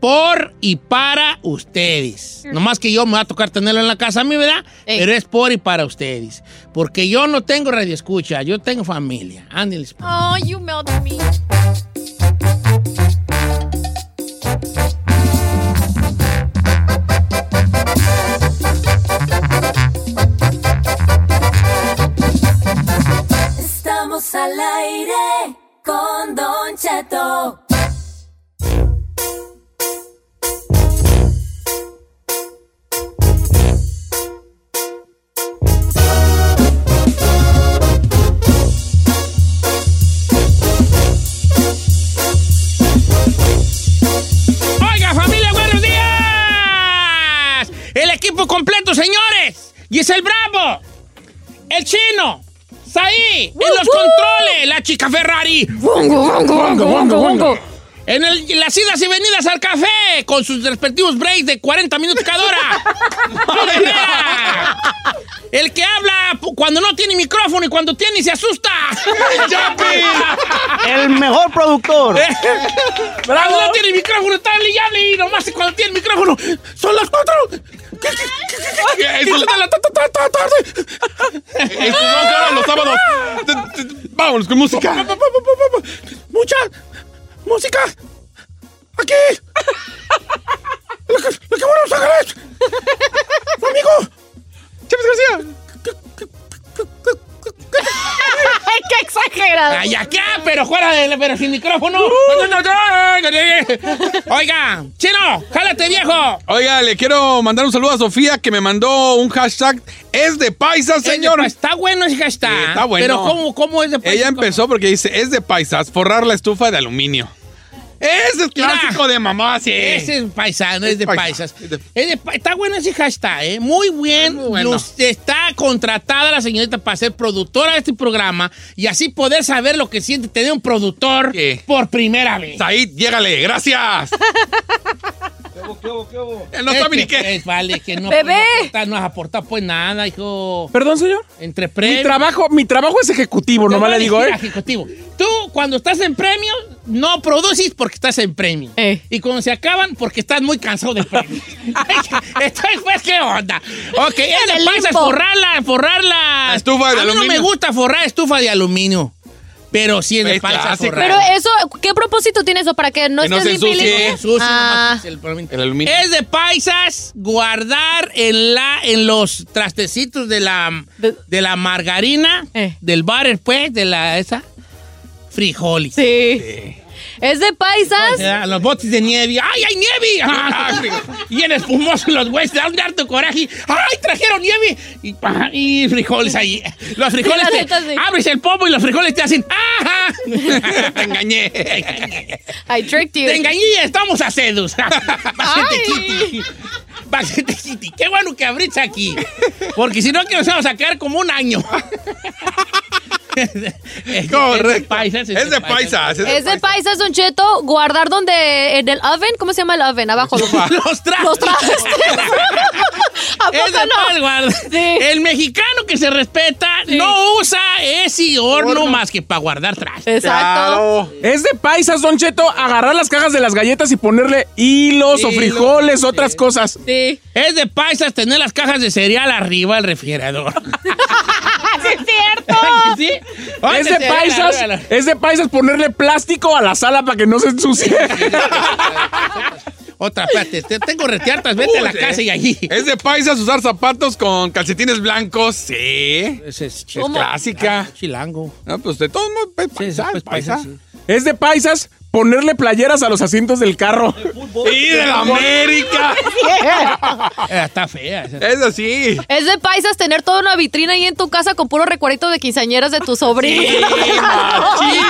Speaker 4: por y para ustedes. Nomás que yo me va a tocar tenerlo en la casa a mí, ¿verdad? Pero es por y para ustedes. Porque yo no tengo radio escucha, yo tengo familia. Ándeles.
Speaker 7: Oh, you melt me.
Speaker 9: Estamos al aire con Don Cheto.
Speaker 4: Oiga, familia, buenos días. El equipo completo, señores. Giselle Bravo. El chino. Saí. En los controles. La chica Ferrari.
Speaker 7: Bongo, bongo, bongo, bongo, bongo.
Speaker 4: En el- las idas y venidas al café, con sus respectivos breaks de 40 minutos cada hora. ¡Pío de veras! El que habla pu- cuando no tiene micrófono y cuando tiene y se asusta.
Speaker 17: El mejor productor.
Speaker 4: Bravo. no Eh, tiene micrófono, está hable y hable, y nomás cuando tiene micrófono. Son las cuatro. ¿Qué, qué, qué, qué, qué?
Speaker 5: Eso-
Speaker 4: Está la ta- ta- ta- ta- tarde. Eh,
Speaker 5: Eso no se habla los sábados.
Speaker 4: Ah,
Speaker 5: T- t- Vámonos con música.
Speaker 4: Mucha música. Aquí. Lo que, lo que bueno, Los Ángeles. Amigo.
Speaker 5: Chávez García.
Speaker 7: ¡Qué exagerado!
Speaker 4: Ay, acá, pero fuera de, pero sin micrófono. Oiga, chino, jálate viejo.
Speaker 5: Oiga, le quiero mandar un saludo a Sofía que me mandó un hashtag. Es de paisas, señor.
Speaker 4: Eh, Está bueno ese hashtag.
Speaker 5: está bueno.
Speaker 4: Pero ¿cómo, cómo es de
Speaker 5: Ella empezó porque dice, es de paisas, forrar la estufa de aluminio. Ese es clásico de mamá, sí.
Speaker 4: Ese es paisano, es, de
Speaker 5: paisa.
Speaker 4: paisas. Es de pa- está bueno ese hashtag, ¿eh? Muy bien.
Speaker 5: bueno.
Speaker 4: Luz- está contratada la señorita para ser productora de este programa y así poder saber lo que siente tener un productor por primera vez.
Speaker 5: Said, llégale, gracias. Él no sabe ni qué.
Speaker 4: Pues, vale, que no,
Speaker 7: Bebé.
Speaker 4: no aporta- no has aportado pues nada, hijo.
Speaker 12: Perdón, señor.
Speaker 4: Entre premios.
Speaker 12: Mi trabajo, mi trabajo es ejecutivo,
Speaker 4: Te
Speaker 12: nomás
Speaker 4: voy a
Speaker 12: le digo,
Speaker 4: decir,
Speaker 12: ¿eh?
Speaker 4: ejecutivo. Tú, cuando estás en premios, no produces porque estás en premio. Y cuando se acaban, porque estás muy cansado de premios. Entonces, pues, ¿qué onda? Ok,
Speaker 5: En
Speaker 4: ya le
Speaker 5: el
Speaker 4: pasa
Speaker 5: limbo.
Speaker 4: forrarla, forrarla.
Speaker 5: La estufa de
Speaker 4: A mí
Speaker 5: aluminio.
Speaker 4: no me gusta forrar estufa de aluminio. Pero sí es de
Speaker 5: Es
Speaker 4: paisa
Speaker 5: clásico.
Speaker 4: forrar.
Speaker 7: Pero eso, ¿qué propósito tiene eso? ¿Para que no
Speaker 4: Que no
Speaker 7: estés
Speaker 4: se ensucie.
Speaker 7: limpilín?
Speaker 4: Que se ensucie,
Speaker 7: Ah.
Speaker 5: El aluminio.
Speaker 4: Es de paisas guardar en la en los trastecitos de la de la margarina
Speaker 7: Eh.
Speaker 4: del butter pues de la esa frijoles.
Speaker 7: Sí. Es de paisas.
Speaker 4: Ah, Los botes de nieve. ¡Ay, hay nieve! Ah, y en espumoso los güeyes dan un harto coraje. ¡Ay, trajeron nieve! Y, ah, y frijoles ahí. Los frijoles
Speaker 7: Sí, la
Speaker 4: te...
Speaker 7: neta, sí.
Speaker 4: Abres el pomo y los frijoles te hacen... ¡Ah! te engañé.
Speaker 7: I tricked you.
Speaker 4: Te engañé, estamos a sedos. Básete, Kitty. Básete, Kitty. Qué bueno que abrís aquí. Porque si no, que nos vamos a quedar como un año. Correcto. paisas, es, de paisas.
Speaker 7: Es de paisas, Don Cheto, guardar donde, en el oven, ¿cómo se llama el oven? Abajo.
Speaker 4: Los trajes.
Speaker 7: Los trajes. ¿A poco
Speaker 4: Es de
Speaker 7: no?
Speaker 4: paz, guarda. El mexicano que se respeta no usa ese horno, más que para guardar trajes.
Speaker 12: Claro. Es de paisas, Don Cheto, agarrar las cajas de las galletas y ponerle hilos o
Speaker 4: Hilos,
Speaker 12: frijoles, otras cosas.
Speaker 4: Sí. Es de paisas tener las cajas de cereal arriba del refrigerador.
Speaker 7: ¡Ah, ¡Sí, es cierto!
Speaker 4: ¿Sí?
Speaker 12: Es de paisas, es de paisas ponerle plástico a la sala para que no se ensucie.
Speaker 4: Otra, parte, te tengo reteartas, vete a la casa y allí.
Speaker 5: eh. Es de paisas usar zapatos con calcetines blancos. Sí.
Speaker 4: Pues Es,
Speaker 12: ¿Cómo?
Speaker 5: clásica.
Speaker 4: Chilango.
Speaker 5: No, pues de todos modos, pues, paisa, paisa.
Speaker 12: Es de paisas ponerle playeras a los asientos del carro.
Speaker 5: ¡Y de la América!
Speaker 4: Eh, está fea.
Speaker 5: Es así.
Speaker 7: Es de paisas tener toda una vitrina ahí en tu casa con puro recuerdito de quinceañeras de tu sobrino.
Speaker 4: machín,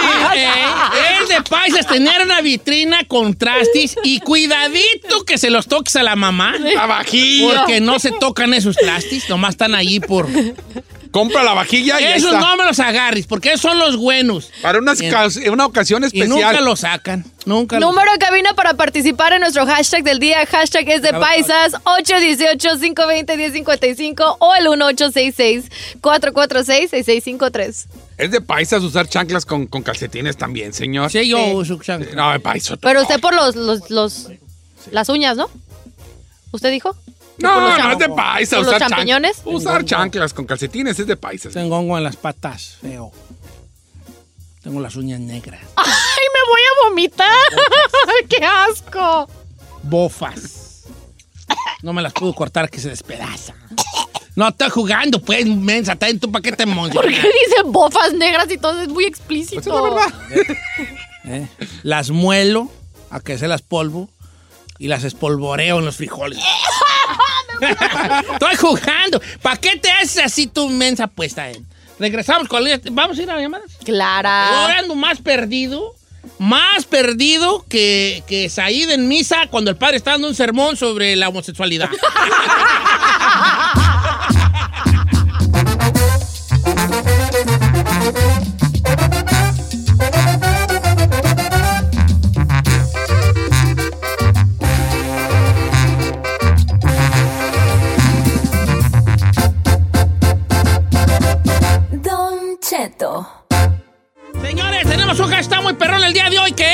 Speaker 4: Es de paisas tener una vitrina con trastes y cuidadito que se los toques a la mamá.
Speaker 5: La vajilla.
Speaker 4: Porque no se tocan esos trastes, nomás están allí por...
Speaker 5: Compra la vajilla y ahí
Speaker 4: Esos
Speaker 5: está.
Speaker 4: no me los agarres, porque esos son los buenos.
Speaker 5: Para unas
Speaker 4: Bien.
Speaker 5: cas- una ocasión
Speaker 4: Y
Speaker 5: especial.
Speaker 4: nunca lo sacan. Nunca lo
Speaker 7: Número de cabina para participar en nuestro hashtag del día. Hashtag es de paisas 818-520-1055 o el 1866-446-6653.
Speaker 5: Es de paisas usar chanclas con, con calcetines también, señor.
Speaker 4: Sí, yo uso chanclas.
Speaker 5: No, de paiso.
Speaker 7: Pero usted por los, los, los- las uñas, ¿no? ¿Usted dijo?
Speaker 5: No,
Speaker 7: ¿Por los
Speaker 5: no,
Speaker 7: cham-
Speaker 5: es de paisa.
Speaker 7: ¿Por los
Speaker 5: usar chan-
Speaker 7: champiñones?
Speaker 5: Usar chanclas con calcetines es de paisas.
Speaker 4: Tengo hongo en las patas, feo. Tengo las uñas negras.
Speaker 7: ¡Ay, me voy a vomitar! ¡Qué asco!
Speaker 4: Bofas. No me las puedo cortar que se despedaza. No, estoy jugando, pues, mensa. Está en tu paquete
Speaker 7: ¿Por qué dice bofas negras y todo? Es muy
Speaker 5: Pues
Speaker 7: explícito.
Speaker 4: ¿eh? Las muelo a que se las polvo y las espolvoreo en los frijoles. estoy jugando. ¿Para qué te haces así tu mensa puesta en? Regresamos con la- Vamos a ir a las llamadas.
Speaker 7: Clara.
Speaker 4: Ahora ando más perdido, más perdido que, que Said en misa cuando el padre está dando un sermón sobre la homosexualidad.
Speaker 9: Don Cheto.
Speaker 4: Señores, tenemos un hashtag muy perrón el día de hoy que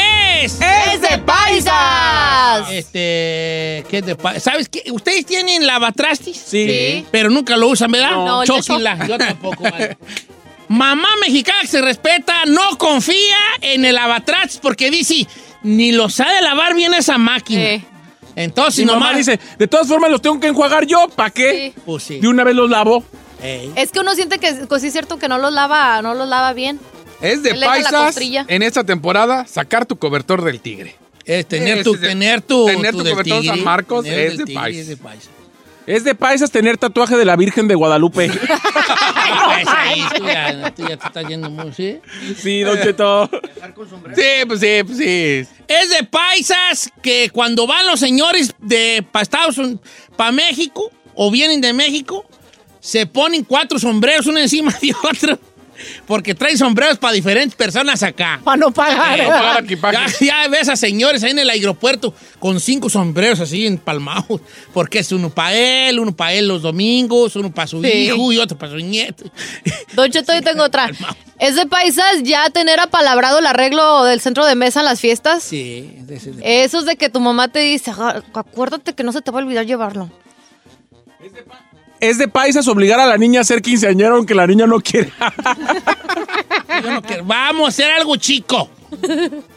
Speaker 4: es...
Speaker 7: ¡Es de paisas!
Speaker 4: Este, ¿qué es de pa- ¿Sabes qué? ¿Ustedes tienen lavatrastis?
Speaker 7: Sí.
Speaker 4: Pero nunca lo usan, ¿verdad?
Speaker 7: No. No, yo
Speaker 4: Chóquila.
Speaker 7: no.
Speaker 4: Yo tampoco, vale. Mamá mexicana que se respeta no confía en el lavatrastis porque dice, ni lo sabe lavar bien esa máquina. Entonces,
Speaker 12: Si mamá
Speaker 4: nomás-
Speaker 12: dice, de todas formas los tengo que enjuagar yo, ¿para qué?
Speaker 4: Pues sí. Eh,
Speaker 12: De una vez los lavo.
Speaker 7: Es que uno siente que pues, sí es cierto que no los lava, no los lava bien.
Speaker 5: Es de
Speaker 7: Que le haga la
Speaker 5: paisas
Speaker 7: costrilla.
Speaker 5: en esta temporada sacar tu cobertor del tigre.
Speaker 4: Es Eh, tener
Speaker 5: Ese
Speaker 4: tu,
Speaker 5: es de-
Speaker 4: tener tu,
Speaker 5: eh, tener tu
Speaker 4: del
Speaker 5: cobertor
Speaker 4: tigre,
Speaker 5: San Marcos
Speaker 4: tener
Speaker 5: es
Speaker 4: del
Speaker 5: de
Speaker 4: tigre,
Speaker 5: paisa.
Speaker 4: es de paisa.
Speaker 12: Es de paisas tener tatuaje de la Virgen de Guadalupe.
Speaker 4: Ah, esa ahí, tú ya, tú ya te estás yendo muy, ¿sí?
Speaker 12: sí, Don Cheto.
Speaker 5: Sí, pues sí, pues sí.
Speaker 4: Es de paisas que cuando van los señores de para Estados Unidos, para México, o vienen de México, se ponen cuatro sombreros uno encima de otro. Porque traen sombreros para diferentes personas acá. Eh,
Speaker 7: Para no pagar.
Speaker 5: Para no pagar equipaje.
Speaker 4: Ya, ya ves a señores ahí en el aeropuerto con cinco sombreros así empalmados. Porque es uno para él, uno para él los domingos, uno para su
Speaker 7: Sí.
Speaker 4: hijo y otro para su nieto.
Speaker 7: Don Cheto, yo tengo otra. ¿Es de paisas ya tener apalabrado el arreglo del centro de mesa en las fiestas?
Speaker 4: Sí, es de- es de-
Speaker 7: Eso es de que tu mamá te dice, "Ah, acuérdate que no se te va a olvidar llevarlo.
Speaker 12: Es de paisas obligar a la niña a ser quinceañera aunque la niña no quiera.
Speaker 4: Yo no quiero- Vamos a hacer algo chico.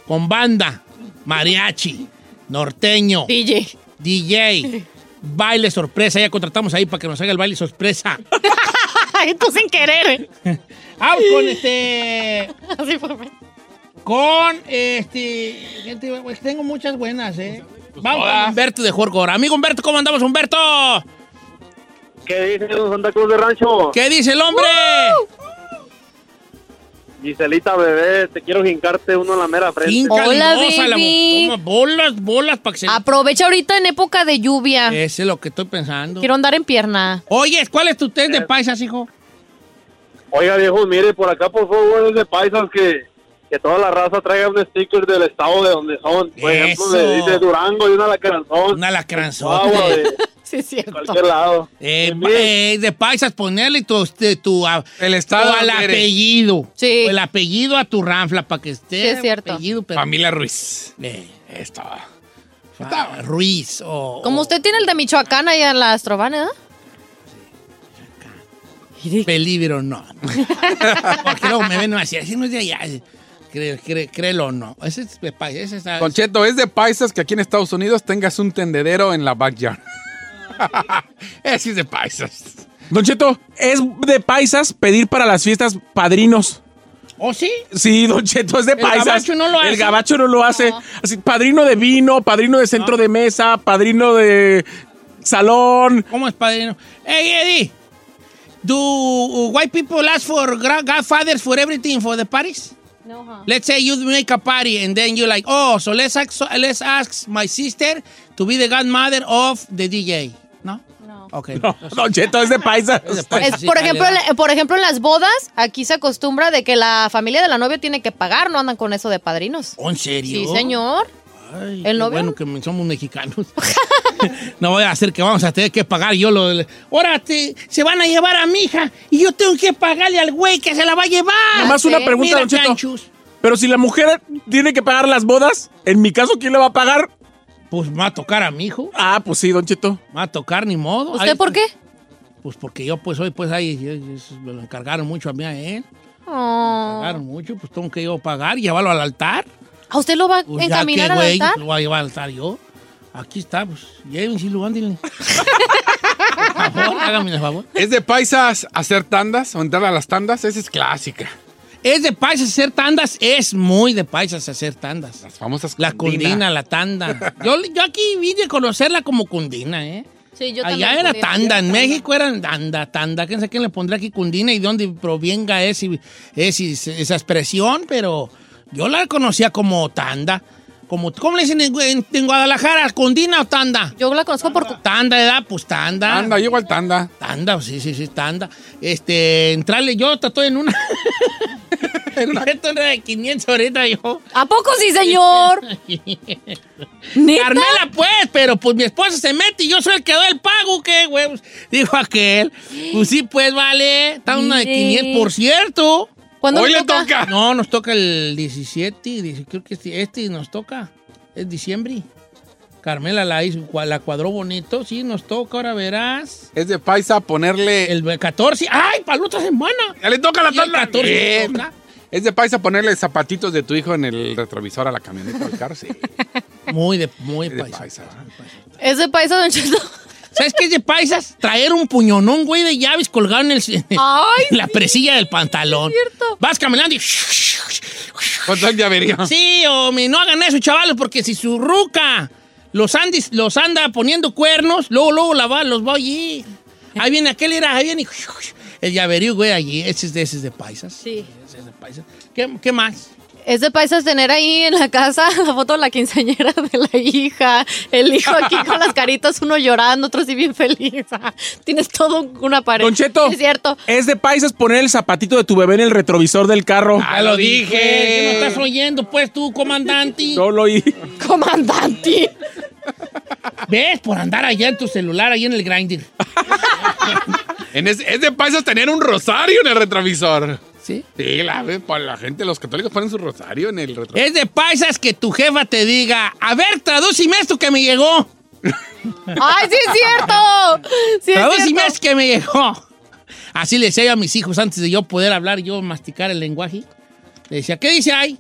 Speaker 4: Con banda, mariachi, norteño.
Speaker 7: DJ.
Speaker 4: DJ. Baile sorpresa. Ya contratamos ahí para que nos haga el baile sorpresa.
Speaker 7: Tú sin querer. ¿eh?
Speaker 4: Vamos con este.
Speaker 7: pues.
Speaker 4: Con este. gente, pues, tengo muchas buenas, ¿eh? Vamos con Humberto de Jorge ahora. Amigo Humberto, ¿cómo andamos, Humberto?
Speaker 10: ¿Qué dice don Santa Cruz de Rancho?
Speaker 4: ¿Qué dice el hombre?
Speaker 10: Giselita, bebé, te quiero jincarte uno en la mera frente.
Speaker 4: Híncale
Speaker 7: Hola,
Speaker 4: dos a Este, la bo-
Speaker 7: baby.
Speaker 4: toma, bolas, bolas para que se. Eh,
Speaker 7: Aprovecha ahorita en época de lluvia.
Speaker 4: Ese es lo que estoy pensando.
Speaker 7: Quiero andar en pierna.
Speaker 4: Oye, ¿cuál es tu test de paisas, hijo?
Speaker 20: Oiga, viejo, mire, por acá, por favor, es de paisas que, que toda la raza traiga un sticker del estado de donde son. Por ejemplo,
Speaker 4: Eso.
Speaker 20: le dice Durango y una alacranzón.
Speaker 4: Una alacranzón.
Speaker 20: Chihuahua, de
Speaker 7: sí, es cierto.
Speaker 20: cualquier lado.
Speaker 4: Eh, pa- eh, de paisas, ponerle tu, este, tu, a-
Speaker 5: estado
Speaker 4: o al
Speaker 5: donde eres.
Speaker 4: apellido. O El apellido a tu ranfla para que esté.
Speaker 7: Sí, es cierto.
Speaker 4: apellido, pero-
Speaker 5: Familia Ruiz.
Speaker 4: Eh, esta. Fa- Ruiz o.
Speaker 7: Como usted tiene el de Michoacán allá en la Astrovana, ¿eh?
Speaker 4: Believe it or not. Porque luego me ven así, así no es de allá. Cre- cre- Créelo o no. Ese es de paisas. Ese está-
Speaker 5: Concheto, es de paisas que aquí en Estados Unidos tengas un tendedero en la backyard. Ese es de paisas.
Speaker 12: Don Cheto, es de paisas pedir para las fiestas padrinos.
Speaker 4: ¿O ¿Oh, sí?
Speaker 12: Sí, Don Cheto, es de
Speaker 4: El
Speaker 12: paisas.
Speaker 4: gabacho no lo hace.
Speaker 12: El gabacho no lo hace. Así, padrino de vino, padrino de centro de mesa, padrino de salón.
Speaker 4: ¿Cómo es padrino? Hey, Eddie. Do white people ask for gra- godfathers for everything for the parties?
Speaker 7: No, huh?
Speaker 4: Let's say you make a party and then you like, oh, so let's ask, so let's ask my sister to be the godmother of the DJ. ¿No? No. Ok.
Speaker 12: No, Don Cheto, es de paisas.
Speaker 4: Pues,
Speaker 7: Es, por, ejemplo, en- por ejemplo, en las bodas, aquí se acostumbra de que la familia de la novia tiene que pagar, no andan con eso de padrinos.
Speaker 4: ¿Oh, ¿En serio?
Speaker 7: Sí, señor.
Speaker 4: Ay,
Speaker 7: ¿El
Speaker 4: qué
Speaker 7: novio?
Speaker 4: Bueno, que me- somos mexicanos. no voy a hacer que vamos a tener que pagar yo lo del- Ahora te- se van a llevar a mi hija y yo tengo que pagarle al güey que se la va a llevar.
Speaker 12: Nomás una pregunta,
Speaker 4: Mira,
Speaker 12: Don Cheto.
Speaker 4: chanchos.
Speaker 12: Pero si la mujer tiene que pagar las bodas, en mi caso, ¿quién le va a pagar?
Speaker 4: Pues va a tocar a mi hijo.
Speaker 12: Ah, pues sí, Don Cheto.
Speaker 4: Va a tocar, ni modo.
Speaker 7: ¿Usted
Speaker 4: Ay,
Speaker 7: por qué?
Speaker 4: Pues porque yo pues hoy pues ahí eh, es- me lo encargaron mucho a mí a él. Me
Speaker 7: Oh.
Speaker 4: encargaron mucho, pues tengo que yo pagar y llevarlo al altar.
Speaker 7: ¿A usted lo va a
Speaker 4: Pues ya
Speaker 7: encaminar
Speaker 4: que,
Speaker 7: al
Speaker 4: güey,
Speaker 7: altar?
Speaker 4: Lo voy a llevar al altar yo. Aquí está, pues llévenselo, ándale. Por favor, hágame el favor.
Speaker 5: ¿Es de paisas hacer tandas o entrar a las tandas? Esa es clásica.
Speaker 4: Es de paisas hacer tandas, es muy de paisas hacer tandas. Las
Speaker 5: famosas
Speaker 4: La
Speaker 5: cundina.
Speaker 4: cundina, la tanda. Yo, yo aquí vine a conocerla como cundina, ¿eh?
Speaker 7: Sí, yo también
Speaker 4: Allá era
Speaker 7: pudiera.
Speaker 4: tanda, en México eran tanda, tanda. ¿Quién sabe quién le pondrá aquí cundina y de dónde provenga ese, ese- esa expresión? Pero yo la conocía como tanda. Como, ¿Cómo le dicen en, en- en Guadalajara? ¿Cundina o tanda?
Speaker 7: Yo la conozco por...
Speaker 4: Tanda, ¿verdad? Pues tanda.
Speaker 5: Tanda, yo igual tanda.
Speaker 4: Tanda, sí, sí, sí, tanda. Este, entrarle yo, estoy en una... en una era de 500 ahorita yo.
Speaker 7: ¿A poco sí, señor?
Speaker 4: Carmela, pues, pero pues mi esposa se mete y yo soy el que doy el pago, ¿qué, huevos? Dijo aquel. Pues sí, pues vale. Está una de
Speaker 7: Mire.
Speaker 4: 500, por cierto.
Speaker 7: ¿Cuándo Hoy le le toca? toca.
Speaker 4: No, nos toca el 17, dice, creo que este, este nos toca. Es diciembre. Carmela la hizo, cua- la cuadró bonito. Sí, nos toca, ahora verás.
Speaker 5: Es de paisa ponerle.
Speaker 4: El 14. ¡Ay, para la otra semana!
Speaker 5: Ya le toca la
Speaker 4: Sí, el
Speaker 5: tanda.
Speaker 4: 14 le
Speaker 5: Bien.
Speaker 4: toca.
Speaker 5: Es de paisa ponerle zapatitos de tu hijo en el retrovisor a la camioneta del carro, sí.
Speaker 4: Muy de, muy
Speaker 5: de paisa. ¿eh?
Speaker 7: ¿Es de paisa, Don Cheto?
Speaker 4: ¿Sabes qué es de paisas? Traer un puñonón, güey, de llaves colgado en, el, en la presilla del pantalón. Vas caminando y...
Speaker 5: Con tal llavería.
Speaker 4: Sí, hombre, no hagan eso, chavales, porque si su ruca los, andis- los anda poniendo cuernos, luego, luego la va, los va allí. Ahí viene aquel, era, ahí viene... El llaverío, güey, allí. Ese es de, ese es de paisas.
Speaker 7: Sí.
Speaker 4: Ese es de paisas. ¿Qué, qué más?
Speaker 7: Es de paisas tener ahí en la casa la foto de la quinceañera de la hija, el hijo aquí con las caritas, uno llorando, otro así bien feliz. Tienes todo una pared.
Speaker 12: Don Cheto.
Speaker 7: Es cierto.
Speaker 12: Es de paisas poner el zapatito de tu bebé en el retrovisor del carro.
Speaker 4: Ah, lo dije. ¿Qué no estás oyendo, pues, tú, comandante?
Speaker 12: No lo oí.
Speaker 7: Comandante.
Speaker 4: ¿Ves? Por andar allá en tu celular, allá en el grinder.
Speaker 5: En es, es de paisas tener un rosario en el retrovisor.
Speaker 4: ¿Sí?
Speaker 5: Sí, la, para la gente, los católicos ponen su rosario en el retrovisor.
Speaker 4: Es de paisas que tu jefa te diga, a ver, tradúcime esto que me llegó.
Speaker 7: ¡Ay, sí es cierto! Sí es
Speaker 4: tradúcime
Speaker 7: cierto.
Speaker 4: esto que me llegó. Así le decía yo a mis hijos antes de yo poder hablar, yo masticar el lenguaje. Le decía, ¿qué dice ahí?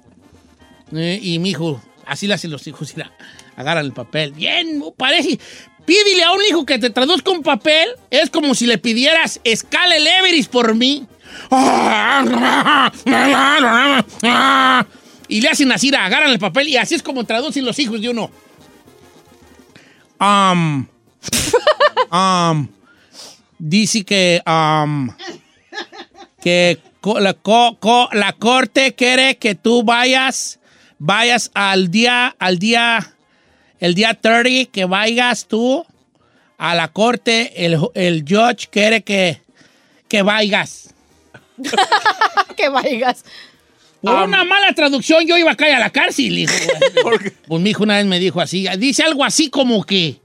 Speaker 4: Eh, y mi hijo, así le hacen los hijos, mira, agarran el papel. Bien, no parece. Pídele a un hijo que te traduzca un papel. Es como si le pidieras escala el Everest por mí. Y le hacen así, agarran el papel y así es como traducen los hijos de uno. Um, um, dice que, um, que co- la, co- co- la corte quiere que tú vayas, vayas al día, al día, el día 30, que vayas tú a la corte, el, ju- el judge quiere que, que vayas.
Speaker 7: que vayas.
Speaker 4: Por una mala traducción yo iba a caer a la cárcel, hijo. pues mi hijo una vez me dijo así, dice algo así como que...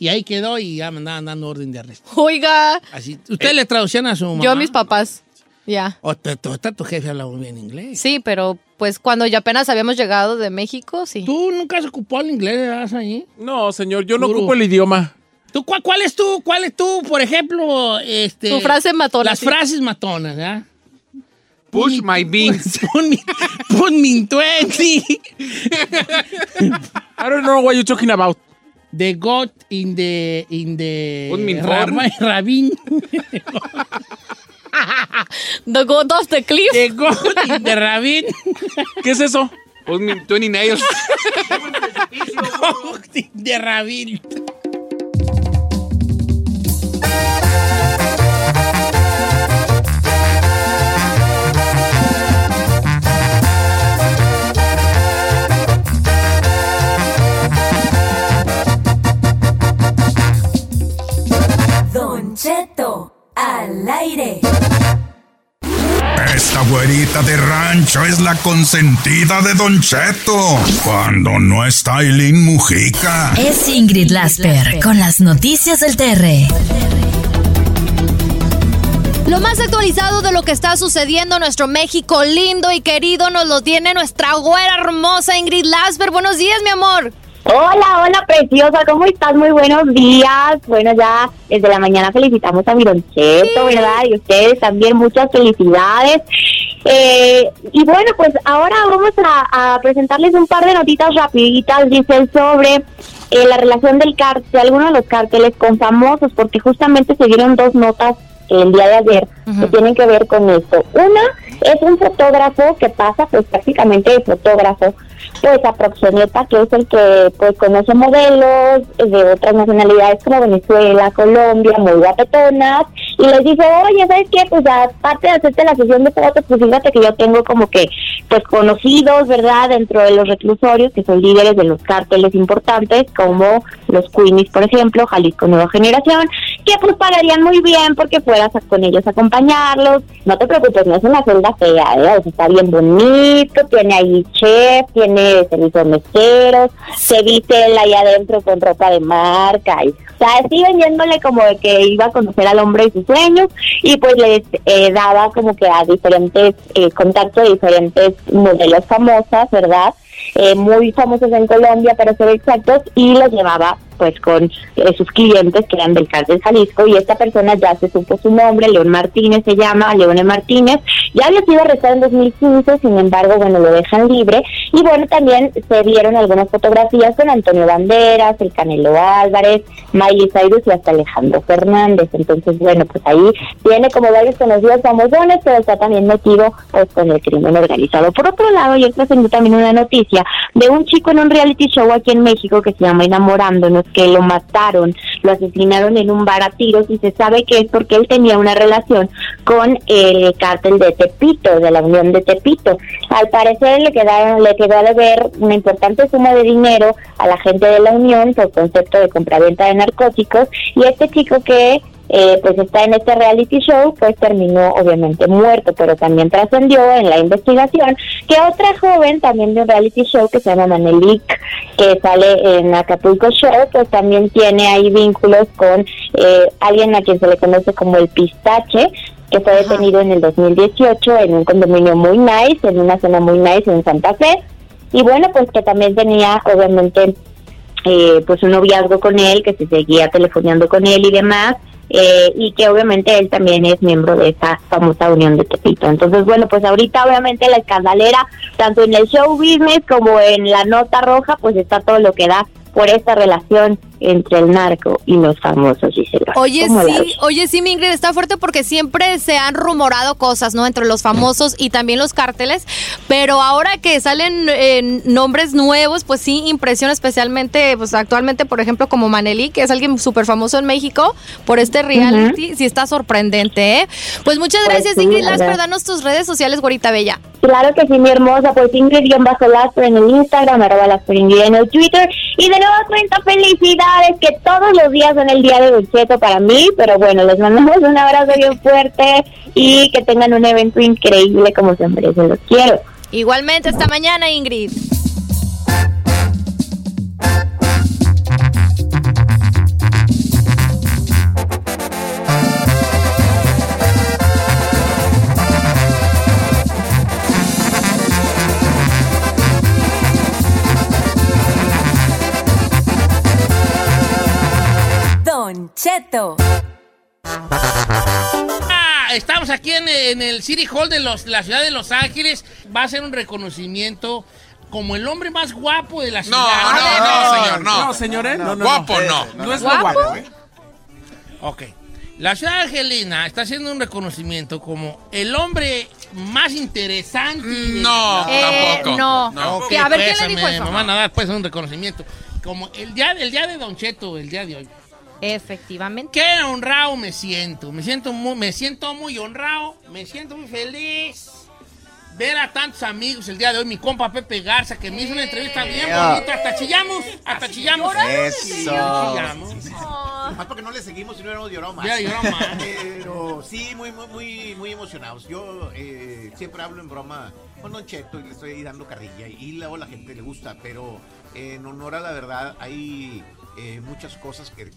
Speaker 4: Y ahí quedó y ya me andaban dando orden de arresto.
Speaker 7: Oiga,
Speaker 4: Así, ¿Usted le traducían a su mamá?
Speaker 7: Eh, yo a mis papás. Ya.
Speaker 4: O te- te- está tu jefe habla muy bien inglés.
Speaker 7: Sí, pero pues cuando ya apenas habíamos llegado de México, sí.
Speaker 4: ¿Tú nunca has ocupado el inglés ¿verdad, ahí?
Speaker 12: No, señor, yo no
Speaker 4: Duro.
Speaker 12: ocupo el idioma.
Speaker 4: ¿Tú, cuál, cuál es tú, cuál es tú, por ejemplo, este...
Speaker 7: Tu frase matona,
Speaker 4: Las
Speaker 7: sí.
Speaker 4: frases matonas, ¿verdad?
Speaker 5: Push my beans.
Speaker 4: Pon mi, pon mi 20.
Speaker 12: I don't know what you're talking about.
Speaker 4: The God in the... In the
Speaker 12: Pon mi
Speaker 4: Rab-
Speaker 12: horn.
Speaker 4: Rabin.
Speaker 7: The God of the Cliff.
Speaker 4: The God in the Rabin.
Speaker 12: ¿Qué es eso?
Speaker 4: Pues
Speaker 5: Pon mi 20 nails.
Speaker 4: God in the Rabin.
Speaker 9: Don Cheto al aire.
Speaker 1: Esta güerita de rancho es la consentida de Don Cheto. Cuando no está Eileen Mujica.
Speaker 15: Es Ingrid Lasper con las noticias del TR.
Speaker 7: Lo más actualizado de lo que está sucediendo en nuestro México lindo y querido nos lo tiene nuestra güera hermosa Ingrid Lasper. Buenos días, mi amor.
Speaker 17: Hola, hola, preciosa, ¿cómo estás? Muy buenos días. Bueno, ya desde la mañana felicitamos a mi Don Cheto, ¿verdad? Y ustedes también, muchas felicidades. Eh, y bueno, pues ahora vamos a, a presentarles un par de notitas rapiditas, dicen sobre eh, la relación del car de algunos de los cárteles con famosos, porque justamente se dieron dos notas el día de ayer que tienen que ver con esto. Una es un fotógrafo que pasa pues prácticamente de fotógrafo pues a proxeneta que es el que pues conoce modelos eh, de otras nacionalidades como Venezuela, Colombia, muy guapetonas y les dice, oye, ¿sabes qué? Pues aparte de hacerte la sesión de fotos, pues fíjate que yo tengo como que pues conocidos, ¿verdad? Dentro de los reclusorios que son líderes de los cárteles importantes como los Queenies, por ejemplo, Jalisco Nueva Generación, que pues pagarían muy bien porque fueras a- con ellos a acompañarlos. No te preocupes, no es una celda fea, ¿eh? O sea, está bien bonito, tiene ahí chef, tiene servicios mezqueros, se viste él ahí adentro con ropa de marca y... O sea, así vendiéndole como de que iba a conocer al hombre de sus sueños y pues les eh, daba como que a diferentes eh, contactos de diferentes modelos famosas, ¿verdad? eh, muy famosos en Colombia, para ser exactos, y los llevaba pues con eh, sus clientes que eran del cártel Jalisco y esta persona ya se supo su nombre, León Martínez se llama, Leone Martínez, ya había sido arrestado en 2015, sin embargo, bueno, lo dejan libre y bueno, también se vieron algunas fotografías con Antonio Banderas, el Canelo Álvarez, Miley Cyrus y hasta Alejandro Fernández, entonces bueno, pues ahí tiene como varios conocidos famosones, pero está también metido pues con el crimen organizado. Por otro lado, yo presenté también una noticia de un chico en un reality show aquí en México que se llama Enamorándonos, que lo mataron, lo asesinaron en un bar a tiros y se sabe que es porque él tenía una relación con el cártel de Tepito, de la Unión de Tepito. Al parecer le quedaron, le quedó de ver una importante suma de dinero a la gente de la Unión por concepto de compraventa de narcóticos y este chico que eh, pues está en este reality show, pues terminó obviamente muerto, pero también trascendió en la investigación que otra joven también de un reality show que se llama Manelik, que sale en Acapulco Show, pues también tiene ahí vínculos con eh, alguien a quien se le conoce como el pistache, que fue detenido en el 2018 en un condominio muy nice, en una zona muy nice en Santa Fe, y bueno, pues que también tenía obviamente eh, pues un noviazgo con él, que se seguía telefoneando con él y demás, eh, y que obviamente él también es miembro de esa famosa unión de Tepito. Entonces, bueno, pues ahorita obviamente la escandalera, tanto en el show business como en la nota roja, pues está todo lo que da por esta relación entre el narco y los famosos, dice el-
Speaker 7: Oye,
Speaker 17: ¿Cómo la ves?
Speaker 7: sí, oye, sí, mi Ingrid, está fuerte porque siempre se han rumorado cosas, ¿no? Entre los famosos y también los cárteles, pero ahora que salen eh, nombres nuevos, pues sí, impresiona especialmente, pues actualmente, por ejemplo, como Maneli, que es alguien súper famoso en México por este reality, sí está sorprendente, ¿eh? Pues muchas
Speaker 17: Pues
Speaker 7: gracias,
Speaker 17: sí,
Speaker 7: Ingrid
Speaker 17: la
Speaker 7: Lasper,
Speaker 17: verdad.
Speaker 7: danos tus redes sociales, Gorita Bella.
Speaker 17: Claro que sí, mi hermosa. Pues Ingrid-Lasper en el Instagram, arroba Lasper Ingrid en el Twitter. Y de nuevo cuenta, felicidades felicidades, que todos los días son el día de Don Cheto para mí, pero bueno, les mandamos un abrazo bien fuerte y que tengan un evento increíble como siempre, se los quiero.
Speaker 7: Igualmente, hasta mañana, Ingrid.
Speaker 9: Don Cheto.
Speaker 4: Ah, Estamos aquí en, en el City Hall de los- la ciudad de Los Ángeles. Va a ser un reconocimiento como el hombre más guapo de la ciudad.
Speaker 12: no, no, señor, no.
Speaker 4: No, señor, ¿eh?
Speaker 12: No, no, Guapo, no. no.
Speaker 4: No es lo
Speaker 12: ¿Guapo?
Speaker 4: guapo. ¿eh? Ok. La ciudad angelina está haciendo un reconocimiento como el hombre más interesante.
Speaker 12: No, Eh, tampoco. no. No.
Speaker 4: Ok,
Speaker 12: Que a ver, ¿quién le
Speaker 4: pésame,
Speaker 12: dijo eso?
Speaker 4: Me van a dar pues un reconocimiento. Como el día, el día de Don Cheto, el día de hoy.
Speaker 7: Efectivamente.
Speaker 4: Qué honrado me siento. Me siento muy, me siento muy honrado. Me siento muy feliz. Ver a tantos amigos el día de hoy, mi compa Pepe Garza, que me hizo una entrevista bien
Speaker 21: Yeah.
Speaker 4: bonita. Hasta chillamos, hasta chillamos. Chillamos.
Speaker 21: Más porque no le seguimos y no hubiéramos llorado más.
Speaker 4: Ya lloró más.
Speaker 21: Pero sí, muy, muy, muy, muy emocionados. Yo eh, siempre hablo en broma con Don Cheto y le estoy dando carrilla. Y luego la gente le gusta, pero eh, en honor a la verdad, hay eh, muchas cosas que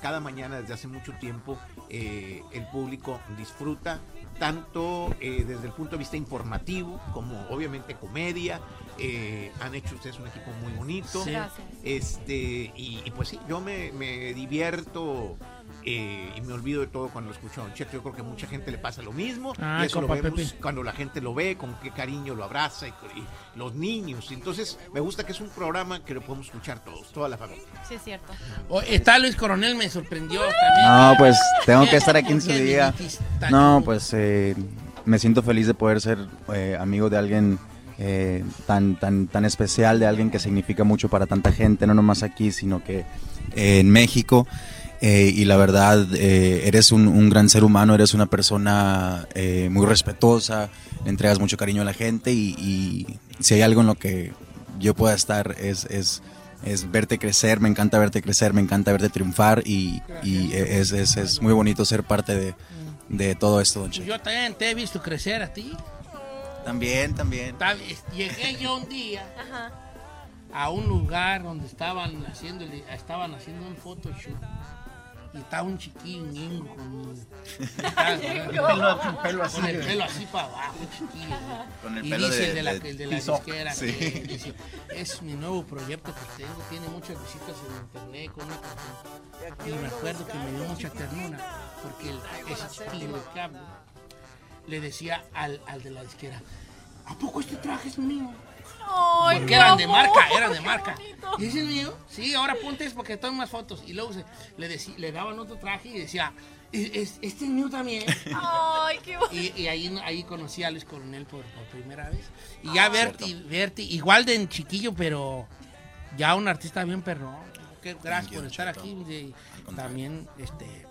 Speaker 21: cada mañana desde hace mucho tiempo eh, el público disfruta. Tanto eh, desde el punto de vista informativo como obviamente comedia. Eh, han hecho ustedes un equipo muy bonito.
Speaker 4: Sí. Gracias.
Speaker 21: Este, y, y pues sí, yo me, me divierto eh, y me olvido de todo cuando lo escucho a Don Cheto. Yo creo que a mucha gente le pasa lo mismo.
Speaker 4: Ah,
Speaker 21: y eso lo
Speaker 4: compa
Speaker 21: vemos
Speaker 4: Pepe.
Speaker 21: cuando la gente lo ve, con qué cariño lo abraza y, y los niños. Entonces, me gusta que es un programa que lo podemos escuchar todos, toda la familia.
Speaker 7: Sí, es cierto.
Speaker 4: Oh, está Luis Coronel, me sorprendió también.
Speaker 19: No, pues tengo que estar aquí en su
Speaker 4: Porque
Speaker 19: día.
Speaker 4: viniste tan-
Speaker 19: No, pues eh, me siento feliz de poder ser eh, amigo de alguien eh, tan, tan, tan especial, de alguien que significa mucho para tanta gente, no nomás aquí, sino que eh, en México. Eh, y la verdad, eh, eres un, un gran ser humano, eres una persona eh, muy respetuosa, le entregas mucho cariño a la gente y, y si hay algo en lo que yo pueda estar es, es, es verte crecer, me encanta verte crecer, me encanta verte triunfar y, y es, es, es muy bonito ser parte de, de todo esto, Don Cheto.
Speaker 4: Yo también te he visto crecer a ti.
Speaker 19: También, también.
Speaker 4: Tal- es- Llegué yo un día a un lugar donde estaban haciendo, estaban haciendo un photoshoot. Y estaba un chiquillo, un niño con, estaba-
Speaker 21: Llegó. Pelo- un pelo así.
Speaker 4: con el pelo así para abajo, chiquillo.
Speaker 19: Con el
Speaker 4: y
Speaker 19: pelo
Speaker 4: dice
Speaker 19: de-
Speaker 4: el de la,
Speaker 19: de
Speaker 4: el de la
Speaker 19: Tizoc,
Speaker 4: disquera,
Speaker 19: sí.
Speaker 4: que dice, es mi nuevo proyecto que tengo, tiene muchas visitas en internet, con una canción". Y me acuerdo que me dio mucha ternura, porque el, ese chiquillo que hablo, le decía al, al de la disquera, ¿a poco este traje es mío?
Speaker 7: Ay,
Speaker 4: porque
Speaker 7: qué
Speaker 4: eran de
Speaker 7: amor,
Speaker 4: marca, eran de
Speaker 7: qué
Speaker 4: marca.
Speaker 7: bonito.
Speaker 4: ¿Y ese es mío? Sí, ahora ponte eso porque tomo más fotos. Y luego se- le, decí- le daban otro traje y decía, "Es- es- este es mío también.
Speaker 7: Ay, qué bonito.
Speaker 4: Y, y ahí, ahí conocí a Luis Coronel por, por primera vez. Y ya verte, verte, igual de en chiquillo, pero ya un artista bien perrón. Que- Gracias por estar aquí. de- también, este,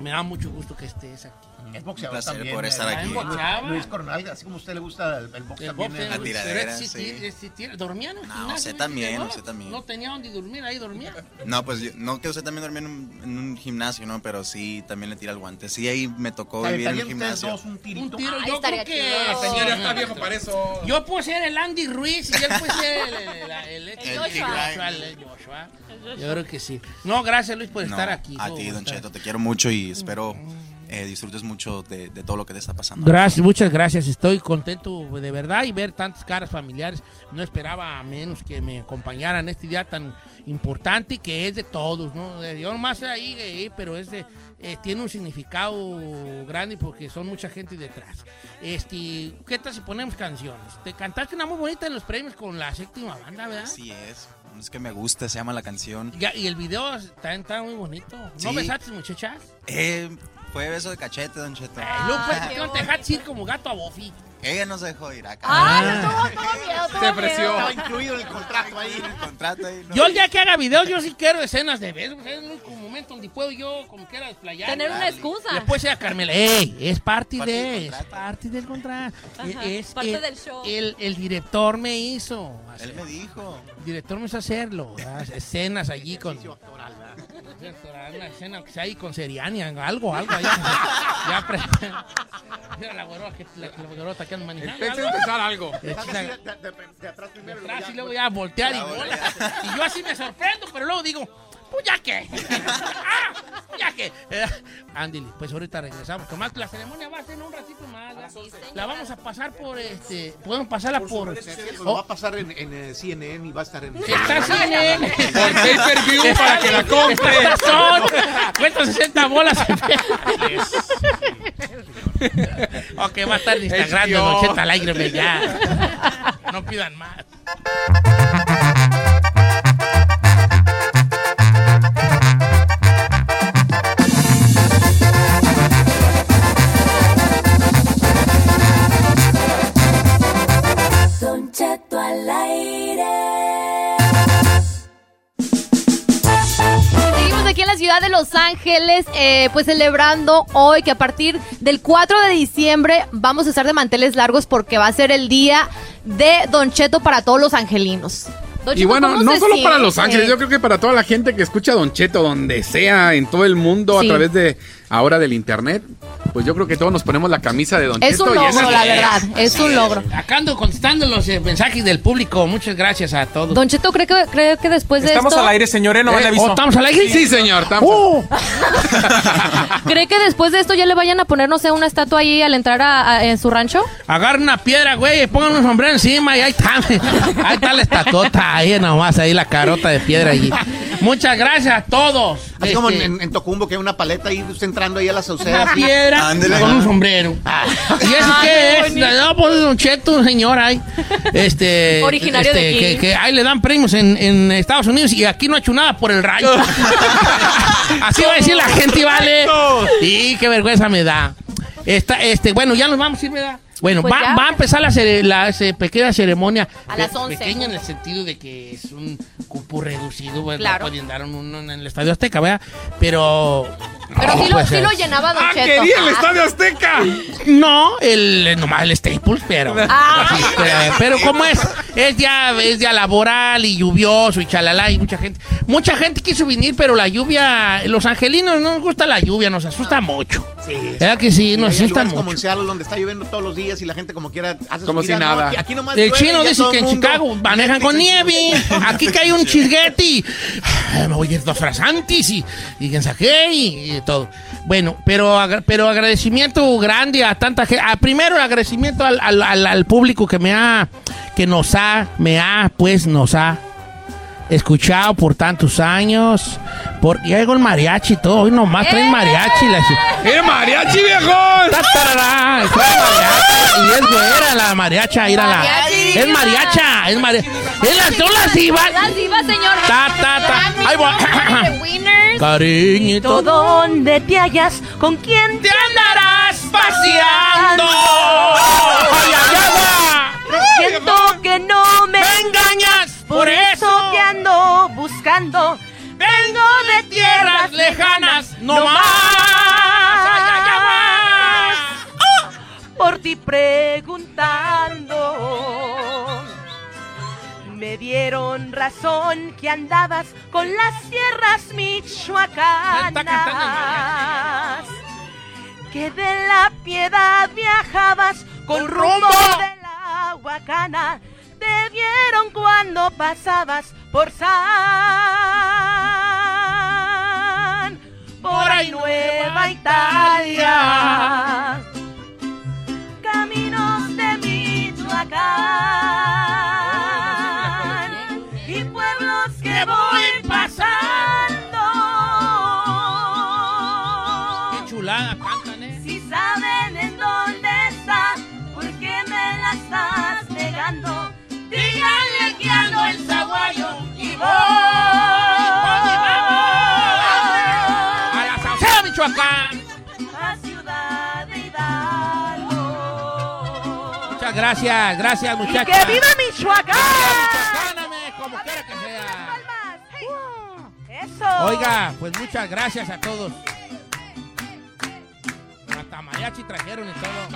Speaker 4: me da mucho gusto que estés aquí.
Speaker 21: Es boxeador
Speaker 4: Un placer
Speaker 21: también.
Speaker 4: poder
Speaker 21: eh,
Speaker 4: estar aquí.
Speaker 21: Luis-
Speaker 4: Boxeaba.
Speaker 21: Luis Coronel, así como a usted le gusta el, el box
Speaker 4: El
Speaker 21: también.
Speaker 4: boxeo,
Speaker 21: eh.
Speaker 4: pero sí tiene- sí tiene- dormía en el
Speaker 19: No,
Speaker 4: gimnasio,
Speaker 19: usted
Speaker 4: ¿no?
Speaker 19: también,
Speaker 4: No,
Speaker 19: usted también.
Speaker 4: No tenía donde dormir, ahí dormía.
Speaker 19: No, pues yo- no que usted también dormía en un, en un gimnasio, ¿no? Pero sí, también le tira el guante. Sí, ahí me tocó vivir en un gimnasio.
Speaker 4: Un tiro,
Speaker 12: Ay,
Speaker 4: yo creo
Speaker 12: estaría
Speaker 4: que...
Speaker 12: chido.
Speaker 4: sí,
Speaker 12: Señor, ya está
Speaker 4: no,
Speaker 12: viejo
Speaker 4: no.
Speaker 12: para eso.
Speaker 4: Yo puedo ser el Andy Ruiz y él puede ser el, el- el- el-
Speaker 19: El
Speaker 4: Joshua.
Speaker 19: Tigre.
Speaker 4: El- el Joshua. Yo creo que sí. No, gracias Luis por
Speaker 19: No,
Speaker 4: estar aquí.
Speaker 19: A
Speaker 4: hijo.
Speaker 19: ti, Don Cheto, te quiero mucho y espero eh, disfrutes mucho de, de todo lo que te está pasando.
Speaker 4: Gracias, muchas gracias. Estoy contento de verdad y ver tantas caras familiares. No esperaba a menos que me acompañaran este día tan importante que es de todos, ¿no? De- Yo nomás ahí, eh, pero es de- eh, tiene un significado grande porque son mucha gente detrás. Este, ¿qué tal si ponemos canciones? Te cantaste una muy bonita en los premios con la séptima banda, ¿verdad?
Speaker 19: Así es. Es que me gusta, se llama la canción.
Speaker 4: Ya, y el video está, está muy bonito. ¿No
Speaker 19: Sí.
Speaker 4: besaste, muchachas?
Speaker 19: Eh, fue beso de cachete, Don Cheto.
Speaker 4: Ah. Luego, pues, ¿por qué no te dejaste ir como gato a Bofi?
Speaker 19: Ella nos dejó ir acá.
Speaker 4: Se ofreció.
Speaker 21: Estaba incluido en el contrato ahí.
Speaker 19: Contrato ahí.
Speaker 4: Yo el día que haga videos, yo sí quiero escenas de besos. Es el único momento donde puedo yo, como quiera, desplayar.
Speaker 7: Tener una excusa.
Speaker 4: Después sea Carmela, ey, es parte,
Speaker 7: Parte del
Speaker 4: de, es parte del contrato.
Speaker 7: Ajá,
Speaker 4: Es, es
Speaker 7: parte
Speaker 4: el,
Speaker 7: del show.
Speaker 4: El, el director me hizo. hacer-
Speaker 19: Él me dijo.
Speaker 4: El director me hizo hacerlo. ¿verdad? Escenas allí con. Una escena que sea ahí con Seriani, algo, algo allá. ya pre- Mira la güerota que la, la güerota que anda manejando.
Speaker 5: Empieza a empezar algo.
Speaker 4: Eh, chisa-
Speaker 21: De atrás primero.
Speaker 4: atrás y luego ya voltear y bola. Y yo así me sorprendo, pero luego digo, pues ya qué. Ah, ya qué. Eh, Ándale, pues ahorita regresamos. Tomás, la ceremonia va a ser en un ratito más. ¿verdad?
Speaker 7: Ah,
Speaker 4: La vamos a pasar por este. Podemos pasarla por. Oh.
Speaker 21: Lo va a pasar en, en, eh, CNN y va a estar en.
Speaker 4: Está CNN.
Speaker 21: Por pay-per-view para que la compre.
Speaker 4: Está tazón. Cuesta 60 bolas. ok, va a estar en Instagram de
Speaker 21: Espió.
Speaker 4: Don Cheta al aire, hombre, ya. No pidan más.
Speaker 9: Don Cheto al aire.
Speaker 7: Seguimos aquí en la ciudad de Los Ángeles, eh, pues celebrando hoy que a partir del 4 de diciembre vamos a estar de manteles largos porque va a ser el día de Don Cheto para todos los angelinos. Don
Speaker 5: Y
Speaker 7: Cheto,
Speaker 5: bueno,
Speaker 7: ¿cómo
Speaker 5: no
Speaker 7: se
Speaker 5: solo para Los
Speaker 7: siente?
Speaker 5: Ángeles, yo creo que para toda la gente que escucha a Don Cheto, donde sea, en todo el mundo,
Speaker 7: Sí.
Speaker 5: a través de ahora del internet, pues yo creo que todos nos ponemos la camisa de Don
Speaker 7: Es
Speaker 5: Cheto.
Speaker 7: un
Speaker 5: y
Speaker 7: logro,
Speaker 5: esa-
Speaker 7: la verdad, es un logro.
Speaker 4: Acá ando contestando los eh, mensajes del público. Muchas gracias a todos.
Speaker 7: Don Cheto, creo que, creo que después de esto...
Speaker 4: señores,
Speaker 5: ¿eh? no me le avisó.
Speaker 4: ¿Estamos al aire? Uh.
Speaker 5: Sí, señor, estamos.
Speaker 7: ¿Cree que después de esto ya le vayan a poner, no sé, una estatua ahí al entrar a- a- en su rancho?
Speaker 4: Agarra una piedra, güey, y pongan un sombrero encima y ahí está. Ahí está la estatota, ahí nomás, ahí la carota de piedra allí. Muchas gracias a todos.
Speaker 21: Así como en,
Speaker 4: Este,
Speaker 21: en- en Tocumbo, que hay una paleta ahí, usted entrando ahí a la sauceda.
Speaker 4: Una
Speaker 21: así.
Speaker 4: piedra con un sombrero. ¿Y eso
Speaker 21: Ay,
Speaker 4: qué es?
Speaker 21: bonito.
Speaker 4: No, pues Don Cheto, un señor ahí. Este,
Speaker 7: Originario
Speaker 4: este,
Speaker 7: de aquí.
Speaker 4: Que, que ahí le dan premios en, en Estados Unidos y aquí no ha hecho nada por el rayo. Así va a decir la gente, ¿vale? Y qué vergüenza me da. Esta, este, bueno, ya nos vamos a ir, ¿verdad? Bueno,
Speaker 7: Pues
Speaker 4: va,
Speaker 7: ya.
Speaker 4: va a empezar la, cere- la, eh, pequeña ceremonia.
Speaker 7: A
Speaker 4: Pe-
Speaker 7: las 11.
Speaker 4: Pequeña en el sentido de que es un cupo reducido, pues,
Speaker 7: Claro.
Speaker 4: no podían dar uno en el Estadio Azteca, ¿verdad? Pero...
Speaker 7: Pero
Speaker 4: no
Speaker 7: sí, lo,
Speaker 4: puede
Speaker 7: sí
Speaker 4: ser.
Speaker 7: lo llenaba
Speaker 5: Ah,
Speaker 7: Don Cheto. Ah.
Speaker 5: Azteca!
Speaker 4: No, el, eh, nomás el Staples, pero.
Speaker 7: Ah.
Speaker 4: Pero, eh, pero como es, es ya, es ya laboral y lluvioso y chalala y mucha gente. Mucha gente quiso venir, pero la lluvia, los angelinos no nos gusta la lluvia, nos asusta mucho.
Speaker 21: Sí.
Speaker 4: ¿Verdad que sí?
Speaker 21: Y
Speaker 4: Nos
Speaker 21: hay
Speaker 4: asusta
Speaker 21: lugares como
Speaker 4: mucho.
Speaker 21: en Seattle, donde está lloviendo todos los días y la gente como quiera hace su
Speaker 4: Como
Speaker 21: vida,
Speaker 4: si
Speaker 21: ¿no?
Speaker 4: nada.
Speaker 21: Aquí, aquí nomás
Speaker 4: el
Speaker 21: llueve
Speaker 4: chino
Speaker 21: y ya
Speaker 4: dice
Speaker 21: todo
Speaker 4: que
Speaker 21: el
Speaker 4: en
Speaker 21: mundo-
Speaker 4: Chicago manejan con nieve. Aquí cae un chisguete y ah, me voy a ir dos horas antes y, y quién sabe qué y, y todo. Bueno, pero, agra- pero agradecimiento grande a tanta gente. primero, agradecimiento al, al- al- al público que me ha, que nos ha, me ha, pues nos ha escuchado por tantos años. Por, y algo el mariachi y todo. Hoy nomás traen mariachi. La,
Speaker 5: ¡Eh, mariachi, viejón!
Speaker 4: Tatarará, es mariachi. Y es güera la mariacha, ir a la.
Speaker 7: Mariachi,
Speaker 4: Es
Speaker 7: diva.
Speaker 4: mariacha, es mariacha. Es las dos las divas.
Speaker 7: Las divas, señor.
Speaker 4: Ta, ta, ta. Ahí voy. Cariñito.
Speaker 3: ¿Dónde te hallas? ¿Con quién
Speaker 4: te andarás paseando?
Speaker 3: ¡Ay,
Speaker 4: ay,
Speaker 3: Siento que no me,
Speaker 4: engañas,
Speaker 3: por eso te ando buscando.
Speaker 4: Vengo
Speaker 3: de tierras
Speaker 4: lejanas,
Speaker 3: no más. Ah, Por ti preguntando. Me dieron razón que andabas con las tierras michoacanas. Que de la piedad viajabas con rumbo de la Huacana. Te vieron cuando pasabas por San. Por ahí Nueva Italia. Caminos de Michoacán. Y pueblos que voy pasando.
Speaker 4: Qué chulada cantan, eh.
Speaker 3: Si saben en dónde está, ¿por qué me la estás negando? Díganle que ando en Zaguayo y voy.
Speaker 4: A la sauceda, Michoacán.
Speaker 3: A Ciudad de Hidalgo.
Speaker 4: gracias, gracias,
Speaker 3: ¡Y
Speaker 4: muchachos.
Speaker 3: que viva Michoacán!
Speaker 4: como quiera que sea.
Speaker 3: Eso.
Speaker 4: Oiga, pues muchas gracias a todos. Hasta mariachi trajeron y todo.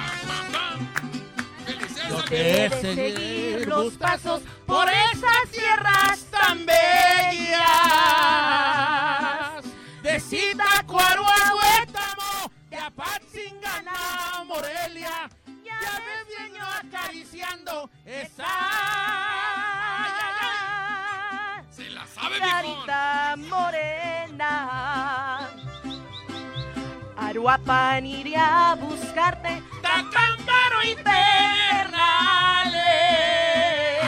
Speaker 4: Yo te he seguir
Speaker 3: los pasos por esas tierras tan bellas. De Cuaro a Huétamo, de Apatzingana a Morelia, ya me vengo acariciando esa. Se la
Speaker 22: sabe,
Speaker 3: Carita morena. Aruapan iré a buscarte. Tacámbaro invernales.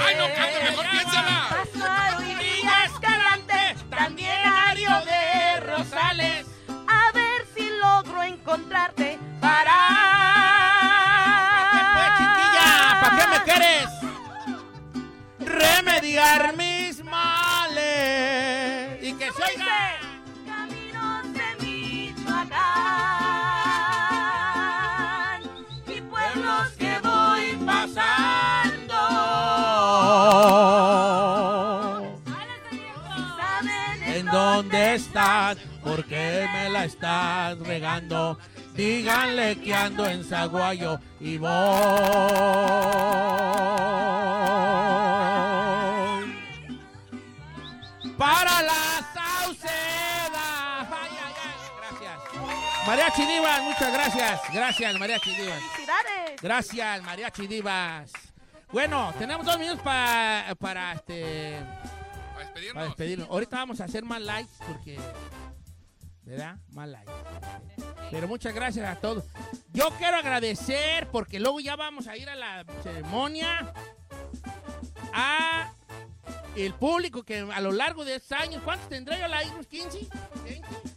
Speaker 3: Ay, no canta, mejor piénsala. Pájaro y Villa Escalante, también Ario de Rosales. A ver si logro encontrarte Ah, para.
Speaker 4: ¿Para qué me quieres? Remediar mis males. Y que se oiga.
Speaker 3: Caminos de Michoacán y pueblos que voy pasando.
Speaker 4: ¿En dónde estás? ¿Por qué me la estás regando? Díganle que ando en Zaguayo y voy para la Sauceda. Ay, ay, ay, gracias. Mariachi Divas, muchas gracias. Gracias, Mariachi Divas.
Speaker 3: ¡Felicidades!
Speaker 4: Gracias, Mariachi Divas. Bueno, tenemos dos minutos pa- para este. Para despedirnos. Ahorita vamos a hacer más likes porque. ¿Verdad? Más likes. Pero muchas gracias a todos. Yo quiero agradecer porque luego ya vamos a ir a la ceremonia. A el público que a lo largo de estos años, ¿cuántos tendré yo la ¿Unos 15? ¿20?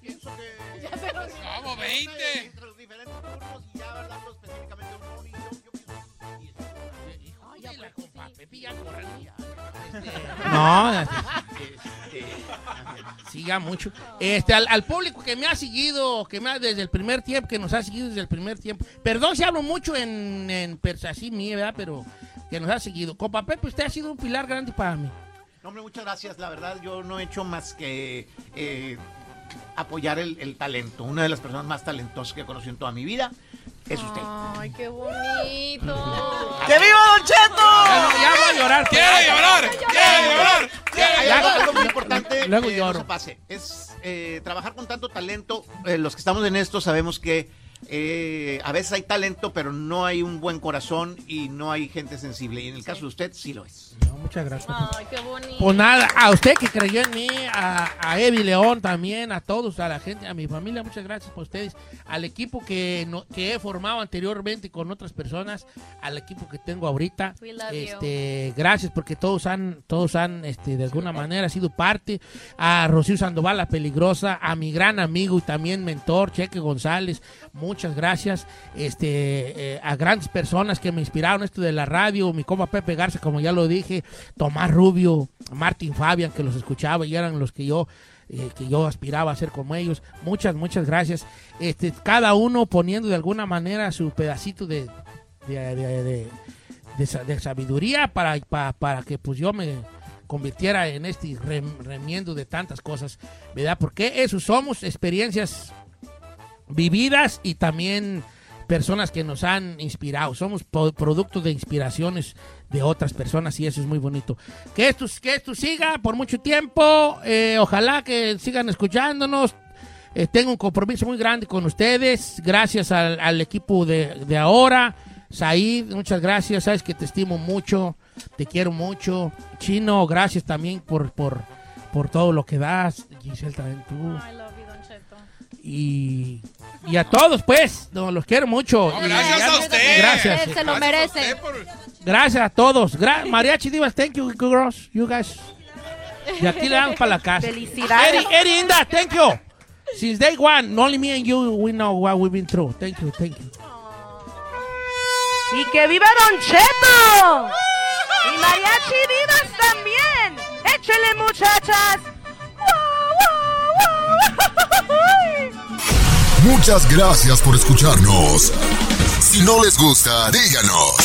Speaker 4: Pienso que. Ya se los.
Speaker 22: Como 20.
Speaker 4: No,
Speaker 21: Este,
Speaker 4: siga mucho. Este, al, al público que me ha seguido, que me ha, desde el primer tiempo, que nos ha seguido desde el primer tiempo. Perdón si hablo mucho en, en persa, así mía, ¿verdad? Pero que nos ha seguido. Copa Pepe, usted ha sido un pilar grande para mí.
Speaker 21: No, hombre, muchas gracias. La verdad, yo no he hecho más que eh, apoyar el, el talento. Una de las personas más talentosas que he conocido en toda mi vida es usted.
Speaker 7: Ay, qué bonito.
Speaker 21: ¡Que viva Don Cheto!
Speaker 4: Ya, no, ya voy a llorar. pues.
Speaker 22: ¡Quiere llorar! ¡Quiere llorar!
Speaker 21: Hay
Speaker 22: ¡Quiere
Speaker 21: algo,
Speaker 22: llorar!
Speaker 21: algo muy importante
Speaker 4: Luego
Speaker 21: que no se pase. Es eh, trabajar con tanto talento. Eh, los que estamos en esto sabemos que eh, a veces hay talento, pero no hay un buen corazón y no hay gente sensible. Y en el caso de usted, sí lo es.
Speaker 4: Muchas gracias.
Speaker 7: Ay, qué bonito.
Speaker 4: Pues nada, a usted que creyó en mí, a, a Evi León también, a todos, a la gente, a mi familia, muchas gracias por ustedes, al equipo que, no- que he formado anteriormente con otras personas, al equipo que tengo ahorita.
Speaker 7: We love you.
Speaker 4: este, gracias porque todos han, todos han este, de alguna manera sido parte. A Rocío Sandoval, la peligrosa, a mi gran amigo y también mentor, Cheque González, muchas gracias. Este, eh, a grandes personas que me inspiraron esto de la radio, mi compa Pepe Garza, como ya lo dije, Tomás Rubio, Martín Fabian, que los escuchaba y eran los que yo eh, que yo aspiraba a ser como ellos. Muchas, muchas gracias. Este, cada uno poniendo de alguna manera su pedacito de, de- de- de- de sa- de sabiduría para, pa- para que pues yo me convirtiera en este rem- remiendo de tantas cosas, ¿verdad? Porque eso somos experiencias vividas y también personas que nos han inspirado. Somos po- producto de inspiraciones de otras personas y eso es muy bonito. Que esto, que esto siga por mucho tiempo. eh, ojalá que sigan escuchándonos. Eh, tengo un compromiso muy grande con ustedes. Gracias al, al equipo de, de ahora. Said, muchas gracias. Sabes que te estimo mucho. Te quiero mucho. Chino, gracias también por, por, por todo lo que das. Giselle, también tú y, y a todos, pues, no, los quiero mucho. Y
Speaker 22: gracias
Speaker 4: ya
Speaker 22: a
Speaker 4: no-
Speaker 22: usted.
Speaker 4: Gracias.
Speaker 7: Se lo merece.
Speaker 4: Gracias a todos. Gra- Mariachi Divas, thank you, girls, you guys. Y aquí le damos para la casa.
Speaker 3: Felicidades.
Speaker 4: Eri, Eri, Inda, thank you. Since day one, only me and you, we know what we've been through. Thank you, thank you.
Speaker 3: ¡Y que viva Don Cheto! ¡Y Mariachi Divas también! ¡Échele, muchachas!
Speaker 1: Muchas gracias por escucharnos.
Speaker 2: Si no les gusta, díganos.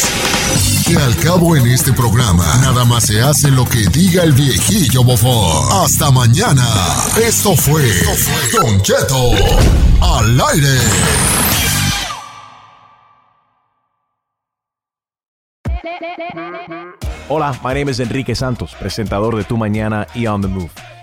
Speaker 2: Que al cabo en este programa, nada más se hace lo que diga el viejillo bofón. Hasta mañana. Esto fue Don Cheto al aire.
Speaker 11: Hola, my name is Enrique Santos, presentador de Tu Mañana y On the Move.